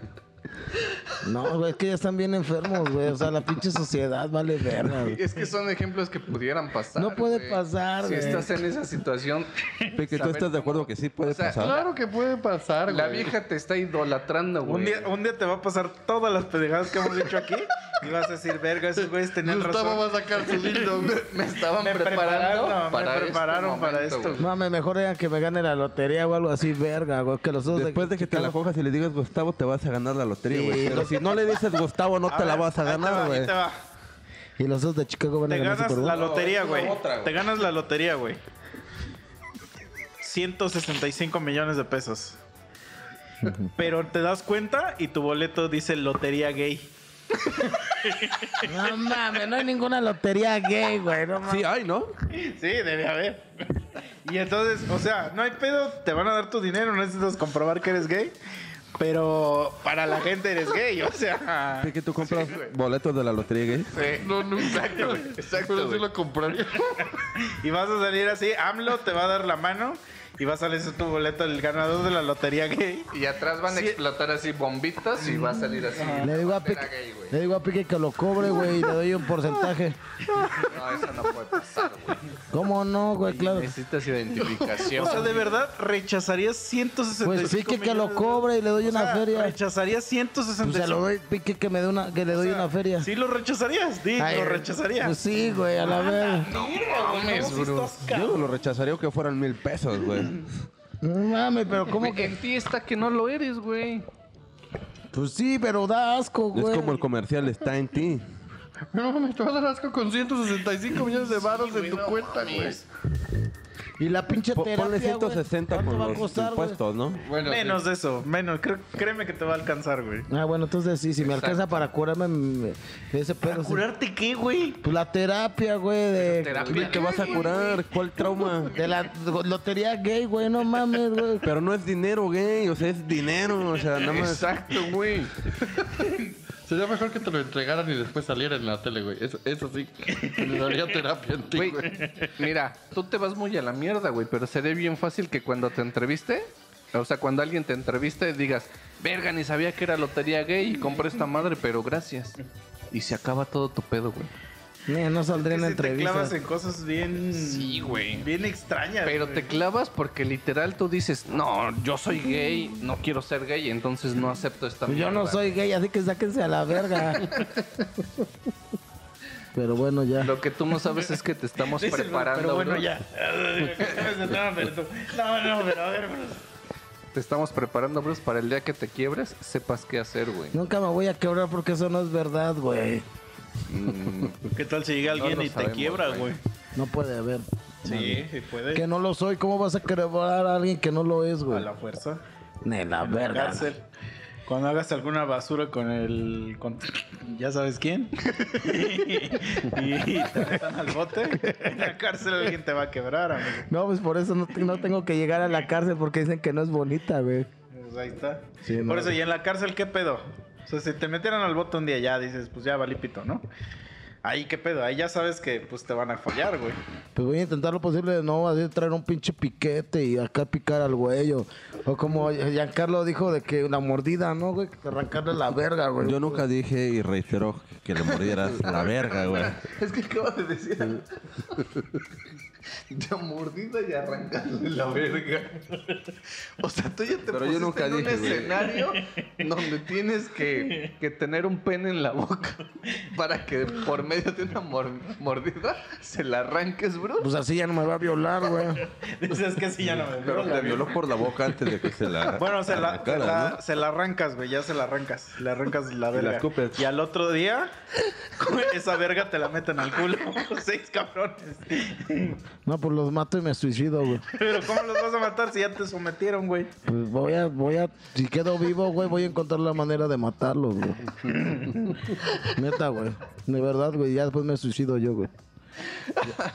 Speaker 2: No, güey, es que ya están bien enfermos, güey. O sea, la pinche sociedad vale verga, güey.
Speaker 3: Es que son ejemplos que pudieran pasar.
Speaker 2: No puede
Speaker 3: güey.
Speaker 2: pasar,
Speaker 3: Si
Speaker 2: güey.
Speaker 3: estás en esa situación.
Speaker 1: Peque, ¿tú
Speaker 3: saber
Speaker 1: estás de acuerdo
Speaker 3: cómo-
Speaker 1: que sí puede
Speaker 3: O sea,
Speaker 1: pasar?
Speaker 5: Ah. Claro que puede pasar, güey.
Speaker 3: La vieja te está idolatrando, güey.
Speaker 4: Un día, un día te va a pasar todas las pendejadas que hemos dicho aquí y vas a decir, verga, esos güeyes tenían
Speaker 5: Gustavo va
Speaker 4: razón.
Speaker 5: a sacar su lindo, güey.
Speaker 3: [laughs] Me estaban
Speaker 4: Me
Speaker 3: preparando
Speaker 4: prepararon, me
Speaker 3: para este
Speaker 4: prepararon para
Speaker 3: momento,
Speaker 4: esto,
Speaker 3: güey.
Speaker 2: Mame, mejor era que me gane la lotería o algo así, verga, güey. Que los dos
Speaker 1: Después de que te la
Speaker 2: Chicago-
Speaker 1: cojas y le digas Gustavo, te vas a ganar la lotería,
Speaker 2: Sí.
Speaker 1: güey. Pero si no le dices Gustavo, no
Speaker 4: A
Speaker 1: te la
Speaker 4: ver,
Speaker 1: vas a
Speaker 4: ahí te va,
Speaker 1: ganar,
Speaker 4: ahí
Speaker 1: güey.
Speaker 4: te va.
Speaker 2: Y los dos de Chicago van a
Speaker 4: Te
Speaker 2: ganar
Speaker 4: ganas
Speaker 2: Super Bowl.
Speaker 4: la lotería,
Speaker 3: No,
Speaker 4: güey.
Speaker 3: otra, güey.
Speaker 4: Te ganas la lotería, güey. 165 millones de
Speaker 1: [laughs]
Speaker 4: pesos. Pero te das cuenta y tu boleto dice lotería gay.
Speaker 2: No mames, no hay ninguna lotería gay, güey. No mames.
Speaker 1: Sí, ay, ¿no?
Speaker 4: Sí, debe haber. Y entonces, o sea, no hay pedo, te van a dar tu dinero, no necesitas comprobar que eres gay. Pero para la gente eres gay, o sea.
Speaker 1: Peque, tú compras boletos de la lotería gay.
Speaker 3: Sí.
Speaker 5: No, no,
Speaker 3: Exacto, güey. Exacto,
Speaker 5: Pero sí
Speaker 3: güey.
Speaker 5: lo compraría.
Speaker 4: Y vas a salir así, AMLO te va a dar la mano y vas a salir tu boleto el ganador de la lotería gay.
Speaker 3: Y atrás van
Speaker 4: Sí.
Speaker 3: a explotar así bombitas y va a salir así.
Speaker 2: Le digo, a
Speaker 3: bandera
Speaker 2: Pique,
Speaker 3: gay, güey.
Speaker 2: le digo a Pique que lo cobre, güey, y le doy un porcentaje.
Speaker 3: No, eso no puede pasar, güey.
Speaker 2: ¿Cómo no, güey? Claro.
Speaker 3: Necesitas
Speaker 4: O
Speaker 3: identificación.
Speaker 4: sea, de verdad, rechazarías 165
Speaker 2: Pues sí, que, que lo
Speaker 4: millones de-
Speaker 2: cobre y le doy
Speaker 4: O
Speaker 2: una
Speaker 4: sea,
Speaker 2: feria.
Speaker 4: Rechazarías
Speaker 2: Pues
Speaker 4: 165
Speaker 2: se lo doy, Pique, que me dé una, que le doy
Speaker 4: O sea,
Speaker 2: una feria.
Speaker 4: Sí, lo rechazarías, di,
Speaker 2: Ay,
Speaker 4: lo rechazarías.
Speaker 2: Pues sí, güey, a la vez.
Speaker 3: No mames, bro.
Speaker 1: Yo no lo rechazaría que fueran mil pesos, güey.
Speaker 2: No mames, pero ¿cómo
Speaker 3: Güey,
Speaker 2: que?
Speaker 3: En ti está que no lo eres, güey.
Speaker 2: Pues sí, pero da asco,
Speaker 1: Es
Speaker 2: güey.
Speaker 1: como el comercial está en ti.
Speaker 5: No mames, te vas a dar asco con 165 millones de baros en tu cuenta, güey.
Speaker 2: Y la pinche
Speaker 1: Po-
Speaker 2: terapia,
Speaker 1: ponle 160
Speaker 2: güey,
Speaker 1: con
Speaker 2: ¿cuánto va a
Speaker 1: los
Speaker 2: costar, güey?
Speaker 1: impuestos, ¿no?
Speaker 5: Bueno,
Speaker 4: Menos de eso, menos. Creo- créeme que te va a alcanzar, güey.
Speaker 2: Ah, bueno, entonces sí, si me alcanza para curarme me- ese pedo. sí.
Speaker 4: ¿Curarte qué, güey?
Speaker 2: Pues la terapia, güey, de,
Speaker 3: Terapia.
Speaker 1: Te vas a curar, ¿cuál trauma?
Speaker 2: de la lotería gay, güey, no mames,
Speaker 4: [laughs]
Speaker 2: güey.
Speaker 1: Pero no es dinero, güey, o sea, es dinero, o sea, nada más.
Speaker 3: Exacto, güey.
Speaker 5: Sería mejor que te lo entregaran y después saliera en la tele, güey. Eso, eso sí, le daría terapia en ti,
Speaker 3: Güey,
Speaker 5: güey.
Speaker 3: mira, tú te vas muy a la mierda, güey, pero sería bien fácil que cuando te entreviste, o sea, cuando alguien te entreviste, digas, verga, ni sabía que era lotería gay y compré esta madre, pero gracias. Y se acaba todo tu pedo, güey.
Speaker 2: Eh, no saldré en la
Speaker 4: Si te
Speaker 2: entrevista.
Speaker 4: clavas en cosas bien.
Speaker 3: Sí, güey.
Speaker 4: Bien extrañas.
Speaker 3: Pero
Speaker 4: güey.
Speaker 3: te clavas porque literal tú dices, no, yo soy gay, no quiero ser gay, entonces no acepto esta
Speaker 2: Pues Yo no
Speaker 3: mierda".
Speaker 2: soy gay, así que sáquense a la
Speaker 4: [laughs]
Speaker 2: verga. Pero bueno, ya.
Speaker 3: Lo que tú no sabes es que te estamos
Speaker 4: [laughs] Díselo,
Speaker 3: preparando.
Speaker 4: Pero bueno, [laughs]
Speaker 3: bro.
Speaker 4: ya. no, pero tú- no, no, pero a ver, bro.
Speaker 3: Te estamos preparando, Bruce, para el día que te quiebres, sepas qué hacer, güey.
Speaker 2: Nunca me voy a quebrar porque eso no es verdad, güey.
Speaker 3: Mm,
Speaker 4: ¿Qué tal si llega
Speaker 3: No
Speaker 4: alguien
Speaker 3: lo
Speaker 4: y
Speaker 3: sabemos,
Speaker 4: te quiebra,
Speaker 3: güey.
Speaker 4: güey?
Speaker 2: No puede haber.
Speaker 4: Sí, sí puede.
Speaker 2: Que no lo soy. ¿Cómo vas a quebrar a alguien que no lo es,
Speaker 4: A
Speaker 2: güey?
Speaker 4: la fuerza.
Speaker 2: Ni la
Speaker 4: En la
Speaker 2: verga.
Speaker 4: cárcel. Cuando hagas alguna basura con el. con- ya sabes quién. [laughs] y te metan al bote. En la cárcel alguien te va a quebrar, amigo.
Speaker 2: No, pues por eso no, te- no tengo que llegar a la cárcel porque dicen que no es bonita, güey.
Speaker 4: Pues ahí está.
Speaker 2: Sí,
Speaker 4: Por
Speaker 2: no.
Speaker 4: eso, ¿y en la cárcel qué pedo? O sea, si te metieran al bote un día ya, dices, pues ya valí pito, ¿no? Ahí qué pedo, ahí ya sabes que pues te van a follar, güey. [laughs]
Speaker 2: Pues voy a intentar lo posible de no así, traer un pinche piquete y acá picar al güey. O, o como Giancarlo dijo de que una mordida, ¿no, güey? Arrancarle la verga, güey.
Speaker 1: Yo nunca dije y reiteró que le mordieras la verga, güey.
Speaker 5: Es que acabo de decir. De mordida y arrancarle la verga.
Speaker 3: O sea, tú ya te
Speaker 5: Pero
Speaker 3: pusiste
Speaker 5: yo nunca
Speaker 3: en
Speaker 5: dije,
Speaker 3: un
Speaker 5: güey.
Speaker 3: escenario donde tienes que, que tener un pene en la boca para que por medio de una mor- mordida se la arranques, bro.
Speaker 2: Pues así ya no me va a violar, güey.
Speaker 4: Dices que sí, ya no me
Speaker 1: Pero
Speaker 4: viola,
Speaker 1: te violó
Speaker 4: güey.
Speaker 1: por la boca antes de que se la.
Speaker 4: Bueno, se la,
Speaker 1: arrancara,
Speaker 4: se, la,
Speaker 1: ¿no?
Speaker 4: se la arrancas, güey, ya se la arrancas. Le arrancas la verga.
Speaker 1: escupes.
Speaker 4: Y al otro día, esa verga te la meten al culo. [laughs] Seis cabrones.
Speaker 2: No, pues los mato y me suicido, güey.
Speaker 4: Pero ¿cómo los vas a matar si ya te sometieron, güey?
Speaker 2: Pues voy a, voy a, si quedo vivo, güey, voy a encontrar la manera de matarlos, güey. Neta, güey. De verdad, güey, ya después me suicido yo, güey.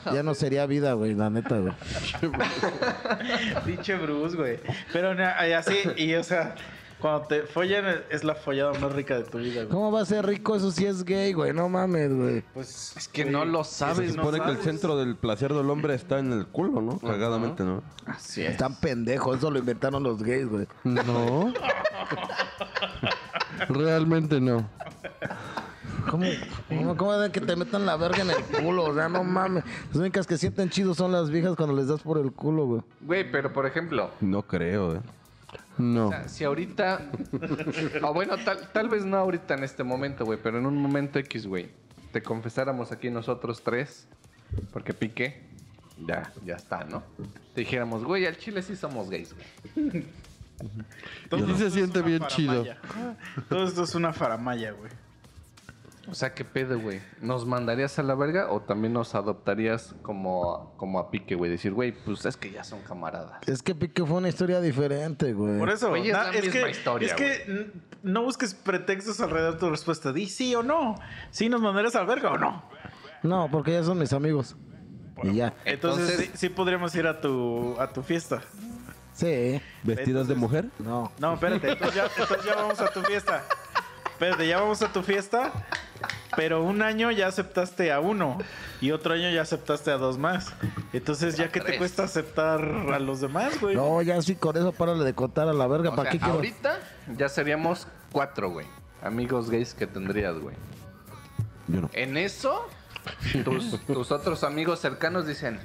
Speaker 2: Ya, ya no sería vida, güey, la neta, güey.
Speaker 4: Pinche Bruce, güey. Pero na- y así, y o sea, cuando te follan es la follada más rica de tu vida, güey.
Speaker 2: ¿Cómo va a ser rico eso si es gay, güey? No mames, güey.
Speaker 4: Pues
Speaker 3: Es que no lo sabes,
Speaker 1: Se supone
Speaker 4: no
Speaker 1: que el
Speaker 4: sabes.
Speaker 1: centro del placer del hombre está en el culo, ¿no? Cagadamente, ¿no?
Speaker 4: Así es.
Speaker 2: Están pendejos, eso lo inventaron los gays, güey.
Speaker 5: No. Realmente no.
Speaker 2: ¿Cómo, cómo, cómo de que te metan la verga en el culo? O sea, no mames. Las únicas que sienten chido son las viejas cuando les das por el culo, güey.
Speaker 3: Güey, pero por ejemplo,
Speaker 1: No creo, ¿eh?
Speaker 5: No.
Speaker 3: o sea, si ahorita... o bueno, tal, tal vez no ahorita en este momento, güey, pero en un momento X, güey, te confesáramos aquí nosotros tres, porque pique, ya, ya está, ¿no? Te dijéramos, güey, al chile sí somos gays, güey.
Speaker 5: Sí
Speaker 4: Todo
Speaker 5: se
Speaker 4: esto es
Speaker 5: siente
Speaker 4: una
Speaker 5: bien
Speaker 4: faramaya. Todo esto es una faramaya, güey.
Speaker 3: O sea, ¿qué pedo, güey? ¿Nos mandarías a la verga o también nos adoptarías como, como a pique, güey? Decir, güey, pues es que ya son camaradas.
Speaker 2: Es que Pique fue una historia diferente, güey.
Speaker 4: Por eso,
Speaker 3: Güey, es
Speaker 4: na-
Speaker 3: la
Speaker 4: es,
Speaker 3: misma
Speaker 4: que,
Speaker 3: historia,
Speaker 4: es que n- no busques pretextos alrededor de tu respuesta. Di sí o no. Si nos mandarás al verga o no.
Speaker 2: No, porque ya son mis amigos. Y ya.
Speaker 4: Entonces,
Speaker 3: Entonces-
Speaker 4: sí, sí podríamos ir a tu, a tu fiesta.
Speaker 2: Sí.
Speaker 1: ¿Vestidas de mujer?
Speaker 2: No.
Speaker 4: No, espérate, entonces ya, entonces ya vamos a tu fiesta. Espérate, ya vamos a tu fiesta. Pero un año ya aceptaste a uno y otro año ya aceptaste a dos más. Entonces, ¿ya que te
Speaker 3: tres.
Speaker 4: cuesta aceptar a los demás, güey?
Speaker 2: No, ya sí, con eso párale de contar a la verga.
Speaker 3: O
Speaker 2: ¿Para
Speaker 3: sea,
Speaker 2: qué quiero?
Speaker 3: ahorita ya seríamos cuatro, güey. Amigos gays que tendrías, güey.
Speaker 1: Yo no.
Speaker 3: En eso, tus, tus otros amigos cercanos dicen,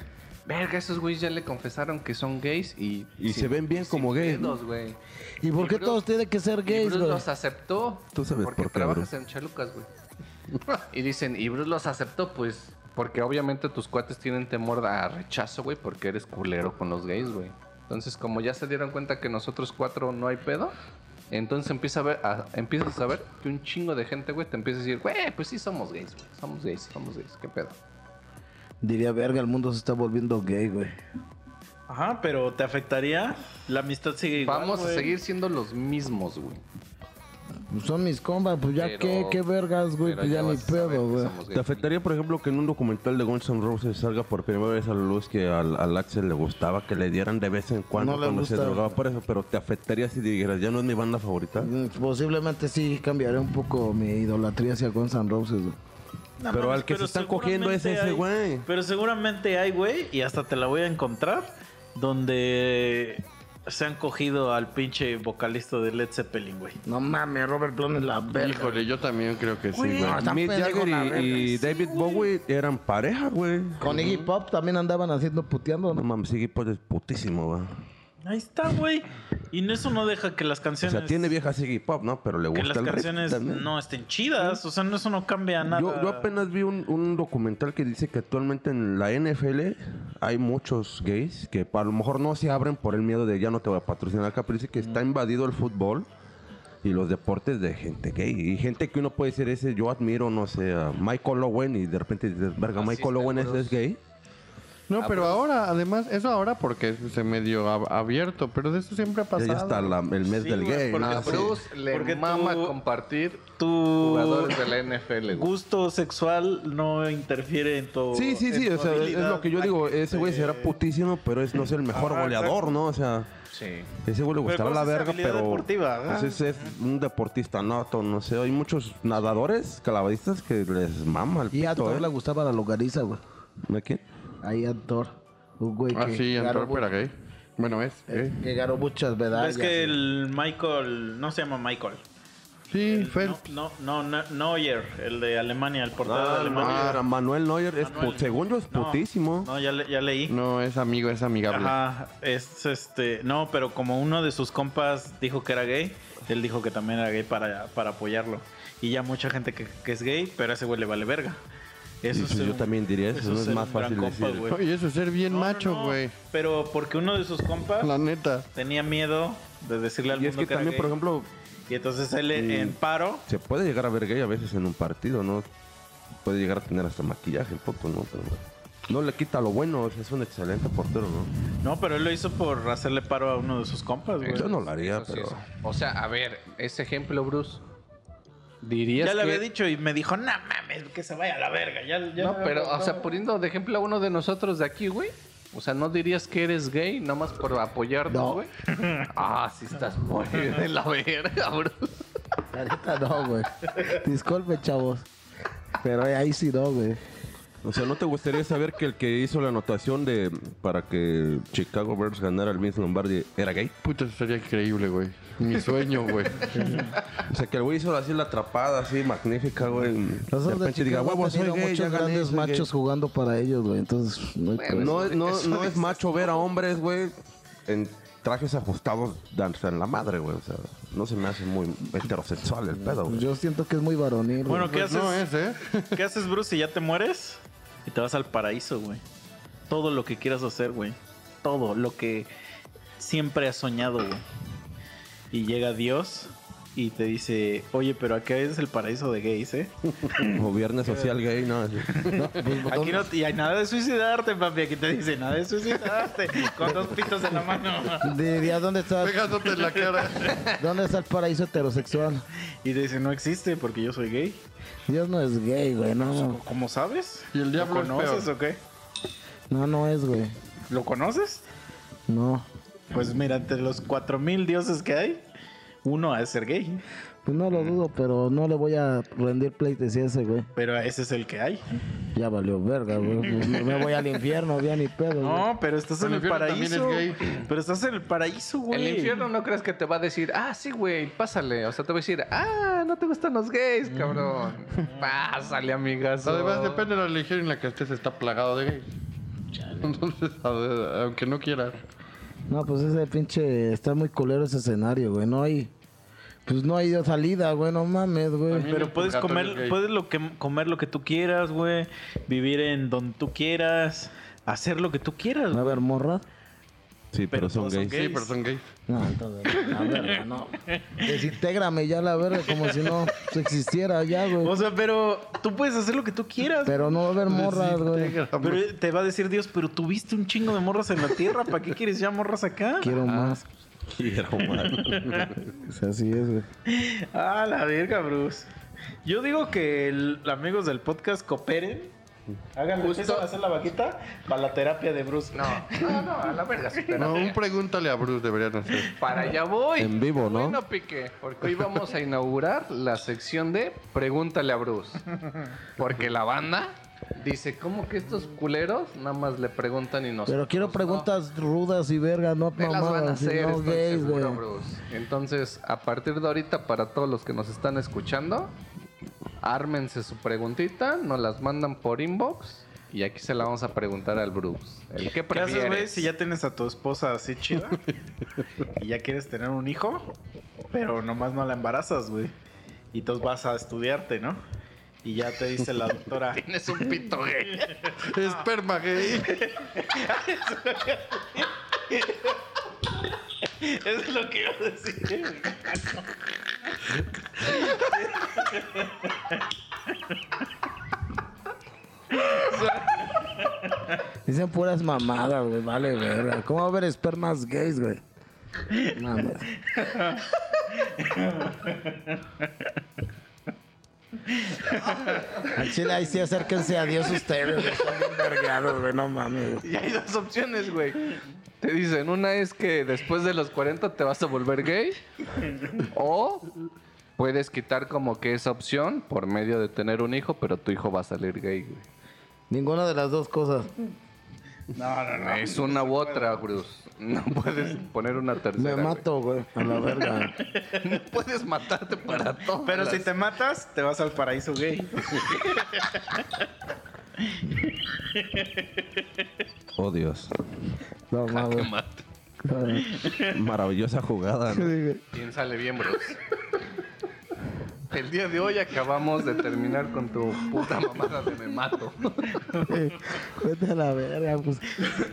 Speaker 3: verga, esos güeyes ya le confesaron que son gays y...
Speaker 1: Y
Speaker 3: sin-
Speaker 1: se ven bien
Speaker 3: sin
Speaker 1: como gays,
Speaker 3: pedos, güey.
Speaker 2: ¿Y por qué
Speaker 3: Bruce-
Speaker 2: todos tienen que ser
Speaker 3: Y
Speaker 2: gays,
Speaker 3: Bruce
Speaker 2: güey?
Speaker 3: los aceptó.
Speaker 1: Tú sabes
Speaker 3: porque
Speaker 1: por qué,
Speaker 3: trabajas
Speaker 1: Bruce.
Speaker 3: en Chalucas, güey. [laughs] y dicen, y Bruce los aceptó, pues, porque obviamente tus cuates tienen temor a rechazo, güey, porque eres culero con los gays, güey. Entonces, como ya se dieron cuenta que nosotros cuatro no hay pedo, entonces empieza a ver, a- empiezas a saber que un chingo de gente, güey, te empieza a decir, güey, pues sí somos gays, güey, somos gays, somos gays, qué pedo.
Speaker 2: Diría, verga, el mundo se está volviendo gay, güey.
Speaker 4: Ajá, pero ¿te afectaría? La amistad sigue igual,
Speaker 3: Vamos a
Speaker 4: güey.
Speaker 3: seguir siendo los mismos, güey.
Speaker 2: Pues son mis compas, pues ya
Speaker 3: Pero-
Speaker 2: qué, qué vergas, güey.
Speaker 3: pero
Speaker 2: Pues ya ni
Speaker 3: vas a saber
Speaker 2: pedo,
Speaker 3: que
Speaker 2: güey.
Speaker 3: somos
Speaker 1: ¿Te
Speaker 3: gays.
Speaker 1: afectaría, por ejemplo, que en un documental de Guns N' Roses salga por primera vez a la luz que al, al Axel le gustaba que le dieran de vez en cuando
Speaker 2: No le
Speaker 1: cuando se
Speaker 2: gusta.
Speaker 1: drogaba por eso? Pero ¿te afectaría si dijeras, ya no es mi banda favorita?
Speaker 2: Mm, Posiblemente sí cambiaré un poco mi idolatría hacia Guns N' Roses, güey.
Speaker 4: No
Speaker 1: Pero
Speaker 4: mames,
Speaker 1: al que se están
Speaker 4: seguramente
Speaker 1: cogiendo es ese
Speaker 4: hay-
Speaker 1: güey.
Speaker 4: Pero seguramente hay, güey, y hasta te la voy a encontrar, donde se han cogido al pinche vocalista de Led Zeppelin, güey.
Speaker 2: No mames, Robert Plant es la verga.
Speaker 5: Híjole, yo también creo que sí,
Speaker 2: Güey.
Speaker 5: güey.
Speaker 2: No, está
Speaker 1: Mick
Speaker 2: pendejo
Speaker 1: Jagger y,
Speaker 2: la verga.
Speaker 1: y David Bowie eran pareja, güey.
Speaker 2: Con Iggy Pop también andaban haciendo puteando,
Speaker 1: No
Speaker 2: ¿no?
Speaker 1: mames, Iggy Pop es putísimo, güey.
Speaker 4: Ahí está, güey. Y no- eso no deja que las
Speaker 1: O
Speaker 4: canciones.
Speaker 1: sea, tiene viejas Iggy Pop, ¿no? Pero le
Speaker 4: que
Speaker 1: gusta
Speaker 4: las
Speaker 1: el rap
Speaker 4: canciones
Speaker 1: también.
Speaker 4: no estén chidas. O sea, no, eso no cambia nada.
Speaker 1: Yo, yo apenas vi un, un documental que dice que actualmente en la NFL hay muchos gays que a lo mejor no se abren por el miedo de ya no te voy a patrocinar acá, pero dice que
Speaker 4: Mm.
Speaker 1: está invadido el fútbol y los deportes de gente gay. Y gente que uno puede decir ese, yo admiro, no sé, a Michael Owen y de repente dices, verga,
Speaker 3: Así
Speaker 1: Michael
Speaker 3: está,
Speaker 1: Owen es,
Speaker 3: bros.
Speaker 1: es gay.
Speaker 5: No,
Speaker 3: Ah,
Speaker 5: pero
Speaker 3: pues.
Speaker 5: ahora, además, eso ahora porque se medio ab- abierto, pero de eso siempre ha
Speaker 1: Ya,
Speaker 5: pasado.
Speaker 1: ya está la- el mes
Speaker 4: Sí,
Speaker 1: del
Speaker 4: güey,
Speaker 1: gay.
Speaker 4: porque
Speaker 1: ¿no?
Speaker 3: A
Speaker 4: sí.
Speaker 3: Bruce le
Speaker 4: Porque
Speaker 3: mama
Speaker 4: tú-
Speaker 3: compartir
Speaker 4: Tu
Speaker 3: jugadores de la NFL. güey.
Speaker 4: gusto sexual no interfiere en todo.
Speaker 1: Sí, sí, sí, o sea, es lo que yo digo, ese güey será putísimo, pero es, no sé, el mejor
Speaker 4: Ajá,
Speaker 1: goleador,
Speaker 4: exacto.
Speaker 1: ¿no? O sea...
Speaker 3: Sí.
Speaker 1: Ese güey le gustará
Speaker 4: ¿cuál
Speaker 1: la
Speaker 4: es esa
Speaker 1: verga,
Speaker 4: habilidad
Speaker 1: pero.
Speaker 4: deportiva, verdad?
Speaker 1: pues ese es un deportista nato, no sé. Hay muchos nadadores, calabadistas que les mama el
Speaker 2: Y a
Speaker 1: pito,
Speaker 2: Thor
Speaker 1: ¿eh?
Speaker 2: le gustaba la localiza, güey.
Speaker 1: ¿De quién?
Speaker 2: Ahí a Thor. Un güey que,
Speaker 5: Ah, sí,
Speaker 2: ganó,
Speaker 5: Antor, pero gay. Bueno, es.
Speaker 2: eh,
Speaker 5: gay.
Speaker 2: que ganó muchas medallas.
Speaker 4: Es que el Michael. No se llama Michael.
Speaker 5: Sí,
Speaker 4: El-
Speaker 5: Phelps.
Speaker 4: eh, No, no, no, no- Neuer, el de Alemania, el portero de Alemania.
Speaker 1: Ah, era Manuel Neuer es
Speaker 4: Manuel.
Speaker 1: pu- según yo es
Speaker 4: No,
Speaker 1: putísimo.
Speaker 4: No, ya, le- ya leí.
Speaker 5: No, es amigo, es amigable.
Speaker 4: Ajá, es este. No, pero como uno de sus compas dijo que era gay, él dijo que también era gay para, para apoyarlo. Y ya mucha gente que, que es gay, pero a ese güey le vale verga.
Speaker 1: Sí,
Speaker 4: Eso
Speaker 1: sí, yo también diría eso, no es
Speaker 4: ser
Speaker 1: más
Speaker 4: un gran
Speaker 1: fácil
Speaker 4: compa,
Speaker 1: decir.
Speaker 4: güey.
Speaker 5: Y eso es ser bien
Speaker 4: No, no,
Speaker 5: macho,
Speaker 4: no,
Speaker 5: güey.
Speaker 4: Pero porque uno de sus compas
Speaker 5: La neta.
Speaker 4: tenía miedo de decirle al
Speaker 1: Y
Speaker 4: mundo
Speaker 1: es que
Speaker 4: era
Speaker 1: también,
Speaker 4: gay.
Speaker 1: por ejemplo,
Speaker 4: y entonces él
Speaker 1: Mm.
Speaker 4: en paro.
Speaker 1: se puede llegar a ver gay a veces en un partido, ¿no? Puede llegar a tener hasta maquillaje un poco, ¿no? Pero no le quita lo bueno, o sea, es un excelente portero, ¿no?
Speaker 4: No, pero él lo hizo por hacerle paro a uno de sus compas, güey.
Speaker 1: Yo no lo haría,
Speaker 3: Eso sí
Speaker 1: pero.
Speaker 3: es- O sea, a ver, ese ejemplo, Bruce. Dirías
Speaker 4: Ya le
Speaker 3: que...
Speaker 4: había dicho y me dijo, no mames, que se vaya a la verga. Ya, ya
Speaker 3: No, pero, o sea, poniendo de ejemplo a uno de nosotros de aquí, güey. O sea, ¿no dirías que eres gay nomás por
Speaker 2: No.
Speaker 3: apoyarnos, güey? Ah, sí estás muy [laughs] de la verga, bro.
Speaker 2: La neta no, güey. Disculpe, chavos. Pero ahí sí no, güey.
Speaker 1: O sea, ¿no te gustaría saber que el que hizo la anotación de para que Chicago Bears ganara al Vince Lombardi era gay?
Speaker 5: Puta, eso sería increíble, güey. Mi sueño, güey.
Speaker 1: O sea, que el güey hizo así la atrapada, así magnífica, güey. de
Speaker 2: Nosotros de
Speaker 1: repente diga,
Speaker 2: Chicago
Speaker 1: huevo,
Speaker 2: hemos
Speaker 1: soy
Speaker 2: tenido
Speaker 1: gay, ya
Speaker 2: muchos
Speaker 1: gané,
Speaker 2: grandes
Speaker 1: soy gay".
Speaker 2: machos jugando para ellos, güey. Entonces, no hay problema.
Speaker 1: No, no, no es macho ver a hombres, güey, en trajes ajustados danza en la madre, güey. O sea, no se me hace muy heterosexual el pedo, güey.
Speaker 2: Yo siento que es muy varonil. güey.
Speaker 4: Bueno, ¿qué
Speaker 5: Pues
Speaker 4: haces?
Speaker 5: no es, ¿eh?
Speaker 4: ¿Qué haces, Bruce, si ya te mueres? Y te vas al paraíso, güey. Todo lo que quieras hacer, güey. Todo lo que siempre has soñado, güey. Y llega Dios y te dice, oye, pero acá es el paraíso de gays, ¿eh?
Speaker 1: O viernes social gay, no. así.
Speaker 4: Aquí no y hay nada de suicidarte, papi. Aquí te dice, nada
Speaker 5: [laughs]
Speaker 4: de suicidarte. Con dos pitos en la mano.
Speaker 2: Diría, ¿dónde está,
Speaker 5: Pegándote en la cara.
Speaker 2: [laughs] ¿dónde está el paraíso heterosexual?
Speaker 4: Y te dice, no existe porque yo soy gay.
Speaker 2: Dios no es gay, güey. No,
Speaker 4: ¿Cómo sabes?
Speaker 5: Ah. Y el diablo
Speaker 4: ¿Lo
Speaker 5: es
Speaker 4: conoces
Speaker 5: peor.
Speaker 4: o qué?
Speaker 2: no, no es, güey.
Speaker 4: ¿Lo conoces?
Speaker 2: No.
Speaker 4: Pues mira, entre los 4000 dioses que hay, uno ha de ser gay.
Speaker 2: Pues no lo
Speaker 5: Mm.
Speaker 2: dudo, pero no le voy a rendir pleitesía a ese, güey.
Speaker 4: Pero ese es el que hay.
Speaker 2: Ya valió verga, güey. Pues Me me voy al infierno, bien ni pedo. güey.
Speaker 4: No, pero estás
Speaker 5: El
Speaker 4: en el
Speaker 5: infierno también
Speaker 4: paraíso.
Speaker 5: es gay.
Speaker 4: Pero estás en el paraíso, güey.
Speaker 3: El infierno no crees que te va a decir, ah, sí, güey, pásale. O sea, te va a decir, ah, no te gustan los gays,
Speaker 5: [laughs]
Speaker 3: cabrón. Pásale, amigas.
Speaker 5: Mm. Además, depende de la religión en la que estés, está plagado de gays. Entonces, a ver, aunque no quieras.
Speaker 2: No, pues ese pinche. Está muy culero ese escenario, güey. No hay. Pues no hay salida, güey. No mames, güey.
Speaker 5: También el
Speaker 4: Pero puedes
Speaker 5: purgatorio es
Speaker 4: comer,
Speaker 5: gay.
Speaker 4: puedes lo que, comer lo que tú quieras, güey. Vivir en donde tú quieras. Hacer lo que tú quieras.
Speaker 2: A
Speaker 4: güey.
Speaker 2: ver, morra.
Speaker 1: Sí, pero,
Speaker 4: Pero
Speaker 1: son
Speaker 4: todos son
Speaker 1: gays.
Speaker 5: Sí,
Speaker 4: gays.
Speaker 5: pero son gays.
Speaker 2: No, entonces, la verga, no. Desintégrame ya la verga, como si no existiera ya,
Speaker 4: O
Speaker 2: güey.
Speaker 4: sea, pero tú puedes hacer lo que tú quieras.
Speaker 2: Pero no va a haber morras, güey.
Speaker 5: Desintégrame.
Speaker 4: Pero te va a decir Dios, pero tuviste un chingo de morras en la tierra. ¿Para qué quieres ya morras acá?
Speaker 2: Quiero más.
Speaker 1: Quiero, man.
Speaker 2: O sea, así es, güey.
Speaker 4: Ah, la verga, Bruce. Yo digo que el- amigos del podcast cooperen. Hagan
Speaker 3: Justo.
Speaker 4: justo hacer la vaquita para la terapia de Bruce.
Speaker 3: No, no, no, a la verga. sí,
Speaker 5: No,
Speaker 3: espérate.
Speaker 5: un pregúntale a Bruce deberían
Speaker 3: [laughs]
Speaker 5: hacer.
Speaker 3: Para allá voy.
Speaker 1: En vivo, ¿no?
Speaker 3: Bueno, Pique, porque hoy vamos a inaugurar la sección de Pregúntale a Bruce. Porque la banda dice, ¿cómo que estos culeros nada más le preguntan y nos...
Speaker 2: Pero quiero preguntas rudas y verga, no
Speaker 3: Te las van a
Speaker 2: mamadas,
Speaker 3: hacer,
Speaker 2: no
Speaker 3: estoy
Speaker 2: gays, güey.
Speaker 3: seguro, Bruce. Entonces, a partir de ahorita, para todos los que nos están escuchando, ármense su preguntita, nos las mandan por inbox Y aquí se la vamos a preguntar al Bruce. ¿El qué
Speaker 4: ¿Qué haces, güey,
Speaker 3: prefieres?
Speaker 4: si ya tienes a tu esposa así chida y ya quieres tener un hijo, pero nomás no la embarazas, güey? Y entonces vas a estudiarte, ¿no? Y ya te dice la doctora.
Speaker 3: [laughs] Tienes un pito gay.
Speaker 5: Esperma [laughs] gay.
Speaker 4: es lo que iba a decir.
Speaker 2: Dicen puras mamadas, güey. Vale, verga. ¿Cómo va a haber espermas gays, güey? Mames. Al chile, ahí sí acérquense a Dios ustedes, güey. Están bien vergueados, güey. No mames, güey.
Speaker 3: [laughs] Y hay dos opciones, güey. Te dicen, una es que después de los 40 te vas a volver gay. O puedes quitar como que esa opción por medio de tener un hijo, pero tu hijo va a salir gay, güey.
Speaker 2: Ninguna de las dos cosas.
Speaker 4: No, no, no.
Speaker 3: Es una u otra, Bruce. No puedes poner una
Speaker 2: Me
Speaker 3: tercera.
Speaker 2: mato, güey. A la verga.
Speaker 3: güey. No puedes matarte para todo.
Speaker 4: Pero si te matas, te vas al paraíso gay.
Speaker 1: Oh, Dios.
Speaker 2: No
Speaker 3: te
Speaker 2: mames.
Speaker 3: mate.
Speaker 1: Maravillosa jugada, ¿no?
Speaker 2: Yo
Speaker 3: Piénsale bien, Bruce. El día de hoy acabamos de terminar con tu puta mamada de me mato.
Speaker 2: Vete a la verga, pues.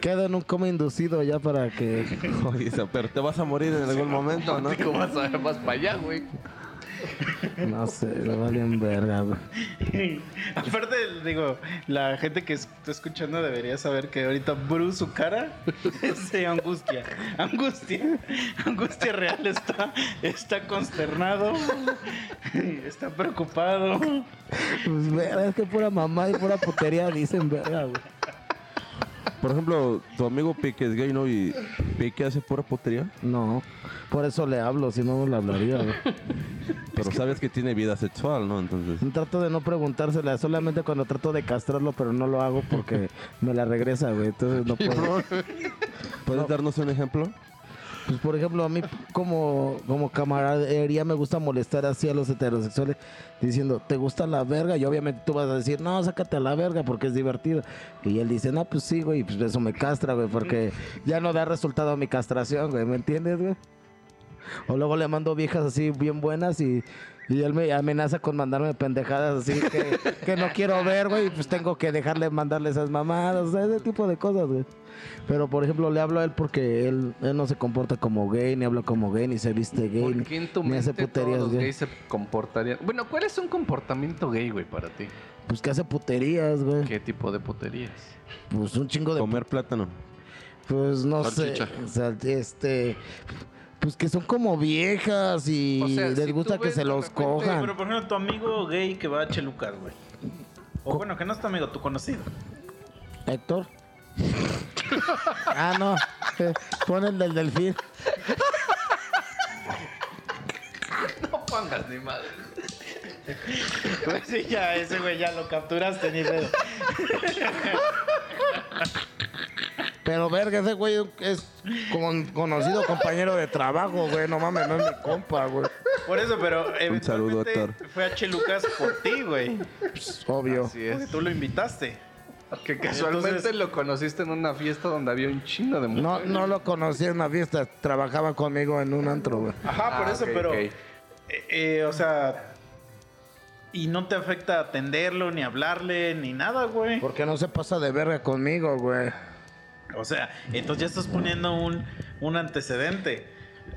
Speaker 2: Queda en un coma inducido ya para que.
Speaker 1: [laughs] Oye, esa, pero te vas a morir en algún momento, ¿no?
Speaker 3: Digo, vas, a- vas para allá, güey.
Speaker 2: No sé, le valen verga, güey.
Speaker 4: Aparte, digo, la gente que está escuchando debería saber que ahorita Bruce, su cara, es de angustia. Angustia. Angustia real. Está, está consternado. [laughs] Está preocupado.
Speaker 2: Pues verga, es que pura mamá y pura putería dicen, verga, güey.
Speaker 1: Por ejemplo, tu amigo Pique es gay, ¿no? Y Pique hace pura putería.
Speaker 2: No, por eso le hablo, si no, no le hablaría, güey. [laughs]
Speaker 1: Pero sabes que tiene vida sexual, ¿no? Entonces.
Speaker 2: Trato de no preguntársela, solamente cuando trato de castrarlo, pero no lo hago porque me la regresa, güey. Entonces no puedo.
Speaker 1: ¿Puedes darnos un ejemplo?
Speaker 2: Pues por ejemplo, a mí como, como camaradería me gusta molestar así a los heterosexuales diciendo, ¿te gusta la verga? Y obviamente tú vas a decir, no, sácate a la verga porque es divertido. Y él dice, no, pues sí, güey, pues eso me castra, güey, porque ya no da resultado a mi castración, güey, ¿me entiendes, güey? O luego le mando viejas así bien buenas y, y él me amenaza con mandarme pendejadas así
Speaker 3: [laughs]
Speaker 2: que, que no quiero ver, güey, y pues tengo que dejarle mandarle esas mamadas, o sea, ese tipo de cosas, güey. Pero por ejemplo, le hablo a él porque él, él no se comporta como gay, ni habla como gay, ni se viste gay,
Speaker 3: ¿Por
Speaker 2: ni,
Speaker 3: qué en tu
Speaker 2: ni hace
Speaker 3: mente todos
Speaker 2: puterías
Speaker 3: los
Speaker 2: gay.
Speaker 3: gays se comportarían? Bueno, ¿cuál es un comportamiento gay, güey, para ti?
Speaker 2: Pues que hace puterías, güey.
Speaker 3: ¿Qué tipo de puterías?
Speaker 2: Pues un chingo de.
Speaker 1: Comer plátano.
Speaker 2: Pues no
Speaker 5: Salchicha.
Speaker 2: sé. sal- este. Pues que son como viejas y
Speaker 3: O sea,
Speaker 2: les
Speaker 3: si
Speaker 2: gusta
Speaker 3: tú
Speaker 2: que
Speaker 3: ves
Speaker 2: se
Speaker 3: de
Speaker 2: los
Speaker 3: repente-
Speaker 2: cojan.
Speaker 4: Pero por ejemplo, tu amigo gay que va a Chelucas, güey. O bueno, que no es tu amigo, tu conocido.
Speaker 2: Héctor. ah, no. Eh, Pon el del delfín.
Speaker 3: [laughs] No pongas ni madre.
Speaker 4: Pues [laughs] sí, ya, ese güey ya lo capturaste, ni pedo.
Speaker 2: Pero verga, ese güey es con- conocido compañero de trabajo, güey. No mames, no es mi compa, güey.
Speaker 4: Por eso, pero
Speaker 1: Un saludo,
Speaker 4: eventualmente
Speaker 1: Héctor.
Speaker 4: fue a Chelucas por ti, güey.
Speaker 2: Pues, obvio.
Speaker 3: Así es.
Speaker 4: Tú lo invitaste.
Speaker 3: Que casualmente
Speaker 4: Entonces-
Speaker 3: lo conociste en una fiesta donde había un chino de mujeres.
Speaker 2: No, no lo conocí en una fiesta, trabajaba conmigo en un antro, güey.
Speaker 4: Ajá, por
Speaker 3: Ah,
Speaker 4: eso,
Speaker 3: ok,
Speaker 4: pero.
Speaker 3: ok.
Speaker 4: eh, eh, o sea. Y no te afecta atenderlo, ni hablarle, ni nada, güey.
Speaker 2: Porque no se pasa de verga conmigo, güey.
Speaker 4: O sea, entonces ya estás poniendo un, un antecedente.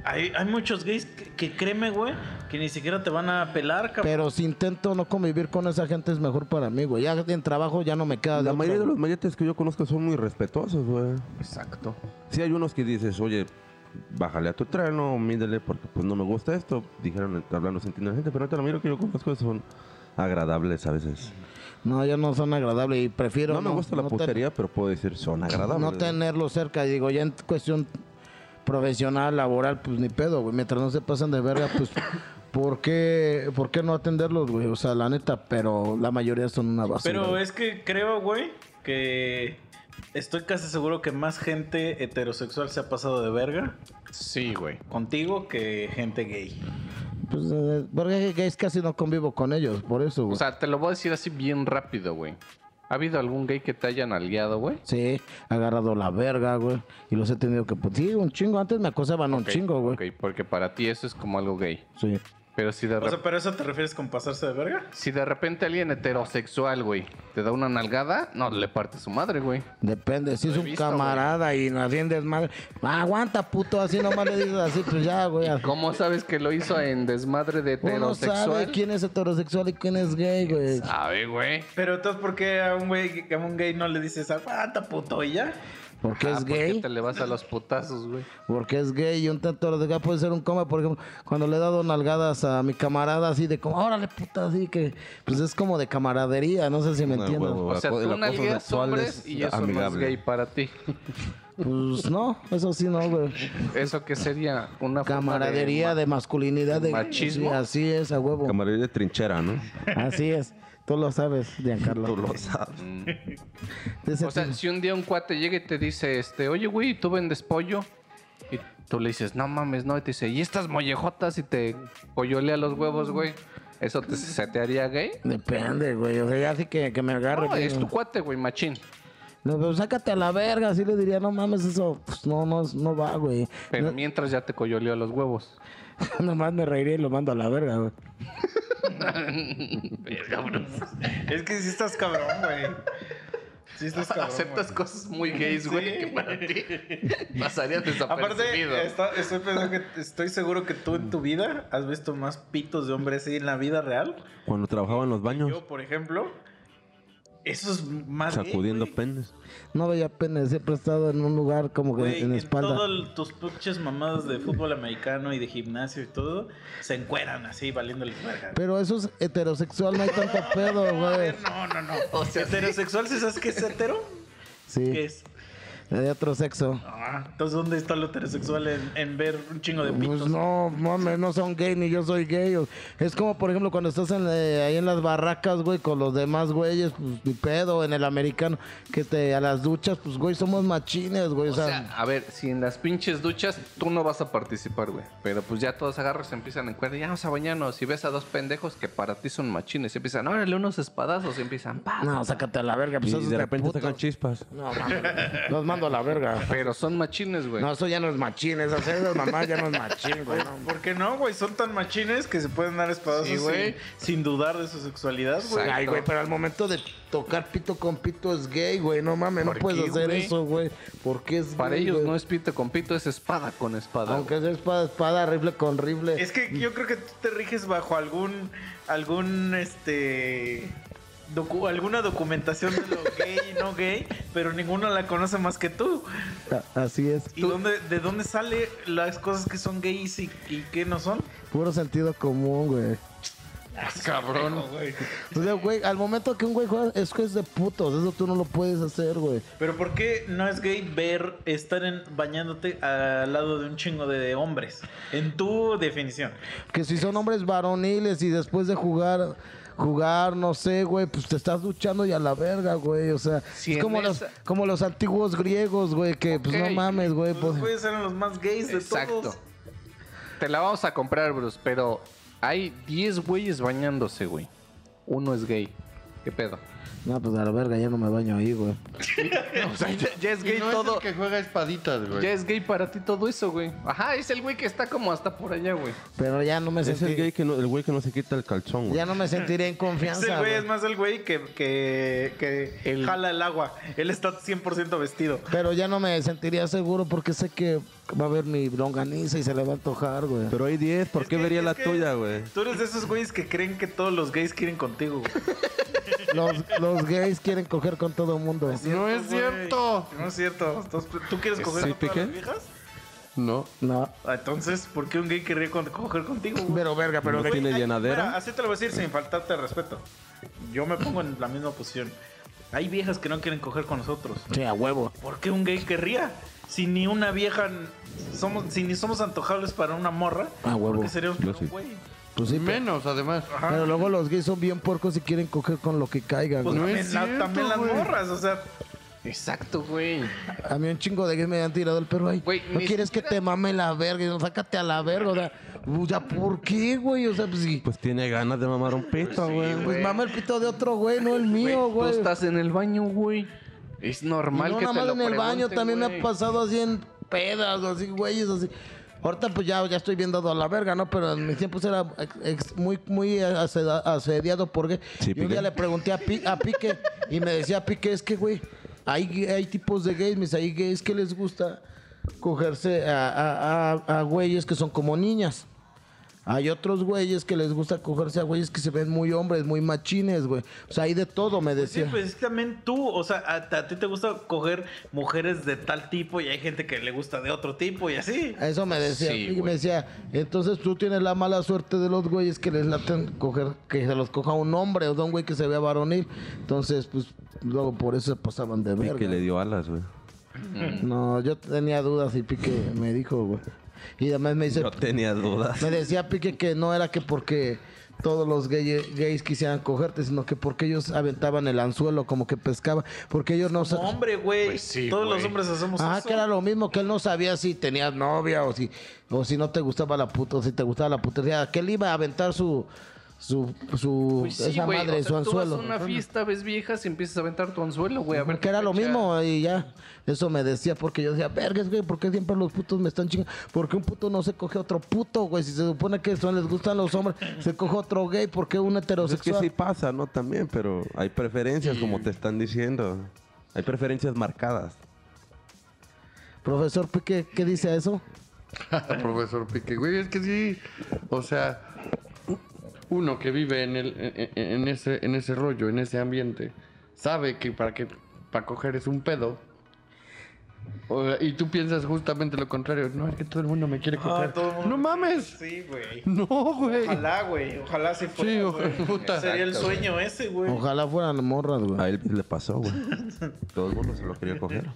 Speaker 4: Hay, hay muchos gays que, que créeme, güey, que ni siquiera te van a pelar, cabrón.
Speaker 2: Pero si intento no convivir con esa gente es mejor para mí, güey. Ya en trabajo ya no me queda de
Speaker 1: La
Speaker 2: otra,
Speaker 1: mayoría de
Speaker 2: güey.
Speaker 1: los mayetes que yo conozco son muy respetuosos, güey.
Speaker 3: Exacto.
Speaker 1: Sí hay unos que dices, oye, bájale a tu treno, mídele, porque pues no me gusta esto. Dijeron, hablando sentido de gente, pero ahorita lo miro que yo conozco son agradables a veces.
Speaker 2: No, ya no son agradables y prefiero
Speaker 1: no, me gusta la
Speaker 2: no te-
Speaker 1: putería, pero puedo decir son agradables.
Speaker 2: no tenerlo cerca, digo, ya en cuestión profesional, laboral, pues ni pedo, güey. Mientras no se pasan de verga, pues ¿por qué, por qué no atenderlos, güey? O sea, la neta, pero la mayoría son una basura.
Speaker 4: Pero
Speaker 2: güey.
Speaker 4: es que creo, güey, que estoy casi seguro que más gente heterosexual se ha pasado de verga
Speaker 3: Sí, güey.
Speaker 4: contigo que gente gay.
Speaker 2: Pues, eh, porque gays casi no convivo con ellos, por eso, güey.
Speaker 3: O sea, te lo voy a decir así bien rápido, güey. ¿Ha habido algún gay que te hayan aliado, güey?
Speaker 2: Sí, ha agarrado la verga, güey. Y los he tenido que... pues, Sí, un chingo. Antes me acosaban un
Speaker 3: Ok,
Speaker 2: chingo, güey.
Speaker 3: ok, porque para ti eso es como algo gay.
Speaker 2: Sí.
Speaker 3: Pero si de,
Speaker 4: O sea,
Speaker 3: rep-
Speaker 4: ¿pero eso te refieres con pasarse de verga?
Speaker 3: si de repente alguien heterosexual, güey, te da una nalgada, no, le parte su madre, güey.
Speaker 2: Depende, si es
Speaker 3: he
Speaker 2: un
Speaker 3: visto,
Speaker 2: camarada y no atiendes mal, aguanta puto, así nomás le dices así, pues ya, güey.
Speaker 3: ¿Y ¿Cómo sabes que lo hizo en desmadre de
Speaker 2: Uno sabe
Speaker 3: heterosexual?
Speaker 2: quién es heterosexual y quién es gay, güey.
Speaker 3: Sabe, güey.
Speaker 4: Pero entonces, ¿por qué a un, güey, a un gay no le dices, aguanta puto, y ya?
Speaker 2: Porque
Speaker 3: Ah,
Speaker 2: es
Speaker 3: ¿por qué
Speaker 2: gay,
Speaker 3: te le vas a los putazos, güey?
Speaker 2: porque es gay y un heterosexual puede ser un coma, por ejemplo, cuando le he dado nalgadas a mi camarada así de como, órale puta, así que, pues es como de camaradería, no sé si me
Speaker 1: Ah,
Speaker 2: entiendan.
Speaker 1: huevo.
Speaker 3: O sea,
Speaker 1: aco- el
Speaker 3: tú
Speaker 1: acoso
Speaker 3: nalgueas
Speaker 1: sexual
Speaker 3: hombres
Speaker 1: es
Speaker 3: y eso no es
Speaker 1: amigable.
Speaker 3: gay para ti. [laughs]
Speaker 2: Pues no, eso sí no, güey.
Speaker 3: ¿Eso qué sería? Una forma
Speaker 2: Camaradería de masculinidad, de
Speaker 3: machismo.
Speaker 2: sí, así es, a huevo.
Speaker 1: Camarero de trinchera, ¿no?
Speaker 2: Así es. Tú lo sabes, Giancarlo.
Speaker 1: Tú lo sabes.
Speaker 3: Mm.
Speaker 2: De ese
Speaker 3: O sea,
Speaker 2: tipo.
Speaker 3: si un día un cuate llega y te dice, este, oye, güey, tú vendes pollo. Y tú le dices, no mames, no. Y te dice, ¿y estas mollejotas? Y te coyolea los huevos, güey. ¿Eso te, se te haría gay?
Speaker 2: Depende, güey. O sea, ya sí que, que me agarre.
Speaker 3: No, es
Speaker 2: pero-
Speaker 3: tu cuate, güey, machín.
Speaker 2: No, pero sácate a la verga. Así le diría, no mames, eso pues, no, no, no va, güey. [laughs]
Speaker 3: Pero mientras ya te coyoleó los huevos.
Speaker 2: Nomás me reiría y lo mando a la verga, güey.
Speaker 4: Es que si estás cabrón, güey. Si estás cabrón.
Speaker 3: Aceptas
Speaker 4: güey.
Speaker 3: cosas muy gays, güey, que para ti [laughs] pasaría desapercibido.
Speaker 4: Aparte, está- estoy, pensando que- estoy seguro que tú en tu vida has visto más pitos de hombres así en la vida real.
Speaker 1: Cuando trabajaba en los baños,
Speaker 4: Yo, por ejemplo, eso es más. gay,
Speaker 1: sacudiendo
Speaker 4: güey.
Speaker 1: penes.
Speaker 2: No veía pene. Siempre he estado en un lugar como que
Speaker 4: Güey,
Speaker 2: en
Speaker 4: en
Speaker 2: espalda.
Speaker 4: Todos tus pinches mamadas de fútbol americano y de gimnasio y todo se encueran así valiéndoles verga.
Speaker 2: Pero eso es heterosexual, no hay
Speaker 4: [laughs]
Speaker 2: tanto pedo,
Speaker 4: No, a
Speaker 2: güey.
Speaker 4: ver, no, no, no.
Speaker 3: [laughs] O sea,
Speaker 4: heterosexual, ¿sí ¿sabes qué es hetero? ¿Qué
Speaker 2: Sí,
Speaker 4: es?
Speaker 2: de otro sexo.
Speaker 4: Ah, entonces, ¿dónde está lo heterosexual en, en ver un chingo de pitos?
Speaker 2: Pues no, mames, no son gay ni yo soy gay. o- Es como, por ejemplo, cuando estás en, eh, ahí en las barracas, güey, con los demás güeyes, pues ni pedo, en el americano, que te a las duchas, pues, güey, somos machines, güey. O
Speaker 3: O
Speaker 2: sea,
Speaker 3: sea, a ver, si en las pinches duchas tú no vas a participar, güey. Pero pues ya todos agarros se empiezan a encuadrar. Ya vamos a bañarnos. Y ves a dos pendejos que para ti son machines. Y empiezan, órale, unos espadazos. Y empiezan, pa.
Speaker 2: no, sácate a la verga, pues
Speaker 1: Y
Speaker 2: esos
Speaker 1: de repente
Speaker 2: putos.
Speaker 1: sacan chispas.
Speaker 2: No, mames, los mando a la verga.
Speaker 3: Pero son machines, güey.
Speaker 2: No, eso ya no es machín, esas, esas mamás ya no es machín, güey. no.
Speaker 4: ¿Por qué no, güey? Son tan machines que se pueden dar espadazos
Speaker 3: Sí, güey.
Speaker 4: sin, sin dudar de su sexualidad, güey.
Speaker 3: Exacto.
Speaker 2: Ay, güey, pero al momento de tocar pito con pito es gay, güey. No mames, no
Speaker 3: ¿Por
Speaker 2: puedes
Speaker 3: qué,
Speaker 2: hacer
Speaker 3: güey?
Speaker 2: eso, güey. Porque es
Speaker 3: Para
Speaker 2: gay,
Speaker 3: ellos
Speaker 2: güey.
Speaker 3: no es pito con pito, es espada con espada.
Speaker 2: Aunque sea espada, espada, rifle con rifle.
Speaker 4: Es que yo creo que tú te riges bajo algún. algún. este. docu- alguna documentación de lo gay y no gay, pero ninguno la conoce más que tú.
Speaker 2: A- Ah, Así es.
Speaker 4: ¿Y dónde, de dónde sale las cosas que son gays y, y que no son?
Speaker 2: Puro sentido común, güey.
Speaker 3: Ah, Cabrón.
Speaker 2: O sea, güey, al momento que un güey juega, es que es de putos. Eso tú no lo puedes hacer, güey.
Speaker 4: Pero ¿por qué no es gay ver estar en, bañándote al lado de un chingo de hombres? En tu definición.
Speaker 2: Que si son hombres varoniles y después de jugar, jugar, no sé, güey, pues te estás duchando y a la verga, güey. O sea,
Speaker 3: Si
Speaker 2: es
Speaker 3: en
Speaker 2: como,
Speaker 3: esa-
Speaker 2: los, como los antiguos griegos, güey, que pues no
Speaker 3: Ok.
Speaker 2: mames, güey.
Speaker 4: Los
Speaker 2: pues-
Speaker 4: güeyes eran los más gays de
Speaker 3: Exacto.
Speaker 4: todos.
Speaker 3: Te la vamos a comprar, Bruce, pero hay 10 güeyes bañándose, güey. Uno es gay. ¿Qué pedo?
Speaker 2: No, pues a la verga, ya no me baño ahí, güey.
Speaker 3: O sea, ya, ya es
Speaker 5: Y
Speaker 3: gay
Speaker 5: no
Speaker 3: todo.
Speaker 5: es el que juega espaditas, güey.
Speaker 3: Ya es gay para ti todo eso, güey. Ajá, es el güey que está como hasta por allá, güey.
Speaker 2: Pero ya no me
Speaker 1: Es el
Speaker 2: sentiré.
Speaker 1: gay que no, el güey que no se quita el calzón, güey.
Speaker 2: Ya no me sentiré en
Speaker 4: Ese
Speaker 2: confianza.
Speaker 4: güey es
Speaker 2: güey.
Speaker 4: más el güey que, que, que
Speaker 3: El-
Speaker 4: jala el agua. Él está 100% vestido.
Speaker 2: Pero ya no me sentiría seguro porque sé que va a haber mi longaniza y se le va a antojar, güey.
Speaker 1: Pero hay 10, ¿por
Speaker 4: Es
Speaker 1: qué
Speaker 4: que-
Speaker 1: vería
Speaker 4: es
Speaker 1: la
Speaker 4: que
Speaker 1: tuya, güey?
Speaker 4: Tú eres de esos güeyes que creen que todos los gays quieren contigo. güey.
Speaker 2: Los, los gays quieren coger con todo mundo.
Speaker 5: No es
Speaker 4: güey.
Speaker 5: cierto.
Speaker 4: No es cierto. Entonces, ¿Tú quieres coger
Speaker 1: ¿Sí,
Speaker 4: con todas
Speaker 1: Piqué?
Speaker 4: las viejas?
Speaker 5: No.
Speaker 2: No.
Speaker 4: Ah, Entonces, ¿por qué un gay querría con- coger contigo? güey?
Speaker 2: Pero verga,
Speaker 1: No
Speaker 2: pero
Speaker 1: tiene
Speaker 4: Ay, mira,
Speaker 1: llenadera.
Speaker 4: así te lo voy a decir sin faltarte al respeto. Yo me pongo en la misma posición. Hay viejas que no quieren coger con nosotros.
Speaker 2: Sí, a huevo.
Speaker 4: ¿Por qué un gay querría? Si ni una vieja n- somos, si ni somos antojables para una morra,
Speaker 2: Ah, huevo.
Speaker 4: ¿por qué seríamos
Speaker 1: Yo
Speaker 4: para un
Speaker 1: sí.
Speaker 4: güey?
Speaker 2: Pues sí, pero,
Speaker 5: Menos, [laughs] además.
Speaker 4: Ajá.
Speaker 2: pero luego los gays son bien porcos y quieren coger con lo que caiga, güey.
Speaker 4: Pues
Speaker 5: no
Speaker 4: también,
Speaker 5: es
Speaker 4: la-
Speaker 5: cierto,
Speaker 4: también las
Speaker 5: güey.
Speaker 4: morras, o sea,
Speaker 3: Exacto, güey.
Speaker 2: A mí un chingo de gays me han tirado el perro ahí.
Speaker 3: Güey,
Speaker 2: no
Speaker 3: ni
Speaker 2: quieres que
Speaker 3: siquiera-
Speaker 2: te mame la verga, y yo, sácate a la verga. O sea, pues, ya, ¿por qué, güey? O sea, pues sí.
Speaker 1: Pues tiene ganas de mamar un pito,
Speaker 3: sí,
Speaker 1: güey.
Speaker 2: Pues
Speaker 3: güey. pues,
Speaker 2: mama el pito de otro güey, no el mío,
Speaker 3: Tú
Speaker 2: güey.
Speaker 3: estás en el baño, güey. Es
Speaker 2: Y
Speaker 3: normal
Speaker 2: no,
Speaker 3: que
Speaker 2: nada
Speaker 3: te
Speaker 2: más
Speaker 3: lo
Speaker 2: en el baño
Speaker 3: pregunten,
Speaker 2: también me
Speaker 3: güey.
Speaker 2: ha pasado así en pedas, así, güeyes, así. Ahorita pues ya, ya estoy bien dado a la verga, ¿no? Pero en mis tiempos era ex- muy, muy aseda- asediado porque
Speaker 1: Sí,
Speaker 2: yo un día
Speaker 1: Piqué.
Speaker 2: le pregunté a, Pi- a Pique y me decía Pique, es que, güey, hay, hay tipos de gays, me dice, hay gays que les gusta cogerse a, a- a- a güeyes que son como niñas. Hay otros güeyes que les gusta cogerse a güeyes que se ven muy hombres, muy machines, güey. O sea, hay de todo, me
Speaker 4: Sí,
Speaker 2: decía.
Speaker 4: pues es también tú, o sea, a, a ti te gusta coger mujeres de tal tipo y hay gente que le gusta de otro tipo y así.
Speaker 2: Eso me decía.
Speaker 3: Sí,
Speaker 2: y me
Speaker 3: güey.
Speaker 2: decía, entonces tú tienes la mala suerte de los güeyes que les laten coger, que se los coja un hombre o de un güey que se vea varonil. Entonces, pues, luego por eso se pasaban de verga.
Speaker 1: Pique le dio alas, güey.
Speaker 2: No, yo tenía dudas y Pique me dijo, güey. Y además me dice,
Speaker 1: Yo tenía dudas.
Speaker 2: me decía Pique que no era que porque todos los gaye- gays quisieran cogerte, sino que porque ellos aventaban el anzuelo, como que pescaban, porque ellos no
Speaker 4: Como
Speaker 2: sa-
Speaker 4: hombre, güey.
Speaker 5: Pues sí,
Speaker 4: Todos
Speaker 5: güey.
Speaker 4: los hombres
Speaker 3: pues,
Speaker 4: hacemos
Speaker 2: Ah,
Speaker 4: eso.
Speaker 2: que era lo mismo, que él no sabía si tenías novia o si, o si no te gustaba la puta, o si te gustaba la putería, que él iba a aventar su, su, su,
Speaker 3: Pues sí,
Speaker 2: esa
Speaker 3: güey,
Speaker 2: madre,
Speaker 3: o sea,
Speaker 2: su
Speaker 3: Tú
Speaker 2: anzuelo.
Speaker 3: vas a una fiesta, ves viejas y empiezas a aventar tu anzuelo, güey. A ver
Speaker 2: que
Speaker 3: qué
Speaker 2: era lo
Speaker 3: fecha.
Speaker 2: mismo y ya, eso me decía porque yo decía, vergas, güey, ¿por qué siempre los putos me están chingando? ¿Por qué un puto no se coge a otro puto, güey? Si se supone que son, les gustan los hombres, se coge a otro gay, ¿por qué un
Speaker 1: Pues es que
Speaker 2: heterosexual?
Speaker 1: sí pasa, ¿no? También, pero hay preferencias, como te están diciendo. Hay preferencias marcadas.
Speaker 2: Profesor Pique, ¿qué dice a eso?
Speaker 5: Profesor Pique, güey, es que sí. O sea, uno que vive en, el, en, en ese, en ese rollo, en ese ambiente, sabe que para, que, para coger es un pedo. O- y tú piensas justamente lo contrario. No, es que todo el mundo me quiere
Speaker 4: Ah,
Speaker 5: coger.
Speaker 4: todo el mundo-
Speaker 5: ¡No mames!
Speaker 4: Sí, güey.
Speaker 5: No, güey.
Speaker 4: Ojalá, güey. Ojalá sí fuera.
Speaker 5: Sí,
Speaker 4: güey.
Speaker 5: ojalá, puta.
Speaker 4: Sería el
Speaker 3: Exacto,
Speaker 4: sueño ese, güey.
Speaker 2: Ojalá fueran morras, güey.
Speaker 1: A él le pasó, güey. [laughs] Todo el mundo se lo quería coger.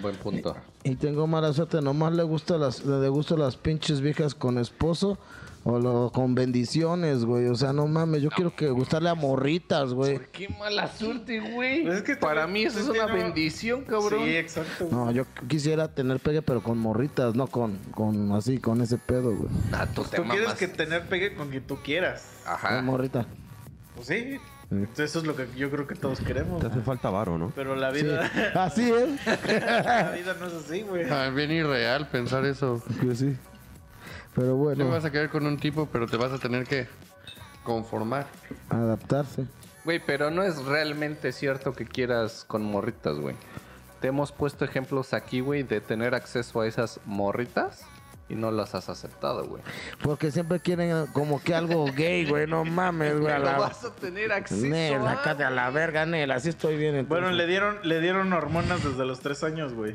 Speaker 3: Buen punto.
Speaker 2: Y tengo mala suerte, nomás le gusta las, le gusta las pinches viejas con esposo o lo- con bendiciones, güey. O sea, no mames, yo quiero que gustarle a morritas, güey.
Speaker 3: ¿Por qué mala suerte, güey?
Speaker 4: Pues es que
Speaker 3: Para mí
Speaker 4: también
Speaker 3: eso es
Speaker 4: tiene
Speaker 3: una
Speaker 4: una-
Speaker 3: bendición, cabrón.
Speaker 4: Sí, exacto. güey.
Speaker 2: No, yo quisiera tener pegue, pero con morritas, no con, con así, con ese pedo, güey.
Speaker 3: Ah, tú te
Speaker 4: Tú quieres
Speaker 3: mamas.
Speaker 4: que tener pegue con quien tú quieras.
Speaker 2: Con
Speaker 3: Ajá.
Speaker 2: morrita.
Speaker 4: Pues sí. Eso es lo que yo creo que todos queremos.
Speaker 1: Te hace falta varo, ¿no?
Speaker 4: Pero la
Speaker 2: Sí.
Speaker 4: vida,
Speaker 2: Así es.
Speaker 4: [laughs] la vida no es así, güey.
Speaker 5: Ah, bien irreal pensar eso.
Speaker 2: Yo sí. Pero
Speaker 5: No
Speaker 2: bueno,
Speaker 5: vas a quedar con un tipo, pero te vas a tener que conformar.
Speaker 2: adaptarse.
Speaker 3: Güey, pero no es realmente cierto que quieras con morritas, güey. Te hemos puesto ejemplos aquí, güey, de tener acceso a esas morritas y no las has aceptado, güey.
Speaker 2: Porque siempre quieren como que algo gay, güey. No mames, güey. a
Speaker 3: Pero
Speaker 2: la-
Speaker 3: vas a tener acceso
Speaker 2: Nel,
Speaker 3: a...
Speaker 2: acá de a la verga, Nel. Así estoy bien. entonces.
Speaker 4: Bueno, le dieron, le dieron hormonas desde los tres años, güey.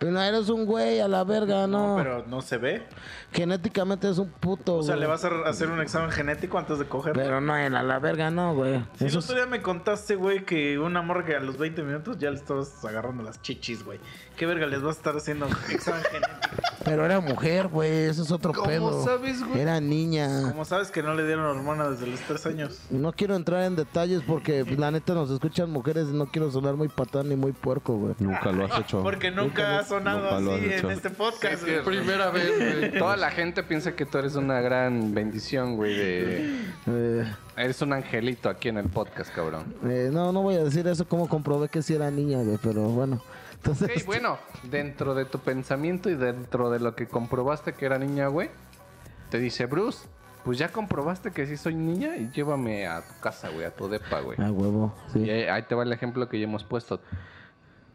Speaker 2: Pero eres un güey a la verga, no.
Speaker 4: Pero no se ve.
Speaker 2: Genéticamente es un puto.
Speaker 4: O sea,
Speaker 2: güey.
Speaker 4: le vas a hacer un examen genético antes de coger.
Speaker 2: Pero no, en la, la verga no, güey.
Speaker 4: Si el
Speaker 2: Eso
Speaker 4: otro día me contaste, güey, que una morgue a los 20 minutos ya le estabas agarrando las chichis, güey. ¿Qué verga les vas a estar haciendo examen [laughs] genético?
Speaker 2: es- pero era mujer, güey. Eso es otro
Speaker 3: ¿Cómo
Speaker 2: pedo.
Speaker 3: sabes, güey?
Speaker 2: Era niña.
Speaker 4: Como sabes que no le dieron hormona desde los 3 años.
Speaker 2: No quiero entrar en detalles porque la neta nos escuchan mujeres y no quiero sonar muy patán ni muy puerco, güey.
Speaker 1: Nunca lo has hecho.
Speaker 4: Porque nunca ha sonado
Speaker 1: Nunca lo has
Speaker 4: así en
Speaker 1: hecho.
Speaker 4: este podcast.
Speaker 3: Sí, sí,
Speaker 4: güey.
Speaker 5: Primera vez,
Speaker 3: [laughs]
Speaker 5: güey.
Speaker 3: Toda la gente piensa que tú eres una gran bendición, güey, de...
Speaker 2: Eh,
Speaker 3: Eres un angelito aquí en el podcast, cabrón.
Speaker 2: eh, no, no voy a decir eso como comprobé que sí era niña, güey, pero bueno. Entonces, [laughs]
Speaker 3: Ok, bueno, dentro de tu pensamiento y dentro de lo que comprobaste que era niña, güey, te dice Bruce, pues ya comprobaste que sí soy niña y llévame a tu casa, güey, a tu depa, güey.
Speaker 2: a huevo,
Speaker 3: Y
Speaker 2: Ah, sí.
Speaker 3: ahí ahí te va el ejemplo que ya hemos puesto.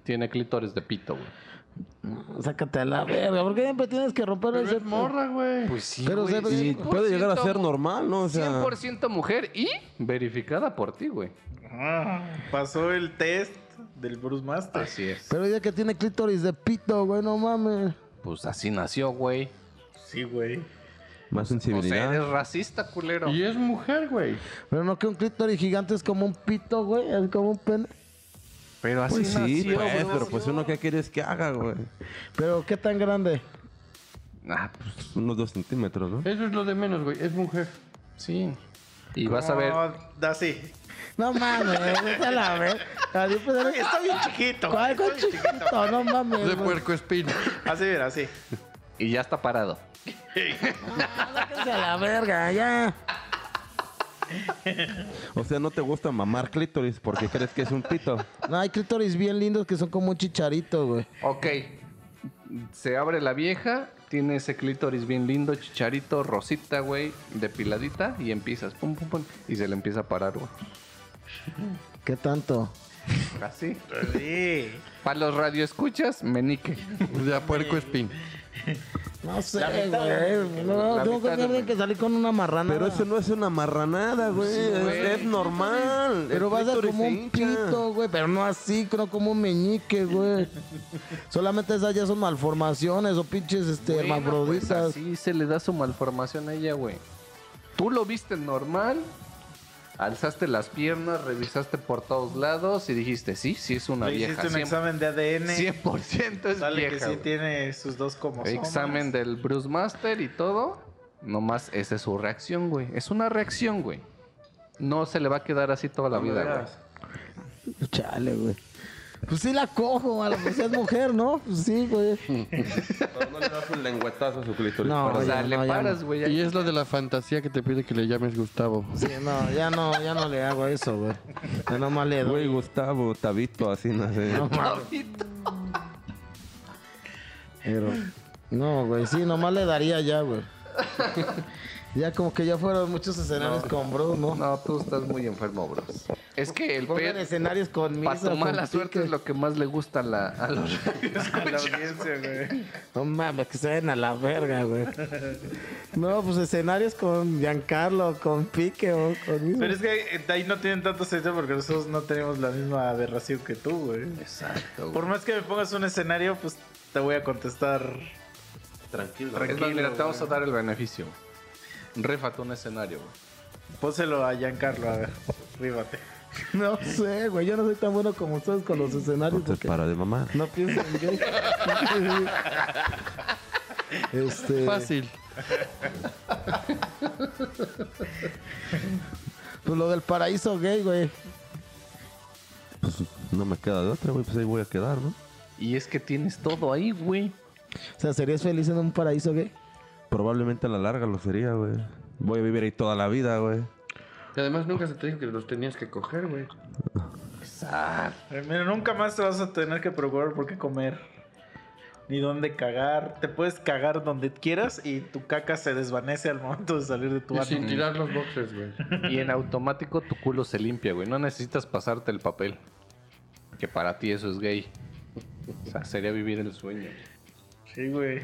Speaker 3: Tiene clítores de pito, güey.
Speaker 2: Sácate a la verga, porque siempre tienes que romper
Speaker 5: Pero
Speaker 2: ese
Speaker 5: es morra, güey.
Speaker 3: Pues sí,
Speaker 2: Pero,
Speaker 3: güey.
Speaker 2: o sea,
Speaker 1: Y puede llegar a ser normal, ¿no? O sea,
Speaker 3: 100% mujer y verificada por ti, güey.
Speaker 4: Ah, pasó el test del Bruce Masters.
Speaker 3: Así es.
Speaker 2: Pero ya que tiene clítoris de pito, güey, no mames.
Speaker 3: Pues así nació, güey.
Speaker 4: Sí, güey.
Speaker 1: más
Speaker 3: O sea, eres
Speaker 1: sensibilidad.
Speaker 3: racista, culero.
Speaker 5: Y es mujer, güey.
Speaker 2: Pero no que un clítoris gigante es como un pito, güey, es como un pene.
Speaker 3: Pero así
Speaker 1: Pues sí,
Speaker 3: nació,
Speaker 1: pues,
Speaker 3: güey.
Speaker 1: pero pues uno qué quieres que haga, güey.
Speaker 2: Pero qué tan grande.
Speaker 3: Ah, pues
Speaker 1: Unos dos centímetros, ¿no?
Speaker 5: Eso es lo de menos, güey. Es mujer.
Speaker 3: sí. Y vas a ver
Speaker 4: Como da- sí.
Speaker 2: No mames, vete a la ver. Así pues, era-
Speaker 4: Está bien chiquito. güey,
Speaker 2: ¿Cuál, cuál
Speaker 4: está bien chiquito.
Speaker 2: chiquito? No mames.
Speaker 5: De
Speaker 2: güey.
Speaker 5: puerco [laughs] espino.
Speaker 4: Así, mira, así.
Speaker 3: Y ya está parado.
Speaker 2: Ah, sáquense a la verga, ya.
Speaker 1: O sea, no te gusta mamar clítoris porque crees que es un pito.
Speaker 2: No, hay clítoris bien lindos que son como un chicharito, güey.
Speaker 3: Ok. Se abre la vieja, tiene ese clítoris bien lindo, chicharito, rosita, güey, depiladita, y empiezas, pum, pum, pum, y se le empieza a parar, güey.
Speaker 2: ¿Qué tanto?
Speaker 3: Así.
Speaker 4: Sí.
Speaker 3: Para los radioescuchas, menique.
Speaker 5: De a puerco espino.
Speaker 2: No sé,
Speaker 4: La mitad,
Speaker 2: güey. No,
Speaker 3: la
Speaker 2: tengo que
Speaker 3: mitad,
Speaker 2: tener
Speaker 3: güey.
Speaker 2: que salir con una marrana.
Speaker 1: Pero eso no es una marranada, güey. es,
Speaker 3: güey.
Speaker 1: es normal.
Speaker 2: Pero
Speaker 1: El
Speaker 2: va a ser
Speaker 1: clítoris
Speaker 2: como
Speaker 1: se
Speaker 2: un
Speaker 1: hincha.
Speaker 2: pito, güey. Pero no así, no como un meñique, güey. Solamente esas ya son malformaciones o pinches este,
Speaker 3: Bueno, pues
Speaker 2: hermafroditas.
Speaker 3: así se le da su malformación a ella, güey. Tú lo viste normal, alzaste las piernas, revisaste por todos lados y dijiste, sí, sí es una
Speaker 4: Le
Speaker 3: vieja.
Speaker 4: hiciste un
Speaker 3: 100%,
Speaker 4: examen de ADN.
Speaker 3: 100% es
Speaker 4: Sale
Speaker 3: vieja.
Speaker 4: que sí
Speaker 3: güey.
Speaker 4: tiene sus dos cromosomas.
Speaker 3: Examen del Bruce Master y todo. Nomás esa es su reacción, güey. Es una reacción, güey. No se le va a quedar así toda la vida, güey.
Speaker 2: Chale, güey. Pues sí la cojo, a la pues es mujer, ¿no? Pues sí, güey.
Speaker 1: Pero no le das un lengüetazo a su clítoris. para-
Speaker 2: No,
Speaker 3: O
Speaker 2: güey.
Speaker 3: sea,
Speaker 2: ya
Speaker 3: le
Speaker 2: no, ya
Speaker 3: paras,
Speaker 2: no.
Speaker 3: güey.
Speaker 5: Y es lo de la fantasía que te pide que le llames Gustavo.
Speaker 2: Sí, no, ya no, ya no le hago eso, güey. Ya nomás le doy.
Speaker 1: Güey, Gustavo, Tabito, así nace.
Speaker 2: No, mames. Pero, no, güey, sí, nomás le daría ya, güey. Ya como que ya fueron muchos escenarios con bro, ¿no?
Speaker 3: No, tú estás muy enfermo, bro. Es que el
Speaker 2: Pongan
Speaker 3: pez,
Speaker 2: escenarios con
Speaker 3: para
Speaker 2: misa,
Speaker 3: tu mala
Speaker 2: con
Speaker 3: suerte,
Speaker 2: pique.
Speaker 3: es lo que más le gusta a, la- a los
Speaker 4: [laughs]
Speaker 3: [laughs]
Speaker 4: A la audiencia, güey.
Speaker 2: No mames, que se ven a la verga, güey. No, pues escenarios con Giancarlo, con Pique o con misa.
Speaker 4: Pero es que eh, ahí no tienen tanto sentido porque nosotros no tenemos la misma aberración que tú, güey.
Speaker 3: Exacto,
Speaker 4: Por más que me pongas un escenario, pues te voy a contestar.
Speaker 3: Tranquilo.
Speaker 4: tranquilo,
Speaker 3: mira, te
Speaker 4: güey.
Speaker 3: vamos a dar el beneficio. Rífate un escenario, güey.
Speaker 4: Póselo a Giancarlo, a ver. Ríbate.
Speaker 2: No sé, güey, yo no soy tan bueno como ustedes con los escenarios.
Speaker 1: Entonces,
Speaker 2: porque
Speaker 1: para de mamar.
Speaker 2: No pienso en gay. este,
Speaker 5: Fácil.
Speaker 2: Pues lo del paraíso gay, güey.
Speaker 1: Pues no me queda de otra, güey. Pues ahí voy a quedar, ¿no?
Speaker 3: Y es que tienes todo ahí, güey.
Speaker 2: O sea, ¿serías feliz en un paraíso
Speaker 4: [laughs]
Speaker 2: gay?
Speaker 1: Probablemente a la larga lo sería, güey. Voy a vivir ahí toda la vida, güey.
Speaker 5: Y además nunca se te dijo que los tenías que coger, güey.
Speaker 3: Exacto.
Speaker 4: Eh, Mira, nunca más te vas a tener que procurar por qué comer. Ni dónde cagar. Te puedes cagar donde quieras y tu caca se desvanece al momento de salir de tu
Speaker 5: Y
Speaker 4: ano.
Speaker 5: sin tirar los boxes, güey.
Speaker 3: [laughs] Y en automático tu culo se limpia, güey. No necesitas pasarte el papel. Que para ti eso es gay. O sea, sería vivir el sueño.
Speaker 4: Sí, güey.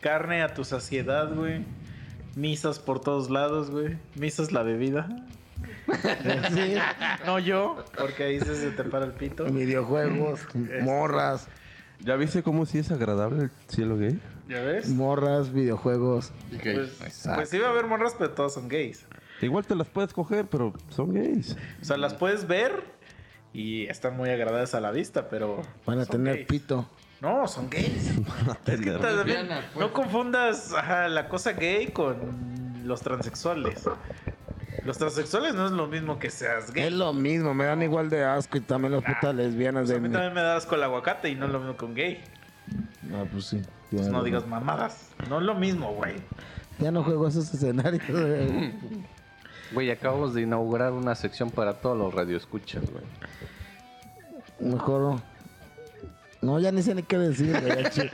Speaker 4: Carne a tu saciedad, güey. Misas por todos lados, güey. Misas la bebida.
Speaker 2: Sí.
Speaker 4: No yo, porque ahí se, se te para el pito.
Speaker 2: Videojuegos, morras,
Speaker 1: ¿Ya viste cómo sí es agradable el cielo gay?
Speaker 4: ¿Ya ves?
Speaker 2: morras, videojuegos.
Speaker 5: Y que-
Speaker 4: Pues,
Speaker 3: Exacto.
Speaker 4: pues sí va a haber morras, pero todas son gays.
Speaker 1: Igual te las puedes coger, pero son
Speaker 2: [laughs]
Speaker 1: gays.
Speaker 4: O sea, las puedes ver y están muy agradables a la vista, pero...
Speaker 2: Van a
Speaker 4: son
Speaker 2: tener
Speaker 4: gays.
Speaker 2: pito.
Speaker 4: No, son gays. Es que también
Speaker 5: Lesbiana, pues.
Speaker 4: no confundas ajá, la cosa gay con los transexuales. Los transexuales no es lo mismo que seas gay.
Speaker 2: Es lo mismo, me dan igual de asco y también las putas lesbianas
Speaker 4: Pues
Speaker 2: de
Speaker 4: a mí también me das con el aguacate y no es lo mismo con gay.
Speaker 2: Ah, pues sí.
Speaker 4: Pues no digas mamadas. No es lo mismo, güey.
Speaker 2: Ya no juego esos escenarios. güey.
Speaker 4: [laughs]
Speaker 3: Güey, acabamos de inaugurar una sección para todos los radioescuchas, güey.
Speaker 2: Mejor no. No, ya ni sé ni qué decir, güey. al chile.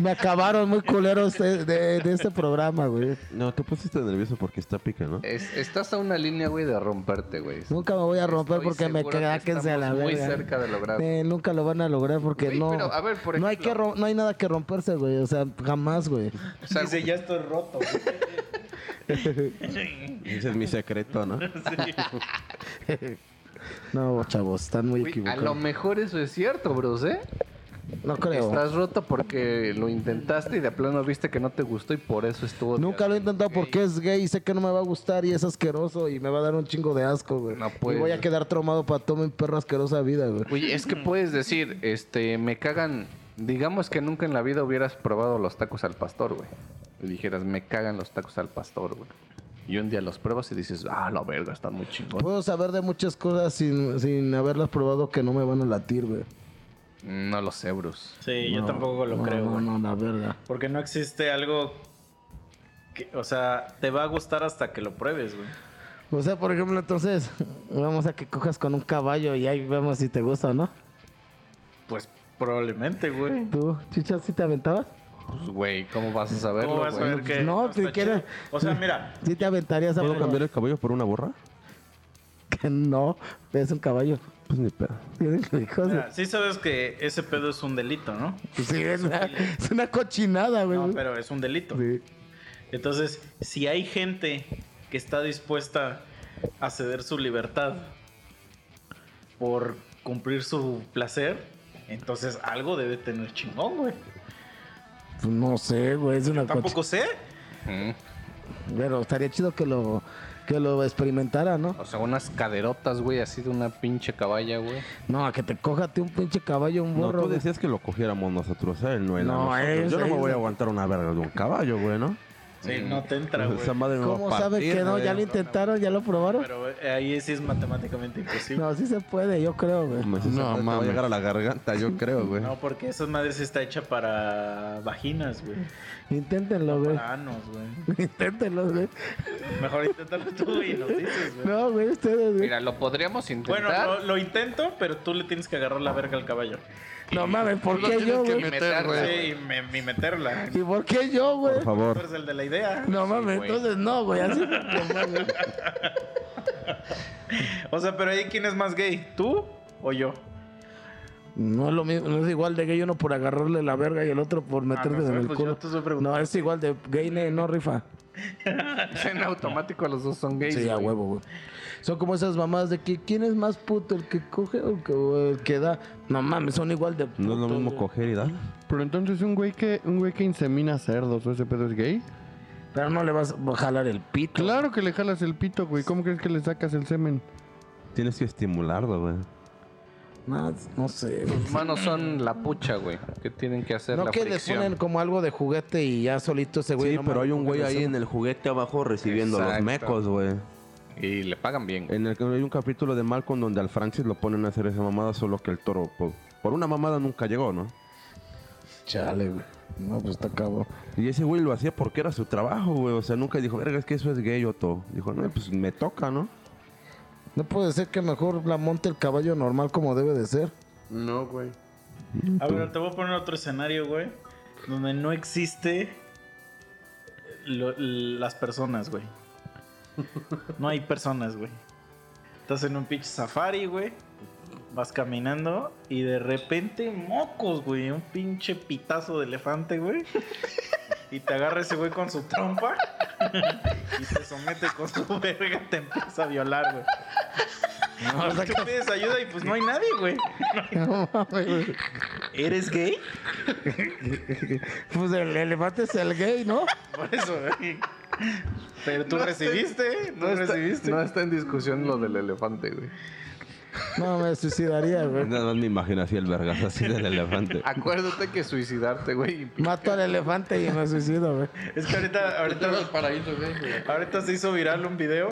Speaker 2: Me acabaron muy culeros de, de- de este programa, güey.
Speaker 1: No, te pusiste nervioso porque está pica, ¿no?
Speaker 3: Es- estás a una línea, güey, de romperte, güey.
Speaker 2: Nunca me voy a romper
Speaker 3: Estoy
Speaker 2: porque me
Speaker 3: seguro que
Speaker 2: queda que se a la
Speaker 3: estamos
Speaker 2: verga.
Speaker 3: muy cerca de lograrlo.
Speaker 2: Eh, nunca lo van a lograr porque
Speaker 3: Güey,
Speaker 2: no.
Speaker 3: pero, a ver, por
Speaker 2: no hay que
Speaker 3: ejemplo.
Speaker 2: rom- no hay nada que romperse, güey. O sea, jamás, güey.
Speaker 3: O sea,
Speaker 4: Dice, ya estoy roto. güey".
Speaker 1: Ese es mi secreto, ¿no?
Speaker 2: No, chavos, están muy
Speaker 3: güey, a lo
Speaker 2: equivocados.
Speaker 3: mejor eso es cierto, bros, ¿eh?
Speaker 2: No creo.
Speaker 3: Estás roto porque lo intentaste y de plano viste que no te gustó y por eso estuvo.
Speaker 2: Nunca lo he intentado
Speaker 3: Ok.
Speaker 2: porque es gay y sé que no me va a gustar y es asqueroso y me va a dar un chingo de asco, güey.
Speaker 3: No puedes.
Speaker 2: Y voy a quedar traumado para toda mi perra asquerosa vida, güey.
Speaker 3: Oye, es que
Speaker 4: Mm.
Speaker 3: puedes decir, este, me cagan. Digamos que nunca en la vida hubieras probado los tacos al pastor, güey. Y dijeras, me cagan los tacos al pastor, güey. Y un día los pruebas y dices, ah, la verga, están muy chingón.
Speaker 2: Puedo saber de muchas cosas sin, sin haberlas probado que no me van a latir, güey.
Speaker 3: No lo sé, Bruce.
Speaker 4: Sí, yo
Speaker 2: No,
Speaker 4: tampoco lo
Speaker 2: no,
Speaker 4: creo,
Speaker 2: No,
Speaker 4: güey.
Speaker 2: no, la verga.
Speaker 4: Porque no existe algo que, o sea, te va a gustar hasta que lo pruebes, güey.
Speaker 2: O sea, por ejemplo, entonces, vamos a que cojas con un caballo y ahí vemos si te gusta o no.
Speaker 4: Pues probablemente, güey.
Speaker 2: ¿Tú, chicha, si te aventabas?
Speaker 3: Pues, güey, ¿cómo vas a saberlo,
Speaker 4: ¿Cómo vas a
Speaker 3: güey?
Speaker 4: ver que
Speaker 2: No, si
Speaker 4: está
Speaker 2: quieres-
Speaker 4: chido? O sea,
Speaker 2: [laughs]
Speaker 4: mira,
Speaker 2: ¿Sí te aventarías a
Speaker 1: ¿Puedo
Speaker 2: probar?
Speaker 1: cambiar el cabello por una borra?
Speaker 2: Que no, es un caballo.
Speaker 1: Pues ni pedo.
Speaker 2: Tienes hijos.
Speaker 4: mira, sí sabes que ese pedo es un delito, ¿no?
Speaker 2: Sí, es una, es una cochinada, güey.
Speaker 4: No, pero es un delito.
Speaker 2: Sí.
Speaker 4: Entonces, si hay gente que está dispuesta a ceder su libertad por cumplir su placer, entonces algo debe tener chingón, güey.
Speaker 2: Pues No sé, güey, es una cochinada.
Speaker 4: Tampoco sé.
Speaker 3: Mm.
Speaker 2: Pero estaría chido que lo, que lo experimentara, ¿no?
Speaker 3: O sea, unas caderotas, güey, así de una pinche caballa, güey.
Speaker 2: No, a que te cójate un pinche caballo, un
Speaker 1: No,
Speaker 2: burro.
Speaker 1: tú
Speaker 2: güey.
Speaker 1: decías que lo cogiéramos nosotros, ¿eh? Él No, él a
Speaker 2: No,
Speaker 1: nosotros.
Speaker 2: él-
Speaker 1: Yo no me
Speaker 2: él-
Speaker 1: voy a aguantar una verga de un caballo, güey, ¿no?
Speaker 4: Sí,
Speaker 3: Mm.
Speaker 4: no te entra, güey.
Speaker 1: Esa madre me va a
Speaker 2: ¿Cómo sabe
Speaker 1: partir,
Speaker 2: que no?
Speaker 1: güey.
Speaker 2: ¿Ya lo intentaron? ¿Ya lo probaron?
Speaker 4: Pero eh, ahí sí es matemáticamente imposible.
Speaker 2: No, sí se puede, yo creo, güey.
Speaker 1: Me dice,
Speaker 5: No,
Speaker 1: "Esa madre te Va a
Speaker 5: mames.
Speaker 1: llegar a la garganta, yo creo, güey.
Speaker 4: No, porque esas madres está hecha para vaginas, güey.
Speaker 2: Inténtenlo, güey.
Speaker 4: Para anos, güey.
Speaker 2: [laughs] Inténtenlo, güey.
Speaker 4: Mejor inténtalo tú y nos dices, güey.
Speaker 2: No, güey, ustedes, güey.
Speaker 3: Mira, lo podríamos
Speaker 4: Bueno,
Speaker 3: intentar.
Speaker 4: lo, lo intento, pero tú le tienes que agarrar la verga al caballo.
Speaker 2: No mames, ¿por
Speaker 5: Lo
Speaker 2: qué
Speaker 5: tienes
Speaker 2: yo,
Speaker 5: que
Speaker 2: güey?
Speaker 5: meter,
Speaker 3: Meterla.
Speaker 5: güey.
Speaker 4: Sí, y, me- y meterla.
Speaker 2: ¿Y por qué yo, güey?
Speaker 1: Por
Speaker 4: Tú
Speaker 1: favor.
Speaker 4: eres el de la idea.
Speaker 2: No mames,
Speaker 3: güey.
Speaker 2: entonces no, güey. Así no mames.
Speaker 4: O sea, pero ahí quién es más gay, tú o yo.
Speaker 2: No es lo mismo, no es igual de gay uno por agarrarle la verga y el otro por meterte
Speaker 4: no sé,
Speaker 2: en el
Speaker 4: pues yo
Speaker 2: culo.
Speaker 4: te estoy preguntando.
Speaker 2: No, es igual de gay, ne- no rifa.
Speaker 3: En automático los dos son gays.
Speaker 2: Sí, a
Speaker 3: güey.
Speaker 2: huevo, güey. Son como esas mamadas de que quién es más puto, el que coge o el que, o el que da. No mames, son igual de
Speaker 1: No es lo
Speaker 2: putos,
Speaker 1: mismo
Speaker 2: güey.
Speaker 1: coger y dar.
Speaker 5: Pero entonces un güey que un güey que insemina cerdos o ese pedo es gay.
Speaker 2: Pero no le vas a jalar el pito.
Speaker 5: Claro que le jalas el pito, güey. ¿Cómo crees que le sacas el semen?
Speaker 1: Tienes que estimularlo, güey.
Speaker 2: No, no sé. güey.
Speaker 3: Tus manos son la pucha, güey. ¿Qué tienen que hacer
Speaker 2: No
Speaker 3: la
Speaker 2: que les
Speaker 3: fricción?
Speaker 2: ponen como algo de juguete y ya solito ese güey.
Speaker 1: sí,
Speaker 2: no
Speaker 1: pero
Speaker 2: mames,
Speaker 1: hay un
Speaker 2: como que
Speaker 1: güey
Speaker 2: lo
Speaker 1: ahí
Speaker 2: hace-
Speaker 1: en el juguete abajo recibiendo
Speaker 3: Exacto.
Speaker 1: los mecos, güey.
Speaker 3: Y le pagan bien. güey.
Speaker 1: En el que hay un capítulo de Malcolm donde al Francis lo ponen a hacer esa mamada, solo que el toro, po- por una mamada nunca llegó, ¿no?
Speaker 2: Chale, güey. No, pues está cabrón.
Speaker 1: Y ese güey lo hacía porque era su trabajo, güey. O sea, nunca dijo, verga, es que eso es gay o todo. Dijo, no, pues me toca, ¿no?
Speaker 2: No puede ser que mejor la monte el caballo normal como debe de ser. [laughs]
Speaker 5: No, güey.
Speaker 4: A ver, Ah, te voy a poner otro escenario, güey, donde no existe lo- las personas, güey. No hay personas, güey. Estás en un pinche safari, güey. Vas caminando y de repente mocos, güey, un pinche pitazo de elefante, güey. Y te agarra ese güey con su trompa y te somete con su verga, te empieza a violar, güey.
Speaker 2: No, o sea
Speaker 4: Tú pides ayuda y pues no hay nadie, güey.
Speaker 2: que- no mames, güey.
Speaker 4: ¿Eres gay?
Speaker 2: Pues el elefante es el gay, ¿no?
Speaker 4: Por eso, güey. Pero tú recibiste, ¿eh? tú
Speaker 3: No está,
Speaker 4: recibiste.
Speaker 3: no está en discusión lo del elefante, güey.
Speaker 2: No, me suicidaría, güey.
Speaker 1: Nada más me imagino así el vergas, así del elefante.
Speaker 3: Acuérdate que suicidarte, güey. implica-
Speaker 2: Mato al elefante y me suicido, güey.
Speaker 4: Es que ahorita, ahorita,
Speaker 5: paraíso gay, güey.
Speaker 4: ahorita se hizo viral un video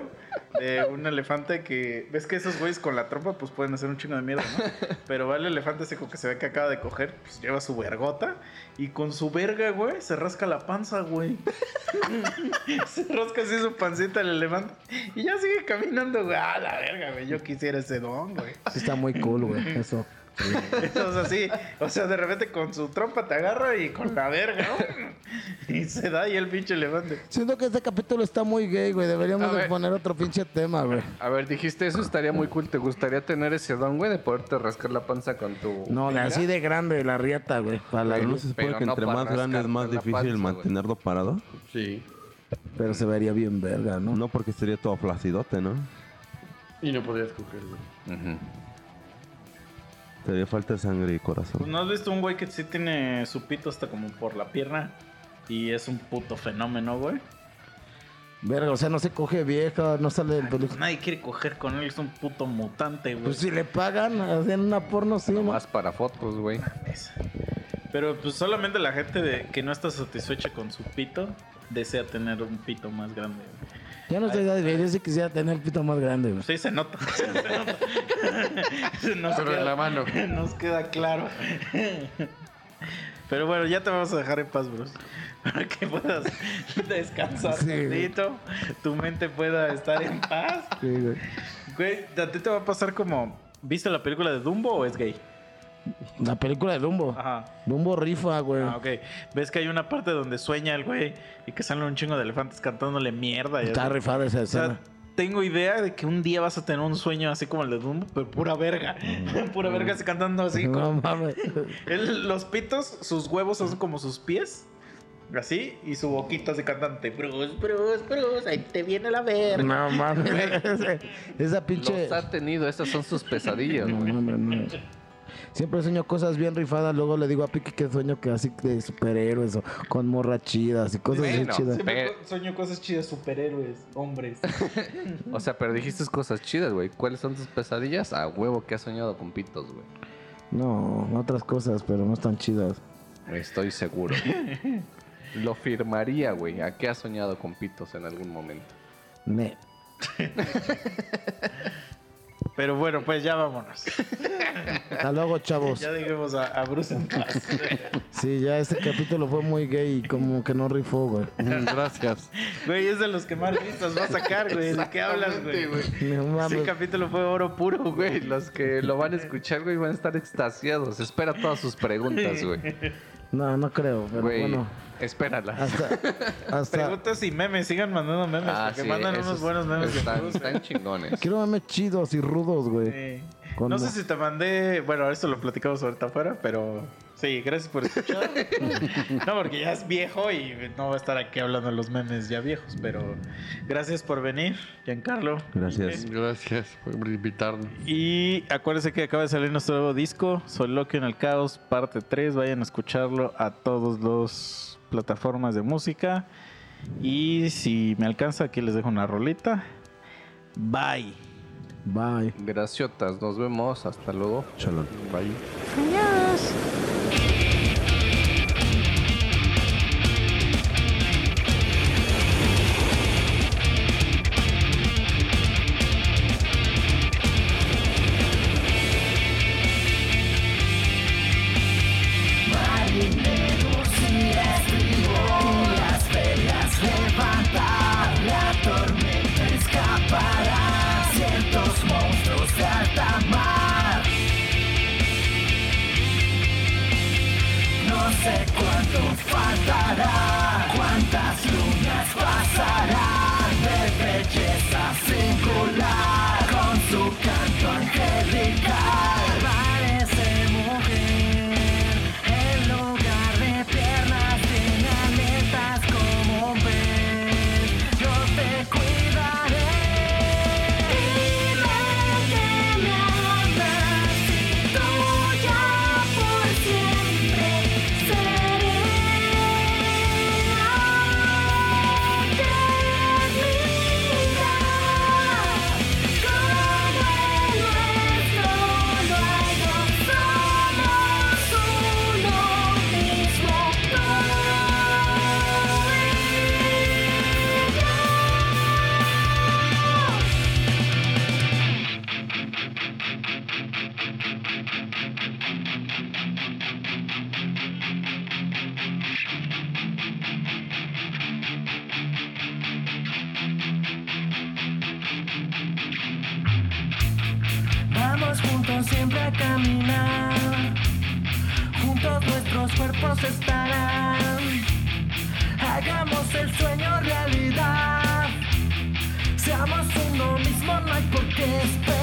Speaker 4: de un elefante que. ¿Ves que esos güeyes con la trompa pues pueden hacer un chingo de mierda, no? Pero va el elefante seco que se ve que acaba de coger, pues lleva su vergota y con su verga, güey, se rasca la panza, güey. [laughs] se rasca así su pancita el elefante y ya sigue caminando, güey. A la verga, güey. Yo quisiera ese don, güey.
Speaker 2: Sí está muy cool, güey, eso.
Speaker 4: O sea, sí, o sea, de repente con su trompa te agarra y con la verga, ¿no? Y se da y el pinche elefante.
Speaker 2: Siento que este capítulo está muy gay, güey.
Speaker 3: A
Speaker 2: Deberíamos de
Speaker 3: ver.
Speaker 2: poner otro pinche tema, güey.
Speaker 3: A ver, dijiste eso estaría muy cool. ¿Te gustaría tener ese don, güey, de poderte rascar la panza con tu.
Speaker 2: No,
Speaker 3: pila?
Speaker 2: así de grande, la riata, güey. Para
Speaker 1: Las
Speaker 2: la
Speaker 3: Pero-
Speaker 1: luces se supone
Speaker 3: pero
Speaker 1: que
Speaker 3: no
Speaker 1: entre
Speaker 3: para
Speaker 1: más grande es más
Speaker 3: rascarte la
Speaker 1: difícil
Speaker 3: panza, güey.
Speaker 1: mantenerlo parado.
Speaker 5: Sí.
Speaker 2: Pero se vería bien verga, ¿no?
Speaker 1: No porque sería todo flacidote, ¿no?
Speaker 5: Y no podrías cogerlo.
Speaker 3: Ujú.
Speaker 1: Te haría falta sangre y corazón.
Speaker 4: Pues, ¿No has visto un güey que sí tiene su pito hasta como por la pierna? Y es un puto fenómeno, güey.
Speaker 2: Verga, o sea, no se coge vieja, no sale del
Speaker 4: Pues
Speaker 2: peluche.
Speaker 4: nadie quiere coger con él, es un puto mutante, güey.
Speaker 2: Pues si le pagan, hacen una porno, sí, ¿no?
Speaker 3: Nomás para fotos, güey.
Speaker 4: Pero pues solamente la gente de- que no está satisfecha con su pito desea tener un pito más grande. güey.
Speaker 2: Ya no estoy de edad, güey. Yo sí quisiera tener el pito más grande, güey.
Speaker 4: Sí, se nota. [laughs] Se nota. Nos
Speaker 5: Sobre
Speaker 4: queda-
Speaker 5: la mano.
Speaker 4: [laughs] Nos queda claro. Pero bueno, ya te vamos a dejar en paz, Bruce. Para que puedas [laughs] descansar
Speaker 2: Sí, güey.
Speaker 4: un poquito, tu mente pueda estar en paz.
Speaker 2: Sí, güey.
Speaker 4: Güey, a ti te va a pasar como. ¿Viste la película de Dumbo o es gay?
Speaker 2: La película de Dumbo.
Speaker 4: Ajá.
Speaker 2: Dumbo rifa, güey.
Speaker 4: Ah, ok. Ves que hay una parte donde sueña el güey y que salen un chingo de elefantes cantándole mierda. y
Speaker 2: Está
Speaker 4: así.
Speaker 2: rifada esa
Speaker 4: O sea,
Speaker 2: escena.
Speaker 4: tengo idea de que un día vas a tener un sueño así como el de Dumbo, pero pura verga.
Speaker 2: Mm.
Speaker 4: [laughs] pura verga así cantando así.
Speaker 2: no
Speaker 4: con-
Speaker 2: mames.
Speaker 4: El- los pitos, sus huevos son como sus pies. Así, y su boquita así cantante. Bruce, Bruce, Bruce, ahí te viene la verga.
Speaker 2: No [laughs] mames. Esa pinche.
Speaker 3: Los ha tenido, esas son sus pesadillas,
Speaker 2: No,
Speaker 3: [laughs] güey.
Speaker 2: hombre, no. Siempre sueño cosas bien rifadas, luego le digo a Piki que sueño que así de superhéroes o con morras chidas y cosas así
Speaker 3: Bueno,
Speaker 2: chidas.
Speaker 3: sí.
Speaker 4: Siempre co- sueño cosas chidas, superhéroes, hombres.
Speaker 3: O sea, pero dijiste cosas chidas, güey. ¿Cuáles son tus pesadillas? A huevo que has soñado con pitos, güey.
Speaker 2: No, otras cosas, pero no están chidas.
Speaker 3: Estoy
Speaker 4: [laughs]
Speaker 3: seguro. Lo firmaría, güey. ¿A qué has soñado con pitos en algún momento?
Speaker 2: Ne.
Speaker 4: [laughs] Pero bueno, pues ya vámonos.
Speaker 2: Hasta luego, chavos.
Speaker 4: [laughs] Ya dejemos a, a Bruce en paz.
Speaker 2: Sí, ya este capítulo fue muy gay y como que no rifó, güey. [laughs]
Speaker 5: Gracias.
Speaker 4: [laughs] Güey, es de los que más vistas va a sacar, güey. ¿De qué hablas, güey?
Speaker 2: No
Speaker 4: Ese
Speaker 2: mames.
Speaker 4: capítulo fue oro puro, güey.
Speaker 3: Güey, los que lo van a escuchar, güey, van a estar extasiados. Espera todas sus preguntas, güey.
Speaker 2: No, no creo, pero
Speaker 3: Güey,
Speaker 2: bueno.
Speaker 3: espéralas.
Speaker 2: Hasta.
Speaker 4: [laughs]
Speaker 2: hasta
Speaker 4: Preguntas y memes, sigan mandando memes,
Speaker 3: Ah,
Speaker 4: porque
Speaker 3: sí,
Speaker 4: mandan
Speaker 3: esos
Speaker 4: unos buenos memes. de
Speaker 3: Están,
Speaker 4: Bruce, ¿eh?
Speaker 3: están chingones.
Speaker 2: quiero memes chidos y rudos, güey.
Speaker 4: Sí.
Speaker 2: Con-
Speaker 4: No sé si te mandé, bueno, esto lo platicamos ahorita afuera, pero sí, gracias por escuchar. no, porque ya es viejo y no va a estar aquí hablando de los memes ya viejos, pero gracias por venir, Giancarlo.
Speaker 1: Gracias.
Speaker 5: Gracias por invitarnos.
Speaker 4: Y acuérdense que acaba de salir nuestro nuevo disco, Soloquio en el Caos, parte 3. Vayan a escucharlo a todas las plataformas de música. Y si me alcanza, aquí les dejo una rolita. Bye.
Speaker 2: Bye.
Speaker 3: Graciotas, nos vemos. Hasta luego.
Speaker 1: Shalom.
Speaker 5: Bye.
Speaker 6: Parece mujer En lugar de piernas tiene aletas como un pez Yo te cuidaré Dime que me amas y tuya por siempre seré como el nuestro no hay dos, somos uno mismo. Tú y yo. Vamos juntos siempre a caminar. Juntos nuestros cuerpos estarán. Hagamos el sueño realidad. Seamos uno mismo, no hay por qué esperar.